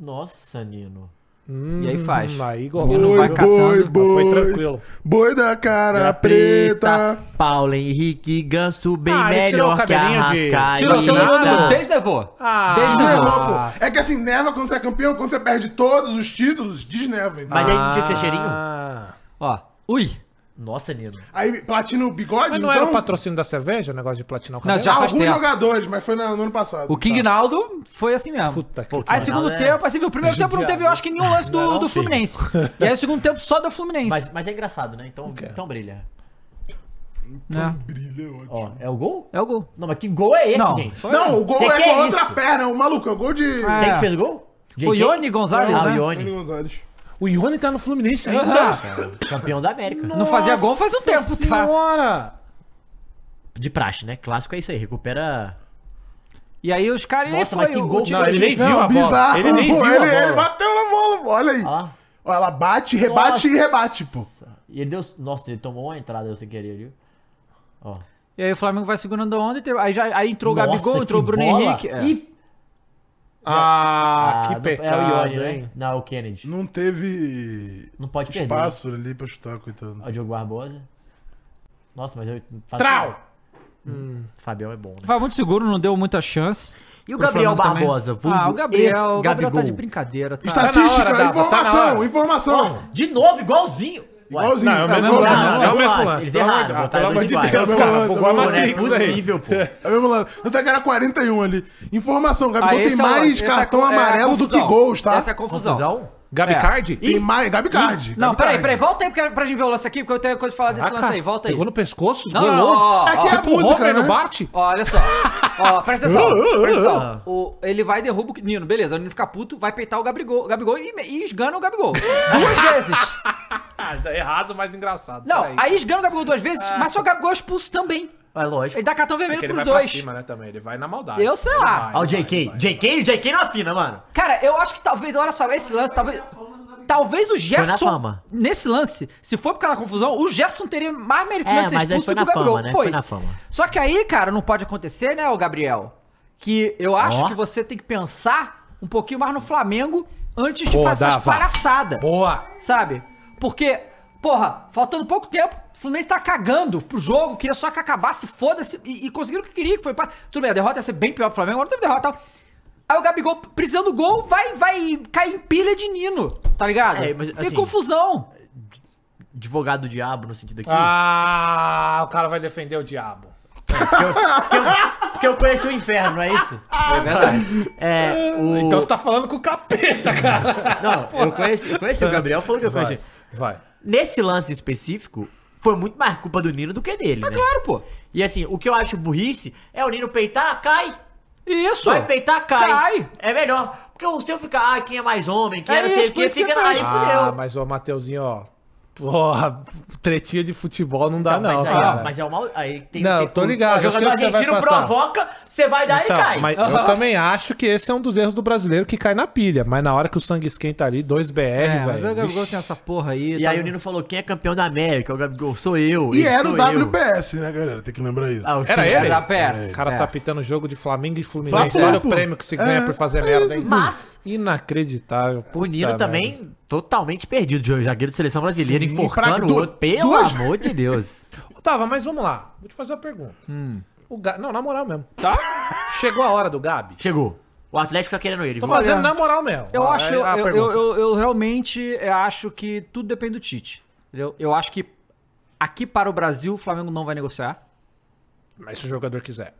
Nossa, Nino. E aí faz. Hum, aí O menino gol. vai Mas catando. boi, boi. Foi tranquilo. Boi da cara preta. Paulo Henrique Ganso bem Ah, ele tirou o melhor que cabelinho de- Arrascaeta. Tirou todo mundo. De... Desnevou. Ah. Desnevou. Ah. Pô, É que assim, neva quando você é campeão, quando você perde todos os títulos, desneva. entendeu? Mas aí não tinha que ser cheirinho? Ah. Ó. Ui. Nossa, Nino. Aí platina o bigode, Mas não era o então. patrocínio da cerveja, o negócio de platinar o Não, cabelo? Ah, já faz Alguns tempo. jogadores, mas foi na- no ano passado. O King Naldo foi assim mesmo. Puta que Pô, Aí Ronaldo segundo é- tempo, aí você viu, o primeiro tempo não Judiado. teve, eu acho que nenhum lance Não é do, não, do filho? Fluminense. E aí o segundo tempo só do Fluminense. Mas, mas é engraçado, né? Então, então brilha. né? Brilha, ótimo. Ó, é o gol? É o gol. Não, mas que gol é esse, Não. gente? Foi- Não, o gol Que é que com é a outra isso? perna. O maluco é o gol de. Ah, Quem É. que fez o gol? Foi o JK? Ione Gonzalez, Ah, o né? Ione. Dani Gonzalez. O Ione tá no Fluminense ainda. É Campeão da América. Não fazia gol faz um Nossa tempo, tá? senhora. De praxe, né? Clássico é isso aí. Recupera. E aí os caras... e aí Nossa, foi mas que o- o gol, time- Não, ele nem viu Não, a bola. bizarro. Ele nem pô, viu a ele, ele bola. bateu na bola, pô, olha aí. Ah. Ó, ela bate, rebate e Nossa. rebate, pô. E ele deu. Nossa, ele tomou uma entrada sem querer, viu? Ó. E aí o Flamengo vai segurando a onda e teve- aí, já, aí entrou o Nossa, Gabigol, que entrou o Bruno bola. Henrique. É. Ih, Ah, que não- É o pecado, Ione, hein? né? Não, é o Kennedy. Não teve Não pode perder. né? espaço ali pra chutar, coitado. Ó, O Diogo Barbosa. Nossa, mas eu. faço- Trau! Fabião é bom, Tá né? Foi muito seguro, não deu muita chance. E o Pro Gabriel Flamengo também. Barbosa? vulgo Ah, o Gabriel, o Gabriel tá ex-Gabigol. de brincadeira, tá? na Estatística, hora, Dava, tá na informação, hora. informação. De novo, igualzinho. Ué, Não, Igualzinho. é o Tá mesmo vendo? lance. não, É o não, mesmo eles lance. Pelo amor erraram, de- botaram Pelo amor dois de iguais. Deus, Tá cara. bom, Bugou a tá bom, Pô, não é Matrix aí. possível, pô. É o mesmo lance. Tanto é que era 41 ali. Informação, Gabigol Ah, tem esse é o- mais esse é a cartão co- é a amarelo do que confusão. gols, tá? Essa é a confusão. Confusão? Gabi É. Cardi? Tem mais. Gabi Card. Não, Gabi peraí, Card. peraí, volta aí porque- pra gente ver o lance aqui, porque eu tenho coisa pra falar desse Caraca, lance aí, volta aí. Pegou no pescoço, Não, esgolou. não, não, ó, É que é a Tipo o música, Homer né? no Bart. Ó, olha só. Ó, presta atenção. presta atenção. O, ele vai e derruba o Nino, beleza. O Nino fica puto, vai peitar o Gabigol, o Gabigol e, e esgana o Gabigol. Duas vezes. Ah, tá errado, mas engraçado. Não, Peraí. aí esgana o Gabigol duas vezes, mas só o Gabigol é expulso também. É lógico. Ele dá cartão É vermelho que ele pros vai dois. pra cima, né, também. Ele vai na maldade. Eu sei Ele lá. vai, Ó, o vai, JK. vai. JK, JK não afina, mano. Cara, eu acho que talvez, olha só, esse lance, talvez. Talvez o Gerson. fama. Nesse lance, se for por causa da confusão, o Gerson teria mais É, merecimento de ser mas aí expulso foi do que o na Gabriel. fama, né? Foi na fama. Só que aí, cara, não pode acontecer, né, o Gabriel? Que eu acho Ó. que você tem que pensar um pouquinho mais no Flamengo antes de Pô, fazer as Dava. palhaçadas. Boa. Sabe? Porque, porra, faltando pouco tempo, o Fluminense tá cagando pro jogo, queria só que acabasse, foda-se, e, e conseguiram o que queria, que foi pra... Tudo bem, a derrota ia ser bem pior pro Flamengo, agora não teve derrota e tal. Aí o Gabigol, precisando do gol, vai, vai cair em pilha de Nino, tá ligado? É, mas, Tem assim, confusão. Advogado do diabo, no sentido aqui. Ah, o cara vai defender o diabo. Porque eu conheci o inferno, não é isso? É verdade. É, o... Então você tá falando com o capeta, cara. Não, eu conheci, eu conheci o Gabriel, falou que eu conheci. Vai. Nesse lance específico, foi muito mais culpa do Nino do que dele, Ah, né? Claro, pô. E assim, o que eu acho burrice é o Nino peitar, cai. Isso. Vai peitar, cai. Cai. É melhor. Porque o seu fica, ah, quem é mais homem, quem É é não sei isso, o por que, isso que fica eu aí, falei. Ah, fudeu. mas o Mateuzinho, ó. Porra, tretinha de futebol não dá, Então, Ah, não, mas, aí, cara. ó, mas é o mal. Aí tem, Não, tem- eu tô o- ligado, O eu sei jogador o que você vai argentino passar. provoca, você vai dar, Então, ele cai. mas eu também acho que esse é um dos erros do brasileiro que cai na pilha. Mas na hora que o sangue esquenta ali, 2 BR, É, velho. mas o Gabigol vixe. tem essa porra aí. E tá- aí o Nino falou: quem é campeão da América? O Gabigol sou eu. E ele era o sou eu. WPS, né, galera? Tem que lembrar isso. Ah, o Era Sim, ele? da O PS. cara É. tá pitando jogo de Flamengo e Fluminense. Flamengo, Olha o pô. prêmio que se ganha É, por fazer merda, hein? Mas- Inacreditável. O Nino Puta também merda. totalmente perdido, jo- zagueiro de seleção brasileira, Sim, pra- enforcando du- o outro. Pelo duas- amor de Deus. Ô, Tava, mas vamos lá. Vou te fazer uma pergunta. Hum. O Ga- Não, na moral mesmo. Tá? Chegou a hora do Gabi. Chegou. O Atlético tá querendo ele. Tô viu? fazendo na moral mesmo. Eu Ah, acho, é a eu, eu, pergunta. eu, eu realmente é, acho que tudo depende do Tite. Entendeu? Eu acho que aqui para o Brasil o Flamengo não vai negociar. Mas se o jogador quiser.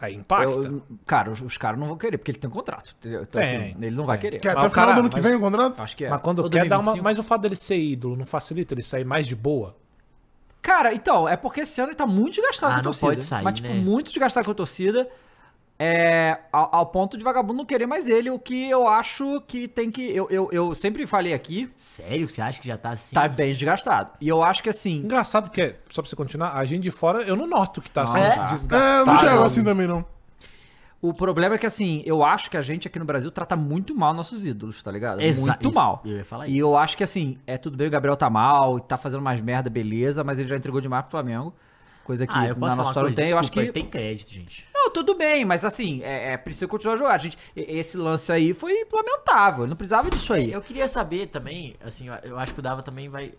Aí impacta. Eu- cara, os, os caras não vão querer, porque ele tem um contrato. entendeu? Então, Tem, É. assim, ele não vai querer. Que até Mas o o final cara- do ano que mas- vem o contrato? Acho que é. Mas quando Ou quer dar uma. 2025. Mas o fato dele ser ídolo não facilita ele sair mais de boa? Cara, então, é porque esse ano ele tá muito desgastado Ah, com a não torcida. pode sair, mas, tipo, né? muito desgastado com a torcida. É, ao, ao ponto de vagabundo não querer mais ele, o que eu acho que tem que. Eu, eu, eu sempre falei aqui, Sério? Você acha que já tá assim? tá bem desgastado. E eu acho que assim. Engraçado porque, só pra você continuar, a gente de fora, eu não noto que tá assim, é? É, desgastado. não chegou assim também, não. O problema é que, assim, eu acho que a gente aqui no Brasil trata muito mal nossos ídolos, tá ligado? Exa- muito isso, mal. eu ia falar E isso. eu acho que, assim, é tudo bem, o Gabriel tá mal, tá fazendo umas merda, beleza, mas ele já entregou demais pro Flamengo. Coisa que Ah, eu posso na falar nossa uma história coisa? não tem. eu acho Desculpa, que. Tem crédito, gente. Não, tudo bem, mas assim, é, é, precisa continuar a jogar. Gente, e- esse lance aí foi lamentável. Não precisava disso aí. É, Eu queria saber também, assim, eu- eu acho que o Dava também vai...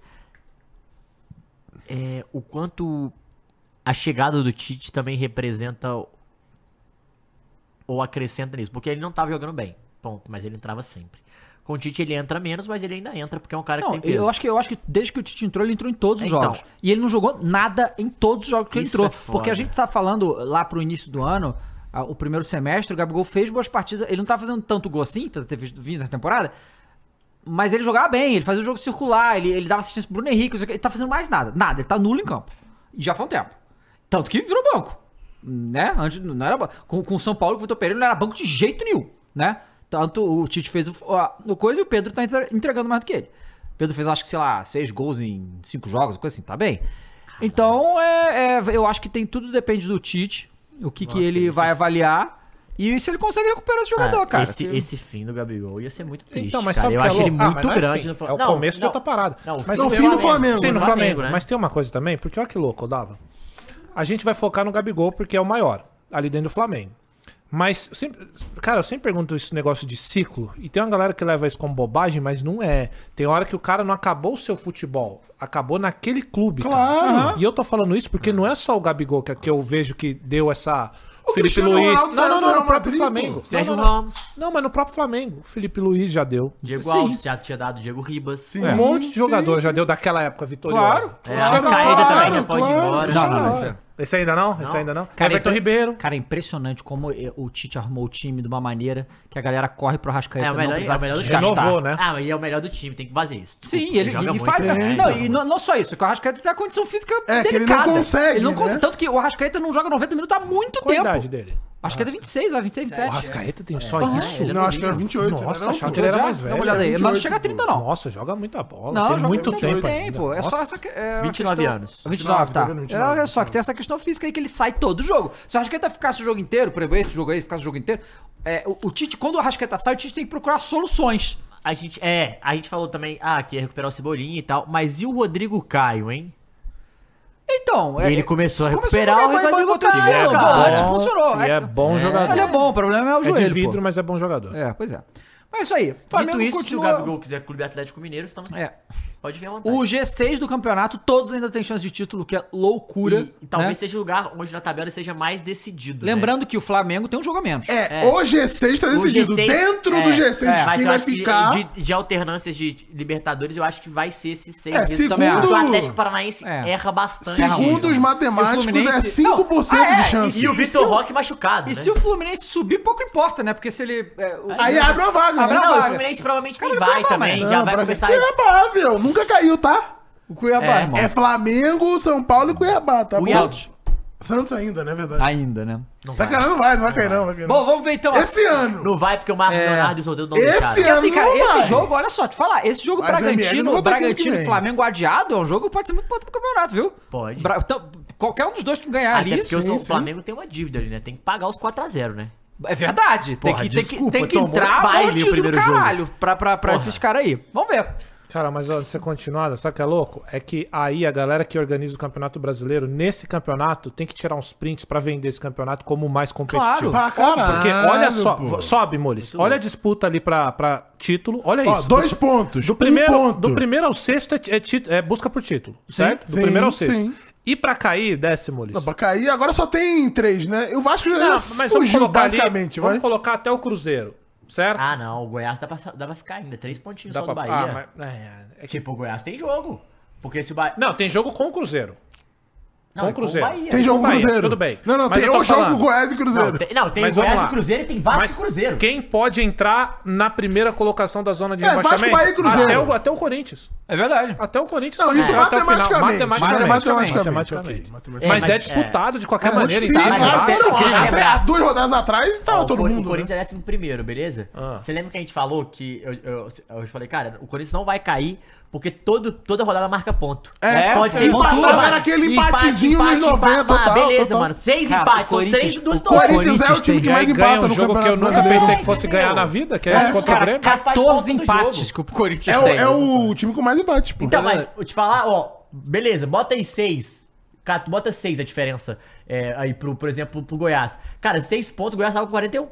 É, o quanto a chegada do Tite também representa o- ou acrescenta nisso. Porque ele não tava jogando bem, ponto, mas ele entrava sempre. Com o Tite ele entra menos, mas ele ainda entra, porque é um cara Não, que tem peso. eu acho que, eu acho que desde que o Tite entrou, ele entrou em todos os Então. jogos. E ele não jogou nada em todos os jogos que ele Isso entrou. é foda. porque a gente tá falando lá pro início do ano, a- o primeiro semestre, o Gabigol fez boas partidas. Ele não tá fazendo tanto gol assim, apesar de ter visto- vindo na temporada. Mas ele jogava bem, ele fazia o jogo circular, ele, ele dava assistência pro Bruno Henrique, não sei o quê. ele tá fazendo mais nada. Nada, ele tá nulo em campo. E já foi um tempo. Tanto que virou banco. Né? Antes não era ba- com, com o São Paulo, que o Vitor Pereira não era banco de jeito nenhum, né? Tanto o Tite fez o, a- o coisa e o Pedro tá entre- entregando mais do que ele. O Pedro fez, acho que, sei lá, seis gols em cinco jogos, coisa assim, tá bem? Então, é, é, eu acho que tem tudo depende do Tite, o que, que Nossa, ele esse- vai avaliar e se ele consegue recuperar esse é jogador, Ah, cara. Esse, Que- esse fim do Gabigol ia ser muito triste. Então, mas cara. sabe eu que é acho ele louco? Ah, muito mas não é grande. fim. no Fla- É o Não, começo de não. outra parada. Não, Mas no tem- fim do Flamengo, Tem no né? Flamengo, Flamengo, né? mas tem uma coisa também, porque olha que louco, Dava. A gente vai focar no Gabigol porque é o maior, ali dentro do Flamengo. Mas, eu sempre, cara, eu sempre pergunto esse negócio de ciclo, e tem uma galera que leva isso como bobagem, mas não é. Tem hora que o cara não acabou o seu futebol, acabou naquele clube. cara. Uhum. Claro. E eu tô falando isso porque não é só o Gabigol que, que eu vejo que deu essa. O Cristiano Ronaldo Não, saiu não, do não, Real no próprio Madrid, pô. Flamengo. Não, Sérgio não, não. Ramos, Não, mas no próprio Flamengo. Felipe Luiz já deu. Diego Sim. Alves, já tinha dado Diego Ribas. Sim. Um monte de sim, jogador sim. já deu daquela época vitoriosa. Claro. É, Claro, Arrascaeta também, né? claro, Pode ir claro. embora. Não, não, não, isso é- Esse ainda não? Esse ainda não? Everton impre- Ribeiro. Cara, é impressionante como eh, o Tite armou o time de uma maneira que a galera corre pro Arrascaeta É o não melhor, é precisar o melhor se do time. desgastar. Renovou, né? Ah, mas ele é o melhor do time, tem que fazer isso. Desculpa, Sim, ele, e- e faz. É, Tem, Então. não, então. joga e não, não só isso, que o Arrascaeta tem a condição física É, que ele não delicada. consegue, Ele não consegue. né? Tanto que o Arrascaeta não joga 90 minutos há muito Qual a tempo. idade dele? Acho que é 26, vai 26, 27. O Rascaeta tem só isso? Não, acho que era 28. Nossa, né? achava Não, que ele era Já? mais Dá uma velho. olhada aí, mas não 28, chega a 30 não. Nossa, joga muita bola. Não, tem joga muito muito tempo. ainda. tempo. É só Nossa. essa que- é, 29 questão- anos. 29, tá. Tá vendo? 29. Olha só, que tem essa questão física aí que ele sai todo jogo. Se o Arrascaeta ficasse o jogo inteiro, por exemplo, esse jogo aí ficasse o jogo inteiro, é, o, o Tite, quando o Arrascaeta sai, o Tite tem que procurar soluções. A gente, é, a gente falou também, ah, que ia recuperar o Cebolinha e tal, mas e o Rodrigo Caio, hein? Então, E ele começou a recuperar o Rodrigo Rodrigo Caio, Caio, cara. cara. E é Antes funcionou. E é bom jogador. Ele é bom, o problema é o É joelho, de pô. vidro, mas é bom jogador. É, pois é. Mas é isso aí. Dito Flamengo isso, continua... se o Gabigol quiser Clube Atlético Mineiro, estamos... É. Pode vir à vontade. O G6 do campeonato, todos ainda têm chance de título, que é loucura. E- e talvez né? seja o lugar onde na tabela seja mais decidido. né? Lembrando que o Flamengo tem um jogo a menos. É, o G6 tá O decidido. G6 Dentro é, do G6, é, mas quem eu vai acho que ficar. De, de alternâncias de Libertadores, eu acho que vai ser esse 6. É, também acho. segundo, O Atlético Paranaense É. erra bastante. segundo os matemáticos, E o Fluminense- é 5% Não, ah, é, de chance. né? E o Vitor Roque machucado, E né? se o Fluminense subir, pouco importa, né? Porque se ele. é, o- Aí abre uma vaga, Abre né? uma Não, o vaga. Fluminense provavelmente Cara, nem vai vai acabar, também. mano. Já vai pra- começar... Cuiabá, meu. Nunca caiu, tá? O Cuiabá, É. irmão. É Flamengo, São Paulo e Cuiabá, tá O bom? Santos. Santos ainda, né? Verdade. Ainda, né? Sacanagem não vai, não vai cair, não. Vai cair, não. Bom, vamos ver então. Esse ano. é um Não vai porque o Marcos É. Leonardo e o Soteldo não né? Esse Porque assim, cara, Não esse vai. jogo, olha só, te falar, esse jogo Mas o ML não Bragantino, vai estar aqui ano que Bragantino e vem. Flamengo adiado é um jogo que pode ser muito importante pro campeonato, viu? Pode. Bra- então, qualquer um dos dois que ganhar Até ali. porque o sim, São- o sim. Flamengo tem uma dívida ali, né? Tem que pagar os 4x0, né? É verdade. tem Porra, que, tem desculpa, que, tem que tomou um entrar baile o batido primeiro do jogo. caralho pra, pra, pra Porra. esses caras aí. Vamos ver. Cara, mas ó, antes de você continuar, sabe o que é louco? É que aí a galera que organiza o Campeonato Brasileiro, nesse campeonato, tem que tirar uns prints pra vender esse campeonato como o mais competitivo. Claro. Pra caralho, Porque olha só, pô. sobe, Moles. Olha a disputa ali pra, pra título. Olha Ó, isso. dois pontos. um Do primeiro, do primeiro ao sexto é, ti- é ti- é busca por título, certo? Do sim, primeiro ao sexto. sim. E pra cair, desce, Moles. Não, pra cair, agora só tem três, né? E O Vasco já Não, fugiu, mas vamos colocar ali- basicamente, vamos vai. colocar até o Cruzeiro, certo? Ah, não. O Goiás dá pra, dá pra ficar ainda. Três pontinhos só do Bahia. ah, mas- é, é que- Tipo, o Goiás tem jogo. Porque se o Bahia... Não, tem jogo com o Cruzeiro. Não, com o é Cruzeiro. Bahia. Tem jogo Bahia, Cruzeiro. tudo bem. Não, não, Mas tem é eu tô o jogo falando. Goiás e Cruzeiro. Não, tem, não, tem Mas vamos Goiás lá. e Cruzeiro e tem Vasco Mas e Cruzeiro. Quem pode entrar na primeira colocação da zona de É, Vasco, rebaixamento? Bahia e Cruzeiro. Até o, até o Corinthians. É verdade. Até o Corinthians. Não, pode isso entrar até o final. matematicamente. é Matematicamente. Matematicamente. Matematicamente, ok, Mas, matematicamente. mas é é- disputado de É, qualquer muito maneira. difícil, então, mas vai. é- mas foram tem que até lembrar. duas rodadas atrás e Ó, tava o todo Cor- mundo. O né? Corinthians é décimo primeiro, beleza? Ah. Você lembra que a gente falou que... Eu, eu, eu falei, cara, o Corinthians não vai cair porque todo, toda rodada marca ponto. É, pode sim. ser Empatava, ponto, era mano. aquele Empate, empatezinho empate, nos empate, 90 ah, tal, Beleza, total. mano. Seis Cara, empates, o são Corinthians- três dos O o dois. tá. Corinthians é o time que E aí mais ganha empata um no jogo que eu Campeonato nunca pensei Brasileiro. que fosse ganhar na vida, que é É, esse contra o cara, Grêmio. cara, faz 14 ponto do jogo. empates que o Corinthians É o, tem. é o time com mais empate, pô. Então, mas eu te falar, ó, beleza, bota aí seis. Cara, tu bota seis a diferença é, aí, pro, por exemplo, pro Goiás. Cara, seis pontos, o Goiás tava com 41.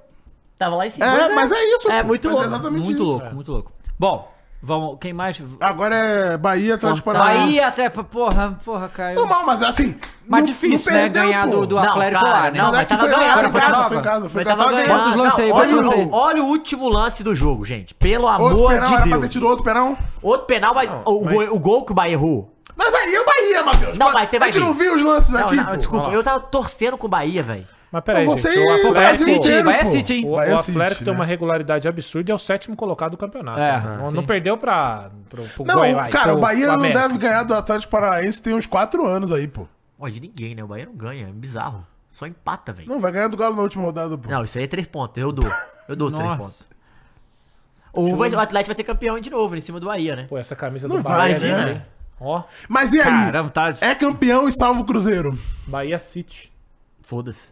Tava lá em cima. É, Pois mas é isso, É pô. muito Mas é louco. exatamente Muito isso. louco, muito louco. Bom, vamos. Quem mais? Agora é Bahia, Atlético Paranaense. Bahia até. Porra, porra, Caio. Não, mal, mas assim. Mas não- difícil, não né? perdeu, Ganhar pô. do, do Não, Atlético cara, lá, né? não, Mas é mas que tava foi ganhando, ganhado, foi foi em casa, nova. foi em casa, foi Mas em casa, tava tava ganhando. ganhado. Quantos lances aí? Não, olha, Quantos o- lances aí? olha o último lance do jogo, gente. Pelo Outro amor penal, de era pra Deus. ter tido outro penal. Outro penal, mas, o, mas- gol- o gol que o Bahia errou. Mas aí é o Bahia, Matheus. Não, mas você vai A gente ver. não viu os lances Não, aqui, não, pô. desculpa, Vamos lá. eu tava torcendo com o Bahia, velho. é Mas peraí, Não, você gente. O e o Atlético, Bahia Brasil City, inteiro, Bahia pô. City, hein? é o- o Bahia Atlético City, tem né? uma regularidade absurda e é o sétimo colocado do campeonato. É, né? não, sim. não perdeu pra, pro, pro Não, Goiás, cara, pro o então, Bahia não América. deve ganhar do Atlético Paranaense tem uns 4 anos aí, pô. Ó, de ninguém, né? O Bahia não ganha, é bizarro. Só empata, velho. Não, vai ganhar do Galo na última rodada, pô. Não, isso aí é três pontos. Eu dou. Eu dou os três Nossa. pontos. Ou vai- o Atlético vai ser campeão de novo, em cima do Bahia, né? Pô, essa camisa do Não Bahia, vai, né? né? velho? Ó, Mas e aí? Caramba, tá. É campeão e salva o Cruzeiro. Bahia City. Foda-se.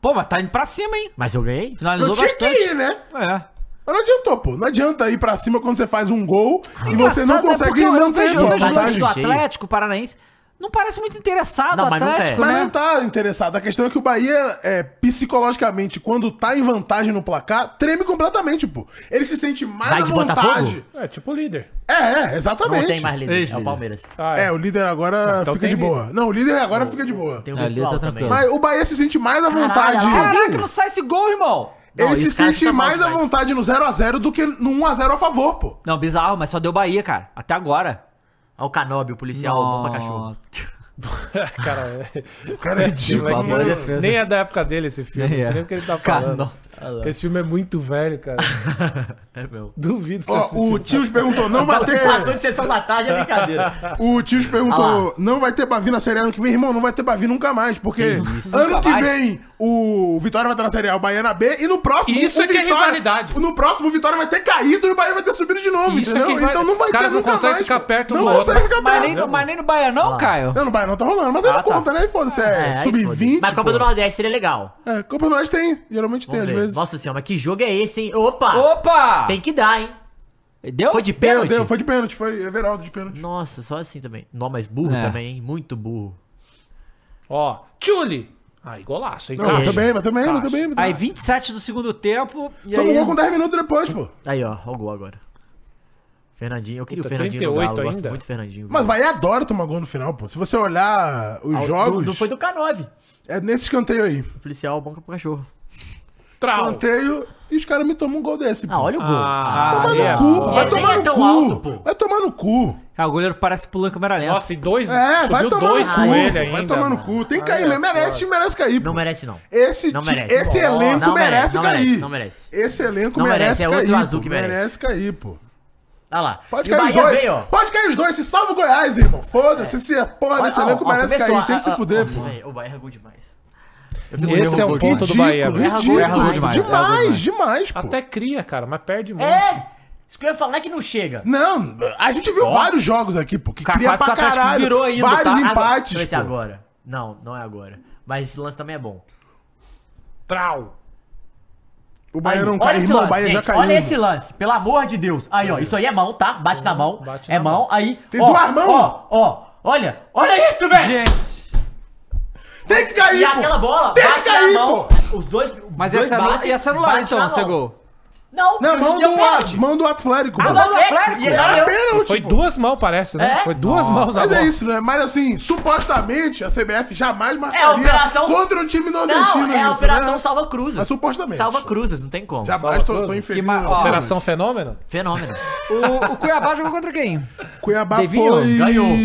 Pô, mas tá indo pra cima, hein? Mas Ah, eu ganhei. Não é Finalizou tinha bastante. que ir, né? É. Mas não adiantou, pô. Não adianta ir pra cima quando você faz um gol e você não Engraçado, né? Porque consegue eu- eu manter vejo- a Eu boa vejo o lance vantagem. do vantagem. Atlético Paranaense. Não parece muito interessado Não, o mas não Atlético, tem. Mas né? não tá interessado. A questão é que o Bahia, é, psicologicamente, quando tá em vantagem no placar, treme completamente, pô. Ele se sente mais Vai à de Botafogo? vontade. É, tipo líder. É, é, exatamente. Não tem mais líder. É Ex-líder. o Palmeiras. Ah, É, o líder agora Então fica de tem líder. um boa. Não, o líder agora fica de boa. Tem o É, ali virtual tá também. tranquilo. Mas o Bahia se sente mais à vontade. Caraca, não sai esse gol, irmão! é Não, ele se esse cara sente tá mal mais à demais. vontade no 0x0 do que no 1x0 a favor, pô. Não, bizarro, mas só deu Bahia, cara. Até agora. é Olha o Canobi, o policial, bom pra cachorro. Nossa. Cara, é- O cara é ridículo. Moleque, favor, defesa. nem é da época dele esse filme. Não sei nem o que ele tá falando. Caramba. Esse filme é muito velho, cara. É meu. Duvido você Ó, assistir o essa Tios perguntou, não vai ter... Passou de sessão da tarde é brincadeira. O Tios Ah perguntou, não vai ter Bavi na Série A ano que vem, irmão, não vai ter Bavi nunca mais, porque ano Nunca que mais? vem o Vitória vai estar na Série A, o Bahia na B, e no próximo Isso o é que é rivalidade. No próximo o Vitória vai ter caído e o Bahia vai ter subido de novo, Isso é entendeu? que vai- então não vai os caras ter não nunca conseguem mais, ficar pô. perto não do outro. consegue ficar Mas nem, perto. no- mas nem no Bahia não, Caio? Não, no Bahia não tá rolando, mas aí não Ah, tá. conta, né? E foda-se, é, Ah aí, sub-20, foda-se. Mas Copa pô. do Nordeste seria legal. É, Copa do Nordeste tem, geralmente tem, Vamos às ver. vezes. Nossa senhora, mas que jogo é esse, hein? Opa! Opa! Tem que dar, hein? Deu? Foi de Deu, pênalti? deu, foi de pênalti, foi Everaldo de pênalti. Nossa, só assim também. Não, mas burro É. também, hein? Muito burro. Ó, Tchuli! Aí, golaço, hein, Não, cara? mas também, mas também, mas também, mas Aí também. 27 do segundo tempo e Tomou aí... um gol com 10 minutos depois, pô. Aí, ó, ó o gol agora. Fernandinho, eu queria Puta, o Fernandinho no Galo, 38 eu gosto ainda? muito do Fernandinho. Mas o Bahia adora tomar gol no final, pô. Se você olhar os Ah, o- jogos, do- do- foi do K9. é nesse escanteio aí. O policial banca pro cachorro. Trau! Escanteio e os caras me tomam um gol desse, pô. Ah, olha o gol. Ah, Vai tomar é, no cu, foda. vai Ele tomar nem é no tão cu. alto, pô. Vai tomar no cu. Ah, o goleiro parece pulando em câmera lenta. Nossa, e dois. É, vai subiu tomar no dois cu. com ele ainda. vai tomar no mano. cu. Tem que Olha cair, mesmo. só. merece, time merece cair. pô. Não merece, não. Esse, Não ti- merece. esse Não, elenco não merece, merece não cair. merece, não merece. Esse elenco Não merece, merece, é outro cair. azul pô. que merece. cair, pô. Olha Tá lá. Pode E o cair os Bahia dois. veio, ó. É. Pode cair os dois. Se salva o Goiás, irmão. Foda-se. Se a porra desse Ó, ó, elenco ó, merece começou, cair. Tem ó, que se ó, fuder, nossa, pô. velho, O Bahia erra gol demais. Esse é um ponto do Ridículo, Bahia, velho. ridículo. Erra gol demais, Demais, demais, pô. Até cria, cara, mas perde muito. É! Isso que eu ia falar é que não chega. Não, a gente viu vários jogos aqui, pô, que Ca- cria quase que tá, pra o Atlético caralho. virou ainda, vários tá? empates, Não, esse é pô. agora. Não, não é agora. Mas esse lance também é bom. Trau! O Bahia Aí, não olha cai, esse irmão, o lance, Bahia já gente, caiu. Olha esse lance, pelo amor de Deus. Aí, ó, isso aí é mão, tá? Bate na mão. Uhum, Bate é na mão, aí. Tem ó, duas mãos? Ó, ó, olha, olha isso, velho. Gente, Tem que E cair, pô. aquela bola Tem que bate cair, na mão. Os dois. mas os dois essa é anula, batem, ia anular bate então, na esse é mão. gol. Não, Não, porque mão deu do, pênalti. at, mão do Atlético, Ah, mano. mão do Atlético. E ele Era deu. é pênalti, Foi pô. duas mãos, parece, né? É? Foi duas mãos na Mas bola. é isso, né? Mas assim, supostamente a CBF jamais marcaria É, operação- contra o time nordestino. Não, é a isso, operação né? salva cruzes. Mas supostamente. Salva cruzes, não tem como. Jamais tô, tô Salva infeliz. Que ma- ó, Operação Fenômeno? Fenômeno. O, o Cuiabá jogou contra quem? Cuiabá Devinho, foi... ganhou.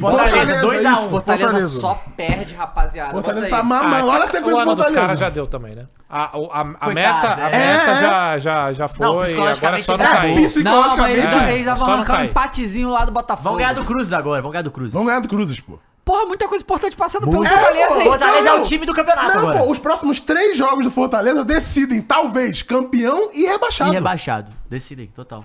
Fortaleza, 2 a 1. isso, Fortaleza, Fortaleza. só perde, rapaziada. um. Fortaleza Bota aí. tá Ah, mamando. Olha a Ah, o sequência ano do dos caras Fortaleza. já deu também, né? A, o- a, a Coitado, meta, a é. meta É, é. já, já, já foi, agora é psicologicamente assim. só não tem que É, cair. Não, mas psicologicamente... eles, É, eles só estavam não arrancando um cai. empatezinho lá do Botafogo. Vão ganhar do Cruzes agora, vão ganhar do Cruzes. Vão ganhar do Cruzes, pô. Porra, muita coisa importante passando pelo Muito. Fortaleza, É, hein? pô, Fortaleza Não, é o não. time do campeonato Não, agora. pô, os próximos três jogos do Fortaleza decidem, talvez, campeão e rebaixado. E rebaixado. Decidem, total.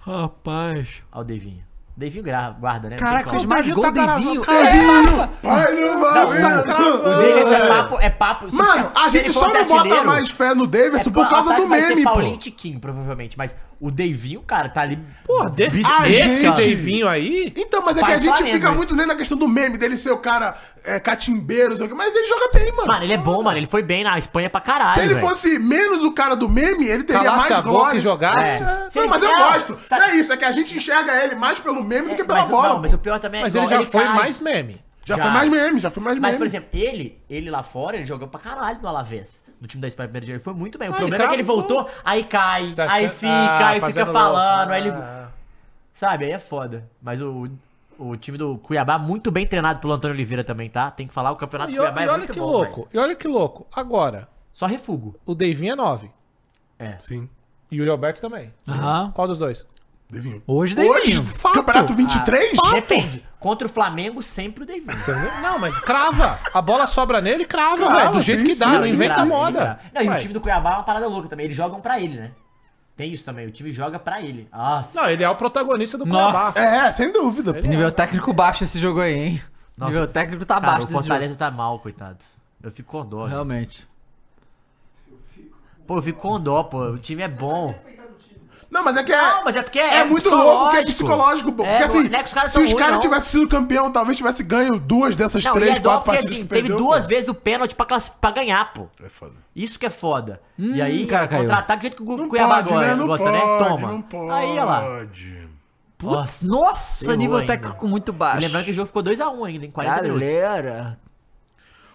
Rapaz. Olha o Devinho. Devinho gra- guarda, né? Não Caraca, tem fez como. mais Davi gol tá do gravando. Vinho. Devinho, Vai, não vai, não O vai. Davidson é papo, é papo. se Mano, ficar- a se ele gente só fosse não bota artilheiro, mais fé no é Davidson por pa- causa vai- do vai ser meme, Paulinho e pô. Tiquinho, provavelmente, mas o Devinho, cara, tá ali. Pô, desse, Biscoito, esse cara. Deivinho aí... Então, mas é que Vai a gente Flamengo, fica isso. muito nele na questão do meme, dele ser o cara é, catimbeiro, não sei o quê, mas ele joga bem, mano. Mano, ele é bom, mano. Ele foi bem na Espanha pra caralho. Se ele velho. fosse menos o cara do meme, ele teria Calasse a mais boca e glória. jogasse. Se Não, ele- mas eu É. não, gosto. sabe- Não é isso, é que a gente enxerga ele mais pelo meme do que É, pela mas, o- bola. Não, pô. mas o pior também é Mas igual, ele já foi cai. mais meme. Já, Já. foi mais meme, já foi mais Mas, meme. por exemplo, ele, ele lá fora, ele jogou pra caralho no Alavés. No time da Espanha primeiro dia, ele foi muito bem. O Ah, problema ele é que ele caiu, voltou, aí cai, Se achando- aí fica, Ah, aí fica fazendo falando, louco. aí ele. Ah. Sabe, aí é foda. Mas o, o time do Cuiabá, muito bem treinado pelo Antônio Oliveira também, tá? Tem que falar, o campeonato E, do o- Cuiabá e é olha muito que bom. louco, velho. e olha que louco. Agora, Só refugo. o Deivinho é 9 É. Sim. e o Roberto também. Aham. Qual dos dois? Devinho. Hoje daí. Hoje, Campeonato 23? Ah, Depende. Contra o Flamengo, sempre o David. Ah. Você não- Não, mas crava. A bola sobra nele e crava, Ah, Crava, velho. Do jeito sim, que dá, sim, não sim, inventa crava, moda. Não, e o Ué. time do Cuiabá é uma parada louca também. Eles jogam pra ele, né? Tem isso também. O time joga pra ele. Nossa. Não, ele é o protagonista do Nossa. Cuiabá. É, sem dúvida. pô. Nível técnico baixo esse jogo aí, hein? Nossa. Nível técnico tá Cara, baixo o desse jogo. Fortaleza tá mal, coitado. Eu fico com dó. velho. Realmente. Pô, eu fico com dó, pô. O time é bom. Não, mas é que é. Não, mas é porque é é muito louco que é psicológico, psicológico. pô. É, Porque assim, não é que os caras se são os ruins, caras não. tivessem sido campeão, talvez tivesse ganho duas dessas Não, e três, é dó quatro porque partidas assim, que teve perdeu, duas pô. vezes o pênalti pra, class- pra ganhar, pô. É foda. Isso que é foda. e Hum, aí, cara, caiu. contra-ataque do jeito que o Não Cuiabá pode, agora né? Não gosta, pode, né? Toma. Não pode. Aí, olha lá. Putz, Nossa. nossa, ferrou nível ainda. técnico muito E baixo. um Lembrando que o jogo ficou 2x1 ainda, em 40 minutos. Galera.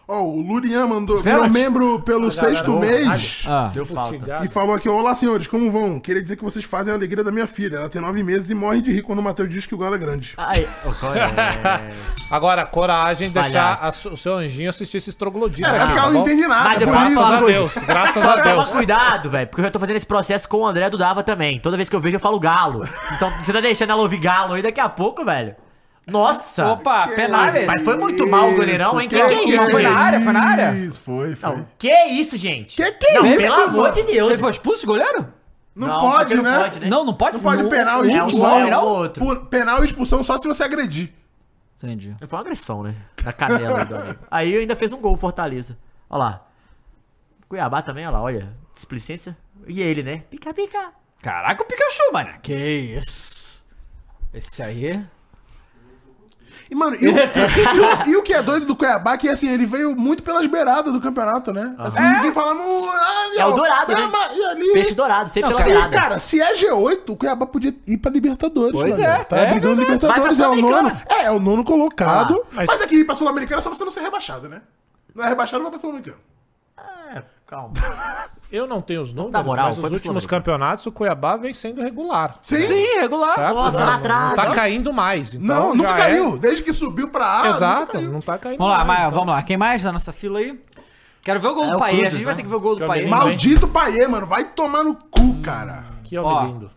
Ó, o Lurian mandou, virou membro pelo sexto mês. Ah. Deu falta. Obrigado. E falou aqui, olá senhores, como vão? Queria dizer que vocês fazem a alegria da minha filha. Ela tem nove meses e morre de rir quando o Matheus diz que o galo é grande. Aí, ô, qual é? Agora, coragem de deixar Palhaço. a su- o seu anjinho assistir esse estroglodinho. É, aqui, porque tá ela não bom? entende nada. Mas é por pra isso. falar Graças a Deus, graças a Só toma Deus. cuidado, velho, porque eu já tô fazendo esse processo com o André do Dava também. Toda vez que eu vejo, eu falo galo. Então você tá deixando ela ouvir galo aí daqui a pouco, velho. Nossa! Opa, penales. Mas foi muito mal o goleirão, hein? Que que é isso, Foi na gente? área, foi na área? Isso, foi, foi. Não, que isso, gente? Que que é não, isso, Pelo amor mano? de Ele Deus. foi expulso, goleiro? Não, Não, pode, né? porque não Não pode, pode, né? Não, não pode pode o- penal o- e é um expulsão. goleirão outro. Por- penal e expulsão só se você agredir. Entendi. Foi uma agressão, né? Na canela. do amigo. aí ainda fez um gol, Fortaleza. Olha lá. Cuiabá também, olha lá, olha. Displicência. E ele, né? Pica, pica. Caraca, o Pikachu, mano. Que isso. Esse aí. E, mano, e o, e o- e o que é doido do Cuiabá é que, assim, ele veio muito pelas beiradas do campeonato, né? Assim, ninguém fala... "Mu- ah, É o ó, dourado, é, né? mas- e ali- Peixe dourado, sempre Não, pela se, beirada. cara, se é G8, o Cuiabá podia ir pra Libertadores. Pois mano. é, Tá é brigando verdade. Libertadores, Vai é pra o nono. Sul-Americana. É, é o nono colocado. Ah, mas- mas... daqui ir pra Sul-Americana é só você não ser rebaixado, né? Não é rebaixado, vai pra Sul-Americana. É, calma. Eu não tenho os números, dá moral, mas foi os pro últimos Flamengo. campeonatos o Cuiabá vem sendo regular. Sim. Sim, regular. Sabe? Nossa, lá atrás. Tá caindo mais. Então Não, nunca já caiu. Desde que subiu pra A. É... nunca Exato, caiu. não tá caindo Vamos lá, mais, mas então. vamos lá. Quem mais da nossa fila aí? Quero ver o gol É do o Paê. Cruzes, A gente né? vai ter que ver o gol do Quero Paê. ver. Mal- Maldito Paê, mano. Vai tomar no cu, cara. Que Ó. homem lindo.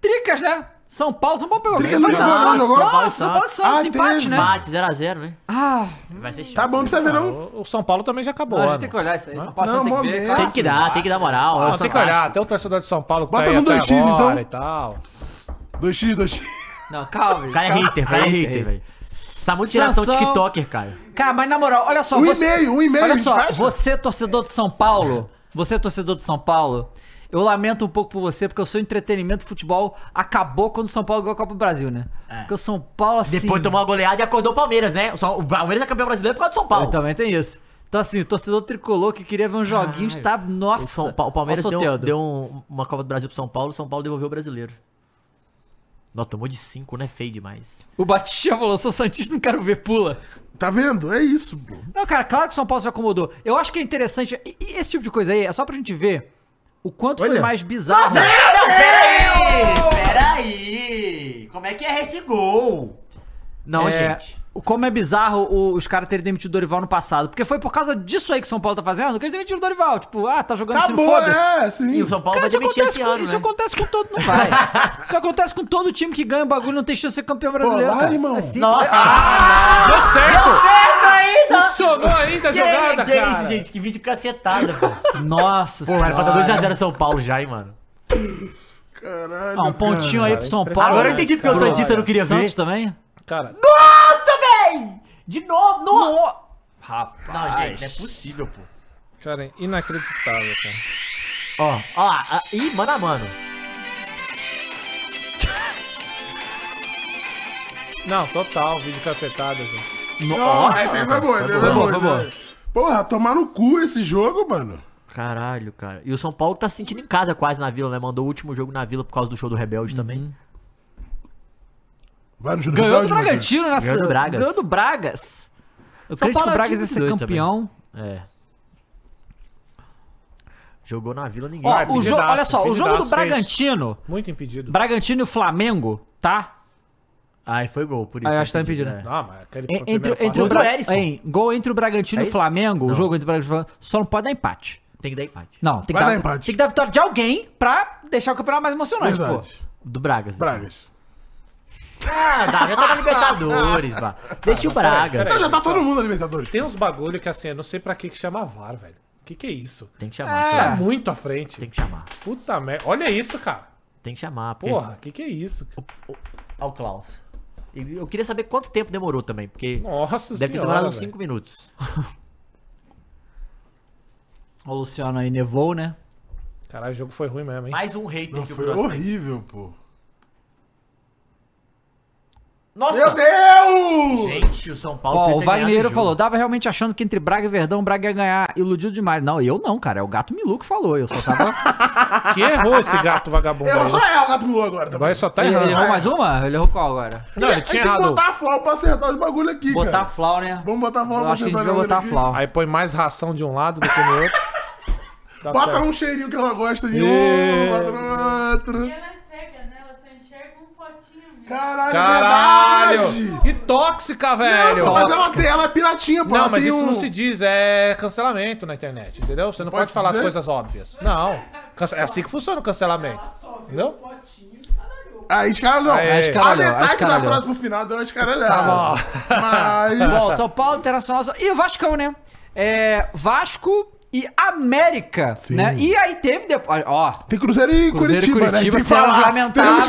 Tricas, né? São Paulo, São Paulo pegou. Tricas São Paulo, não jogou, não jogou? São Paulo, São Paulo, Santos. Santos, Ah, empate, teve. né? Empate, 0x0, né? Ah, Vai ser chato. Tá bom, não precisa ver, não. O o São Paulo também já acabou. não, a gente né? tem que olhar isso aí. São Paulo, Não, Santos tem que ver. momento. Tem que dar, tem que dar moral. é o Não, tem que Santos. olhar, até o torcedor de São Paulo que Bota tá aí no até 2x, agora então. e tal. 2x, 2x. Não, calma. O cara é calma. hater, cara é hater, velho. Tá muito tiração de Sansão. TikToker, cara. Cara, mas na moral, olha só. Um você- e-mail, um e-mail, a Olha gente só, faz, cara. você torcedor de São Paulo, você torcedor de São Paulo, eu lamento um pouco por você, porque o seu entretenimento futebol acabou quando o São Paulo ganhou a Copa do Brasil, né? Porque o São Paulo, assim... É. Depois tomou a goleada e acordou o Palmeiras, né? O São- o Palmeiras é campeão brasileiro por causa do São Paulo. Ele também tem isso. Então, assim, o torcedor tricolor que queria ver uns joguinhos, tá... Nossa! O, São Pa- o Palmeiras Nossa, deu, Teodo. deu um- uma Copa do Brasil pro São Paulo, o São Paulo devolveu o brasileiro. Nossa, tomou de 5, né? Feio demais. O Batista falou, sou Santista, não quero ver, pula. Tá vendo? É isso, pô. Não, cara, claro que o São Paulo se acomodou. Eu acho que é interessante... E, e esse tipo de coisa aí é só pra gente ver o quanto foi mais bizarro... Não, peraí! Peraí! Como é que é esse gol? Não, É, gente. o- Como é bizarro o- os caras terem demitido o Dorival no passado. Porque foi por causa disso aí que o São Paulo tá fazendo que eles demitiram o Dorival. Tipo, ah, tá jogando assim, Acabou, foda-se. é, sim. E o São Paulo vai Cara, isso demitir acontece, esse com, ano, isso né? acontece com todo. Não vai. isso acontece com todo time que ganha o bagulho e não tem chance de ser campeão brasileiro. vai, cara. irmão. É simples. Ah, Nossa! Deu certo! Ah, Certo ainda! Funcionou ainda a Que, é- jogada, que é isso, cara. gente? Que vídeo cacetada, pô. Nossa Pô, era pra senhora. dar 2x0 São Paulo já, hein, mano. Caralho. Ah, um pontinho aí pro São Paulo. Agora eu entendi porque o Caralho. Santista não queria ver. Santos também? Cara, Nossa, véi! De novo, nossa! Rapaz. Não, gente, não é possível, pô. cara, é inacreditável, cara. Ó, ó lá. ah, Ih, mano a mano. Não, total, vídeo cacetado, gente. Nossa, essa tá aí foi boa, essa aí foi boa. boa, essa aí foi boa. Porra, tomar no cu esse jogo, mano. Caralho, cara. E o São Paulo tá se sentindo em casa quase na Vila, né? Mandou o último jogo na Vila por causa do show do Rebelde também. Vai no Júlio Ganhou do Rebelde, mano. Bragantino nessa. Ganhou do Bragas. Ganhou do Bragas. São Eu creio que Paulo o é Bragas ia time ser doido campeão. Uhum. É. Jogou na Vila ninguém. Ó, Vai, o jo- é pedidaço, olha só, o jogo do pedidaço, Bragantino. Muito impedido. Bragantino e o Flamengo, tá? Aí foi gol, por isso. Ah, eu acho que tá impedido, né? Não, mas aquele En- Entre, primeiro entre o passe- Contra o Bra- Erisson. hein, gol entre o Bragantino É e o isso? Bragantino, o Não. jogo entre o Bragantino e o Flamengo, só não pode dar empate. Tem que dar empate. Não, tem que, Vai dar, dar empate. tem que dar vitória de alguém pra deixar o campeonato mais emocionante, pô. Verdade. Do Bragas. Bragas. Ah, dá, já tá na Libertadores, vá. Deixa o Bragas. Ah, já tá todo mundo na Libertadores. Tem uns bagulho que assim, eu não sei pra que que chama VAR, velho. Que que é isso? Tem que Tá chamar, cara. muito à frente. Tem que chamar. Puta merda. Olha isso, cara. Tem que chamar, porque... Porra, que que é isso? cara? Olha o Klaus. E Eu queria saber quanto tempo demorou também, porque Nossa deve ter senhora, demorado uns velho. 5 minutos. O Luciano aí nevou, né? Caralho, o jogo foi ruim mesmo, hein? Mais um hater Não, que o foi Gross tem. horrível, pô. Nossa! Meu Deus! Gente, o São Paulo Ó, o podia ter ganhado Wagner jogo. falou, tava realmente achando que entre Braga e Verdão, o Braga ia ganhar. Iludido demais. Não, eu não, cara. É o gato Milu que falou. Eu só tava. Que errou esse gato vagabundo Eu aí. só erro o gato Milu agora também. Agora só tá ele ele errando. errou mais uma? Ah, Ele errou qual agora? Não, ele a gente tinha tem que errado. botar a Flau pra acertar os bagulho aqui, Botar cara. Flau, né? Vamos botar Flau Eu pra acho que a gente acertar vai os bagulho botar aqui. Flau. tá Aí põe mais ração de um lado do que no outro. Tá Bota certo. um cheirinho que ela gosta de É. um, bota no E outro. ela é cega, né? Ela só enxerga um potinho mesmo. Caralho, é Caralho! verdade! Que tóxica, velho! Não, mas ela tem, ela é piratinha, pô. Não, ela mas tem isso um- não se diz, é cancelamento na internet, entendeu? Você não pode, Pode falar as dizer? coisas óbvias. Não. Cance- É assim que funciona o cancelamento. Entendeu? Ah, escaralhou. Ah, é, a escaralhou, metade escaralhou. da frase pro final deu uma escaralhada. Mas... Tá Bom, São Paulo, Internacional e o Vascão, né? É, Vasco e América, né? E aí teve depois, ó, Tem Cruzeiro e Cruzeiro e Curitiba, né? A gente Curitiba tem que serão falar. lamentáveis.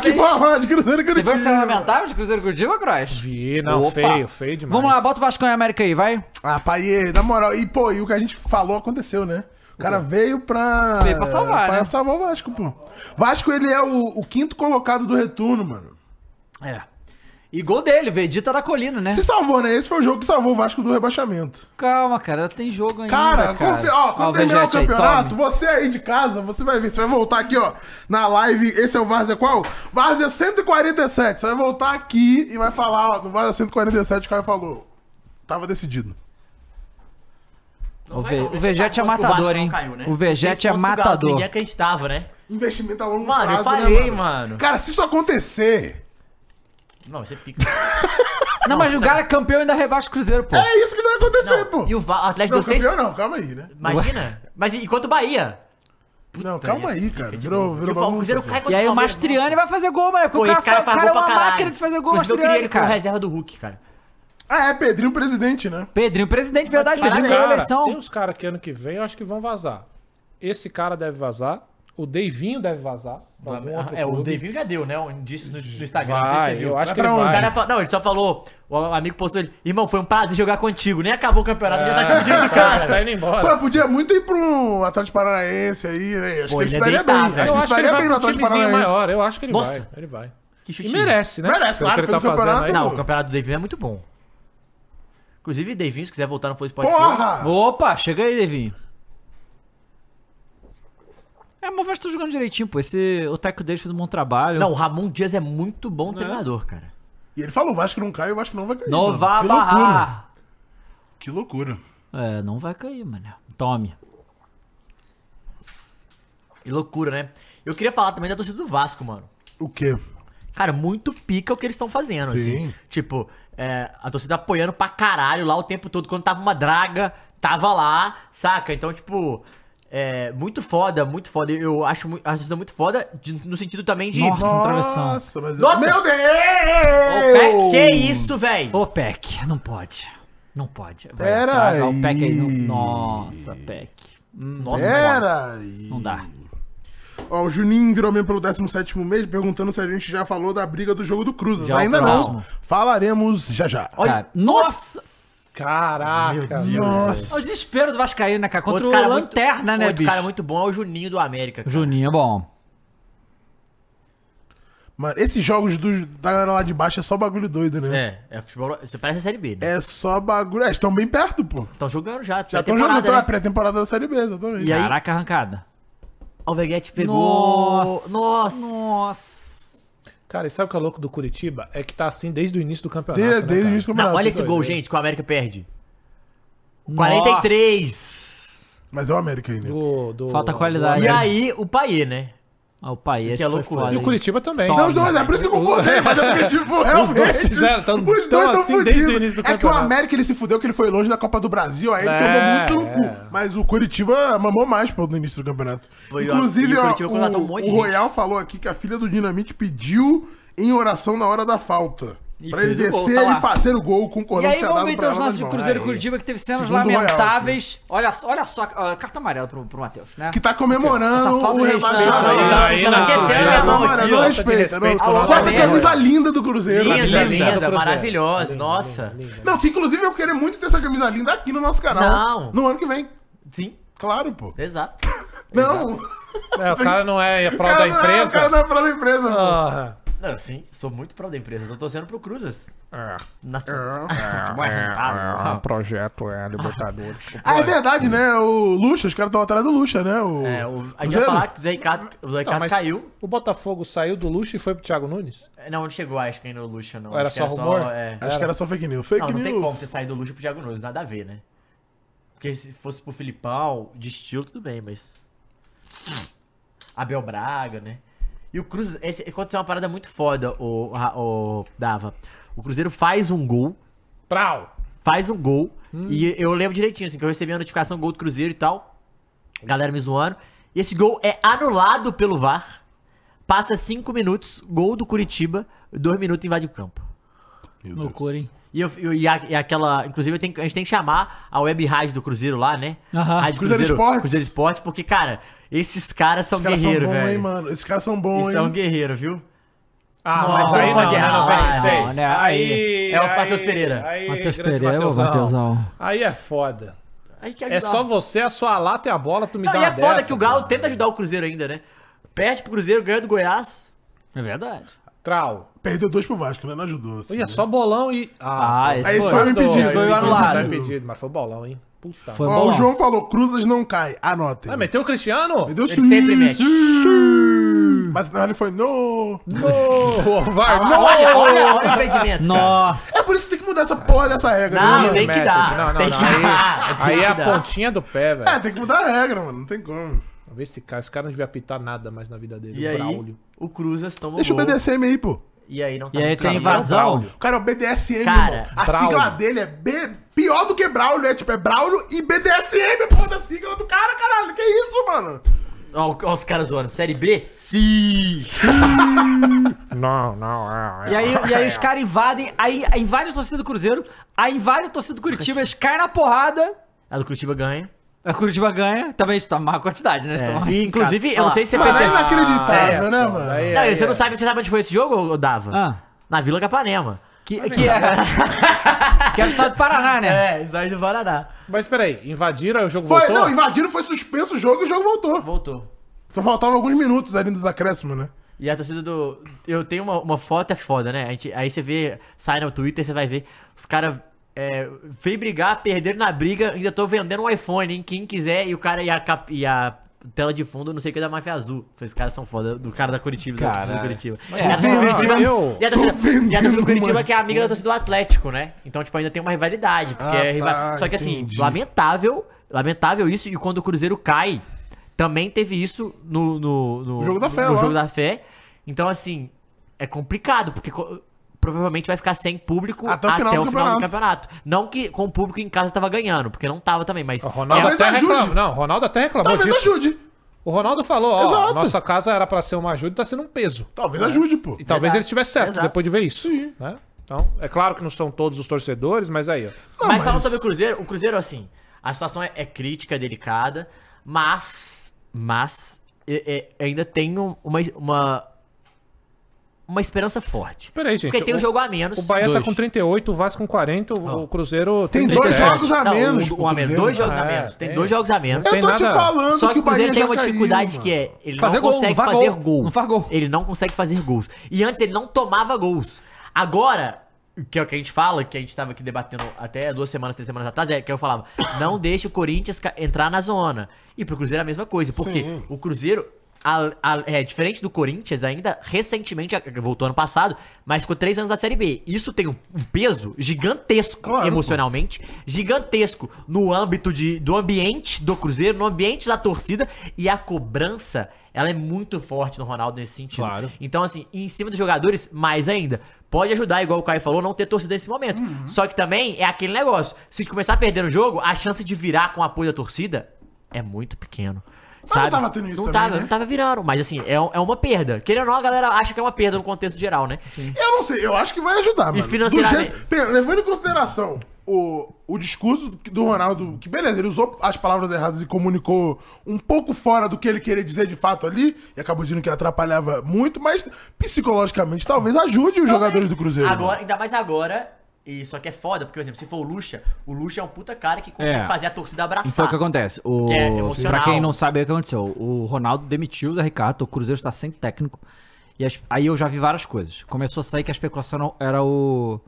Temos que falar de Cruzeiro e você viu Curitiba. que você lamentava de Cruzeiro e Curitiba, Cross? Vi, não, Opa. feio, feio demais. Vamos lá, bota o Vascão e América aí, vai. Ah, pai, na moral. E, pô, e o que a gente falou aconteceu, né? O cara veio pra. Veio pra salvar, né? salvar o Vasco, pô. Vasco, ele é o, o quinto colocado do retorno, mano. É. E gol dele, Vegeta da Colina, né? Se salvou, né? Esse foi o jogo que salvou o Vasco do rebaixamento. Calma, cara, tem jogo ainda, Cara, confi- ó, Ó, quando terminar o Vegeta aí, campeonato, tome. você aí de casa, você vai ver. Você vai voltar aqui, ó, na live. Esse é o Várzea qual? Várzea 147. Você vai voltar aqui e vai falar, ó, no Várzea 147, o cara falou. Tava decidido. O, Não vai Ve- não, o você sabe Vegeta é quanto o matador, Vasco não hein? caiu, né? O Seis Vegeta é pontos do Galo, que matador. Ninguém acreditava, né? Investimento a longo Mano, eu prazo, né, falei, mano. Cara, se isso acontecer, Não, você pica. Não, mas o Nossa. Galo é campeão e ainda rebaixa o Cruzeiro, pô. é isso que vai acontecer, Não, pô. E o Va- o Atlético Não, deu seis. campeão não, calma aí, né? Imagina. Mas e quanto o Bahia? não, Tá, calma aí, cara. é De Virou, novo. virou E o Paulo- o bagunça. Cruzeiro cai contra E aí o Palmeiras, Mastriani nossa. vai fazer gol, mano. Pô, esse cara fa- faz gol pra é uma caralho. máquina de fazer gol, Inclusive, eu queria Mastriani, ele com cara. reserva do Hulk, cara. Ah, é, Pedrinho presidente, né? Pedrinho, presidente, verdade, Mas, Pedrinho ganhou a cara, tem eleição. uns caras que ano que vem eu acho que vão vazar. Esse cara deve vazar. O Deivinho deve vazar. pra algum outro É, o clube. Devinho já deu, né? Um indício no, no Instagram. não sei Vai, se você viu. eu acho Vai que ele pra O vai. cara fa- Não, ele só falou. O amigo postou ele. Irmão, foi um prazer jogar contigo. Nem acabou o campeonato, É. já tá dividindo do Tá cara. indo Pô, embora. podia muito ir pro Atlético Paranaense aí, né? Acho Pô, que ele ele é se daria bem. deitável. Acho Eu que ele acho se que ele daria vai bem no pra um Atlético timezinho Paranaense. maior. Eu acho que ele Nossa. vai. Ele vai. Que E chutinho. merece, né? Pelo Merece, claro, que ele tá fez o fazendo aí. campeonato. Não, o campeonato do Devinho é muito bom. Inclusive, Devinho, se quiser voltar no Flow Sport Clube, Porra! Opa, chega aí, Devinho. É, mas o Vasco tá jogando direitinho, pô. Esse, o Teco deles fez um bom trabalho. Né? Não, o Ramon Dias é muito bom treinador, cara. E ele falou, o Vasco não cai, o Vasco não vai cair. não mano. vá Que loucura. barrar. Que loucura. É, não vai cair, mano. Tome. E loucura, né? Eu queria falar também da torcida do Vasco, mano. O quê? Cara, muito pica o que eles estão fazendo, Sim. assim. Tipo, é, a torcida apoiando pra caralho lá o tempo todo. Quando tava uma draga, tava lá, saca? Então, tipo, é muito foda, muito foda. Eu acho mu- a torcida é muito foda de- no sentido também de... Nossa. Sem travessão. Nossa, mas... Nossa! Meu Deus! Ô, Peck, que isso, velho? Ô, Peck, não pode. Não pode. Vai, Pera Tá, traga um o Peck aí. não- Tá aí. Nossa, Peck. Nossa, mano. Era aí. Não dá. Ó, o Juninho virou membro pelo 17 mês, perguntando se a gente já falou da briga do jogo do Cruzas. Já, Ainda não. próximo. Falaremos já já. Olha, nossa! Caraca, velho. Nossa. É o desespero do Vascaíno, né, cara? Contra Outro cara o muito- Lanterna, né, Outro bicho? cara muito bom é o Juninho do América. cara. Juninho é bom. Mano, esses jogos do, da galera lá de baixo é só bagulho doido, né? É, é futebol... Você parece a Série B, né? É, só bagulho. É, estão bem perto, pô. Estão jogando já. Já estão pré-temporada, jogando. Então né? é pré-temporada da Série B, exatamente. E aí- Caraca, arrancada. Ó, O Veguete pegou. Nossa. Nossa. Cara, e sabe o que é louco do Curitiba? É que tá assim desde o início do campeonato. Desde, né, desde o cara? início do Não, campeonato. olha esse doido, gol, né? gente, que o América perde. Nossa. 43. Mas é o América ainda. Do, do- Falta do qualidade. E América. aí, o Paê, né? Ah, o país Que é loucura. E o Curitiba também. Não, os dois, é por isso que eu concordei, mas é porque, tipo, realmente... dois fizeram, tão- os dois tão tão assim desde fudidos. o início do É que o campeonato. América, ele se fudeu que ele foi longe da Copa do Brasil, aí ele É, tomou muito no cu. Mas o Curitiba mamou mais, pô, no início do campeonato. Foi, ó, Inclusive, e o ó, Curitiba contratou o, um monte de o gente. Royal falou aqui que a filha do Dinamite pediu em oração na hora da falta. E pra ele fez o gol, descer tá lá. e fazer o gol com o E cordão aí que tinha vamos dado ver pra então os ela lances nas de mãos. Cruzeiro e Curitiba que teve cenas Segundo o Royal, lamentáveis. Olha só, olha só, ó, carta amarela pro, pro Matheus, né? Que tá comemorando Essa falta o de respeito, né? rebaixamento. aí, Tá aí, tá não, aquecendo aí, minha mão não, comemorando, aqui, não, não né? ó. falta de respeita. respeito não- com o nosso Com essa América. camisa linda do Cruzeiro. Linda, linda, Linda, do Cruzeiro. maravilhosa. nossa. Não, que inclusive eu queria muito ter essa camisa linda aqui no nosso canal. Não. No ano que vem. Sim, Claro, pô. exato. Não. É, o cara não é a prova da Cara, não é, o empresa. cara não é pró da empresa, pô. Ah, Não, sim, sou muito pró da empresa. Eu tô torcendo pro Cruzas. É. Nossa. Tipo, É, o projeto é Libertadores. Ah, é verdade, né? O Lucha, os caras estão atrás do Lucha, né? O... É, o- a gente Cruzeiro. ia falar que o Zé Ricardo, o Zé Ricardo mas caiu. O Botafogo saiu do luxo e foi pro Thiago Nunes? É, Não, não chegou, acho que ainda o Lucha, não. Era Acho que só rumor? é. Acho que era só fake news. Fake Não, não news. tem como você sair do Lucha pro Thiago Nunes, nada a ver, né? Porque se fosse pro Filipão, de estilo, tudo bem, mas. Abel Braga, né? E o Cruzeiro. Esse, aconteceu uma parada muito foda, o, o Dava. O Cruzeiro faz um gol Prau! Hum. faz um gol. E eu lembro direitinho, assim, que eu recebi a notificação gol do Cruzeiro e tal. Galera me zoando. E esse gol é anulado pelo VAR. Passa 5 minutos, gol do Curitiba, 2 minutos invade o campo. Meu Deus. Loucura, hein? E, eu, eu- e, a- e aquela. Inclusive, eu tenho que- a gente tem que chamar a web rádio do Cruzeiro lá, né? Aham. Rádio Cruzeiro Esportes. Cruzeiro Esportes, porque, cara, esses caras são Os caras são guerreiros, bons, hein, velho. mano? Esses caras são bons, Eles são hein? guerreiros, viu? Ah, Não, mas aí não, não, né? não, 96. não, né? Aí- é o Matheus Pereira. Aí, Matheus grande Pereira, ô, Mateusão. Mateusão. Aí é foda. Aí que É ajudar. só você, a sua lata e a bola, tu me Não, dá e uma é foda dessa, que o Galo cara. tenta ajudar o Cruzeiro ainda, né? Perde pro Cruzeiro, ganha do Goiás. É verdade. Trau. Perdeu dois pro Vasco, né? Não ajudou. assim, Olha, né? só bolão e... tá Ah, esse Aí isso foi. foi o impedido. Foi, foi anulado. Foi anulado. impedido, mas foi bolão, hein? Puta. Foi Ó, bom. o João falou, Cruzas não cai. Anotem. Ah, meteu o Cristiano? Ele deu Ele sempre mete. sim. Mas não, ele foi no. Pô, vai, Não, Ah, olha, olha, olha o impedimento. Nossa. É por isso que tem que mudar essa porra dessa regra. Não, né, mano? tem que dar. Não, não, tem não, que aí- dar. Aí tem é que a dar. pontinha do pé, velho. É, tem que mudar a regra, mano. Não tem como. Vamos ver esse cara. Esse cara não devia apitar nada mais na vida dele. E o aí, Braulio. o Cruzas toma Deixa o o gol. BDSM aí, pô. E aí não tá E aí muito tem bem. invasão. O cara é o BDSM, Cara, irmão. A Braulio. sigla dele é B... pior do que Braulio, é tipo, é Braulio e BDSM, porra da sigla do cara, caralho. Que isso, mano? Ó, ó os caras zoando. Série B? Sim. Não, não, é. E aí, e aí os caras invadem, aí invade a torcida do Cruzeiro, aí invade a torcida do Curitiba, eles caem na porrada, A do Curitiba ganha. a Curitiba ganha, talvez tá má quantidade, né? Eles É. tão- E, inclusive, eu não sei se você Mano, é percebeu. inacreditável, né, mano? Aí, Não, aí, você é. não sabe, você sabe onde foi esse jogo, ô Dava? Ah, Na Vila Capanema. que, que, é, que é o estado do Paraná, né? É, cidade do Paraná. Mas peraí, invadiram, aí o jogo Foi, voltou? não, invadiram, foi suspenso o jogo e o jogo voltou. Voltou. Só faltavam alguns minutos ali dos acréscimos, né? E a torcida do. Eu tenho uma, uma foto, é foda, né? A gente- aí você vê, sai no Twitter, você vai ver. Os caras. É, veio brigar, perderam na briga, ainda tô vendendo um iPhone, hein? Quem quiser, e o cara e a, cap- e a tela de fundo, não sei o que é da máfia azul. Esses caras são foda, do cara da Curitiba, da torcida do Curitiba. E a torcida do vendendo, Curitiba, eu- e a torcida- tô vendendo, e a torcida do Curitiba mano. que é amiga da torcida do Atlético, né? Então, tipo, ainda tem uma rivalidade. Porque Ah, é rival- tá, Só que assim, entendi. lamentável, lamentável isso, e quando o Cruzeiro cai, também teve isso no, no, no- No jogo da fé, no lá. jogo da fé. Então, assim, é complicado, porque co- provavelmente vai ficar sem público até o final, do, campeonato. Não que com o público em casa tava ganhando, porque não tava também, mas. é, O Ronaldo Talvez até ajude. reclamou. Não, o Ronaldo até reclamou Talvez disso. ajude. O Ronaldo falou, ó, Exato. nossa casa era pra ser uma ajuda e tá sendo um peso. Talvez ajude, pô. E talvez ele estivesse certo Exato. depois de ver isso. né? Então, é claro que não são todos os torcedores, mas aí, ó. mas, falando sobre o Cruzeiro, o Cruzeiro, assim, a situação é, é crítica, é delicada, mas. Mas. é- é- ainda tem um- uma. uma uma esperança forte. Peraí, gente, Porque tem o- um jogo a menos. O Bahia tá Dois. com 38, o Vasco com 40, o- o Cruzeiro Tem dois 37. jogos a Não, menos. um- pro um a menos. Cruzeiro. Dois jogos a Ah, menos. Tem tem. dois jogos a menos. Não Eu tem tô te nada. falando Só que o Bahia Cruzeiro tem já uma caiu, dificuldade mano. que é. Ele Fazer não gol, consegue não faz fazer gol. gol. Não faz gol. Ele não consegue fazer gols. E antes ele não tomava gols. Agora, que é o que a gente fala, que a gente tava aqui debatendo até duas semanas, três semanas atrás, é que eu falava: não deixe o Corinthians ca- entrar na zona. E pro Cruzeiro é a mesma coisa. Porque Sim. o Cruzeiro. a- a- é, diferente do Corinthians, ainda recentemente, a- voltou ano passado, mas ficou três anos da Série B. Isso tem um, um peso gigantesco Claro, pô. emocional profissionalmente, gigantesco no âmbito de, do ambiente do Cruzeiro, no ambiente da torcida, e a cobrança, ela é muito forte no Ronaldo nesse sentido. Claro. Então, assim, e em cima dos jogadores, mais ainda. Pode ajudar, igual o Caio falou, não ter torcida nesse momento. Uhum. Só que também é aquele negócio: se começar perdendo o jogo, a chance de virar com o apoio da torcida é muito pequeno. não Sabe? tava tendo isso não também, tava, né? não tava virando, mas assim, é, um- é uma perda. Querendo ou não, a galera acha que é uma perda no contexto geral, né? Eu não sei, eu acho que vai ajudar, mano. financeiramente- Do jeito- Pera, levando em consideração o, o discurso do- do Ronaldo, que beleza, ele usou as palavras erradas e comunicou um pouco fora do que ele queria dizer de fato ali, e acabou dizendo que atrapalhava muito, mas psicologicamente talvez ajude os jogadores do Cruzeiro. né? Agora, ainda mais agora. E só que é foda, porque, por exemplo, se for o Lucha, o Lucha é um puta cara que consegue É. fazer a torcida abraçar. Então o que acontece? O, Que é emocional. pra quem não sabe é o que aconteceu, o Ronaldo demitiu o Zé Ricardo, o Cruzeiro está sem técnico. E as- aí eu já vi várias coisas. Começou a sair que a especulação era o,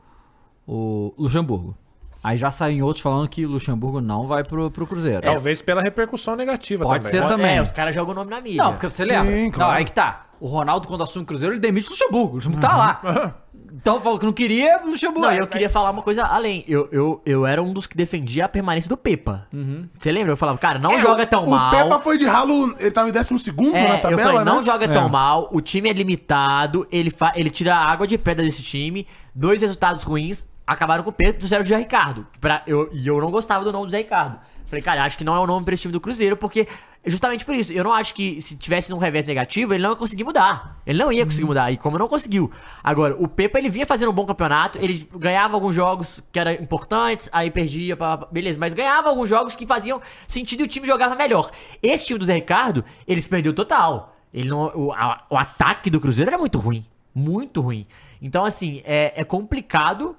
o Luxemburgo. Aí já saem outros falando que Luxemburgo não vai pro, pro Cruzeiro. Talvez pela repercussão negativa Pode também. ser Pode- também. É, os caras jogam o nome na mídia. Não, porque você lembra. Não, aí que tá. O Ronaldo, quando assume o Cruzeiro, ele demite o Luxemburgo. O Luxemburgo Uhum. tá lá. Então falou que não queria, o Luxemburgo. é, né? Não, eu Aí- queria falar uma coisa além. Eu, eu, eu era um dos que defendia a permanência do Pepa. Uhum. Você lembra? Eu falava, cara, não É, joga o- tão o mal. Pepa foi de ralo, ele tava em 12 É, na eu tabela, falei, né? não joga tão mal, o time é limitado, ele, fa ele tira a água de pedra desse time, dois resultados ruins, acabaram com o peso do zero de Ricardo. que Pra, eu, e eu não gostava do nome do Zé Ricardo. Falei, cara, acho que não é o nome pra esse time do Cruzeiro, porque. é Justamente por isso, eu não acho que se tivesse num revés negativo, ele não ia conseguir mudar. Ele não ia conseguir mudar, e como não conseguiu. Agora, o Pepa, ele vinha fazendo um bom campeonato, ele ganhava alguns jogos que eram importantes, aí perdia, pá, pá, pá, beleza, mas ganhava alguns jogos que faziam sentido e o time jogava melhor. Esse time do Zé Ricardo, ele se perdeu total. Ele não, o, a- o ataque do Cruzeiro era muito ruim. Muito ruim. Então, assim, é, é complicado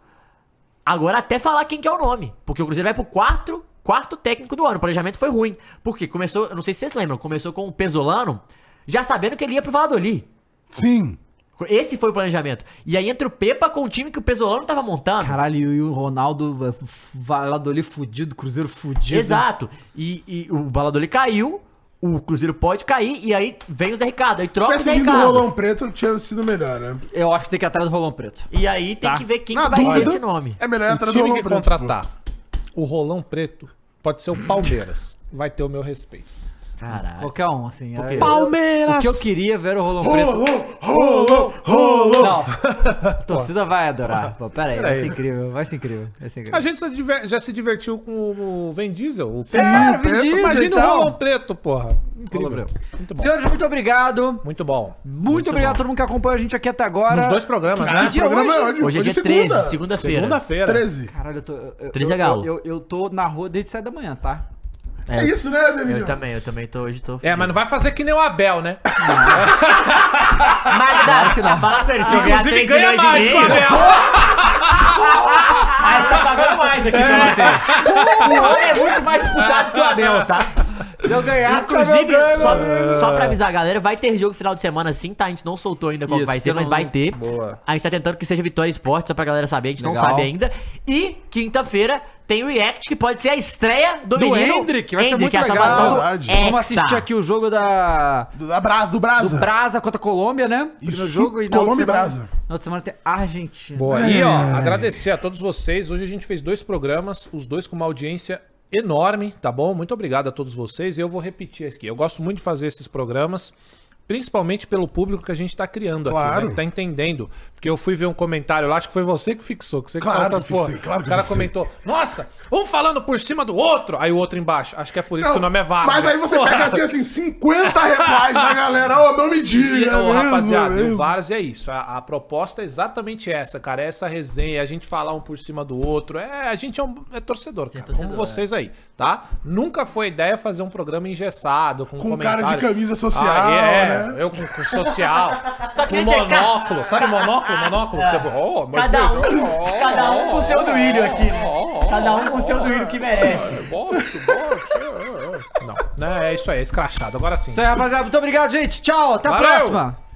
agora até falar quem que é o nome. Porque o Cruzeiro vai pro quarto, quarto técnico do ano. O planejamento foi ruim. Porque começou, eu não sei se vocês lembram, começou com o Pesolano, já sabendo que ele ia pro Valladolid. Sim. Esse foi o planejamento. E aí entra o Pepa com o um time que o Pesolano tava montando. Caralho, e o Ronaldo eh, Valladolid fudido, Cruzeiro fudido. Exato. E, e o Valladolid caiu, o Cruzeiro pode cair, e aí vem o Zé Ricardo. Aí Se troca o tivesse Zé vindo o Ricardo. Rolão Preto, tinha sido melhor, né? Eu acho que tem que ir atrás do Rolão Preto. E aí tem Tá. que ver quem Na que vai ser dúvida, esse nome. É melhor ir O atrás do time Rolão que Preto. contratar o Rolão Preto pode ser o Palmeiras. Vai ter o meu respeito. Caralho. Qualquer um, assim. é- Palmeiras! O que eu queria ver o Rolão pô. Preto. Rolou, rolou, rolou. Não, a torcida vai adorar. Pô, pera aí, vai ser incrível, vai ser incrível. Vai ser A incrível. gente já diver- já se divertiu com o Vin Diesel. O Cara, Pepa. Vin Diesel e Imagina o tal. Rolão Preto, porra. Incrível. Rolão Preto. Muito bom. Senhores, muito obrigado. Muito bom. Muito, obrigado a todo mundo que acompanha a gente aqui até agora. Nos dois programas, Que né? dia programa hoje? é ótimo. Hoje é dia 13, segunda-feira. Segunda-feira. 13. Caralho, eu tô. Eu, Três é eu- galo. Eu, eu, eu tô na rua desde 7 da manhã, tá? É. isso, né, David? Eu também, eu também tô hoje, tô. É, mas não vai fazer que nem o Abel, né? Mas dá, fala com ele, se eu Ah, ganhar Inclusive 3 ganha milhões mais e com o meio. Abel. Ah, você tá pagando mais aqui pra manter. O homem é muito mais disputado que o Abel, tá? Se eu ganhar, Inclusive, só, só pra avisar a galera, vai ter jogo final de semana sim, tá? A gente não soltou ainda qual que Isso, vai ser, pelo mas vai menos. ter. Boa. A gente tá tentando que seja Vitória Esporte, só pra galera saber, a gente não Legal. sabe ainda. E quinta-feira tem o React, que pode ser a estreia do, Do menino. Hendrick, vai ser muito a legal. salvação do Verdade. Hexa. Vamos assistir aqui o jogo da. Do, da Brasa, do Do Brasa. Brasa contra a Colômbia, né? Isso, na Colômbia e outra semana- Brasa. Na outra semana tem Argentina. Boa. E, É. ó, agradecer a todos vocês. Hoje a gente fez dois programas, os dois com uma audiência enorme, tá bom? Muito obrigado a todos vocês. Eu vou repetir isso aqui. Eu gosto muito de fazer esses programas, principalmente pelo público que a gente tá criando aqui, Claro. né? Que tá entendendo. Porque eu fui ver um comentário lá, acho que foi você que fixou, que você Claro que que faz essas fixei, porra. claro que o cara fixei. comentou, nossa, um falando por cima do outro, aí o outro embaixo. Acho que é por isso que o nome é Vaza. Mas aí você Porra. pega assim, assim, 50 reais da galera. Ô, não me E, diga. né, ô, mesmo, rapaziada, e o mesmo. Várzea é isso. A, a proposta é exatamente essa, cara. É essa resenha, a gente falar um por cima do outro. É, a gente é, um, é torcedor, cara, torcedor, é. como vocês aí, tá? Nunca foi ideia fazer um programa engessado, com, Com cara comentários. de camisa social, é, né? eu com, com social, Só com queria dizer, cara- monóculo. Sabe monóculo? Monóculo? Você, oh, mas Cada um, veja, oh, cada um com o seu duílio aqui. oh, Cada um com o seu duílio que merece. Bosta, bosta. Não, né, é isso aí, é escrachado. Agora sim. Isso aí, rapaziada. Muito obrigado, gente. Tchau. Até a Valeu. próxima.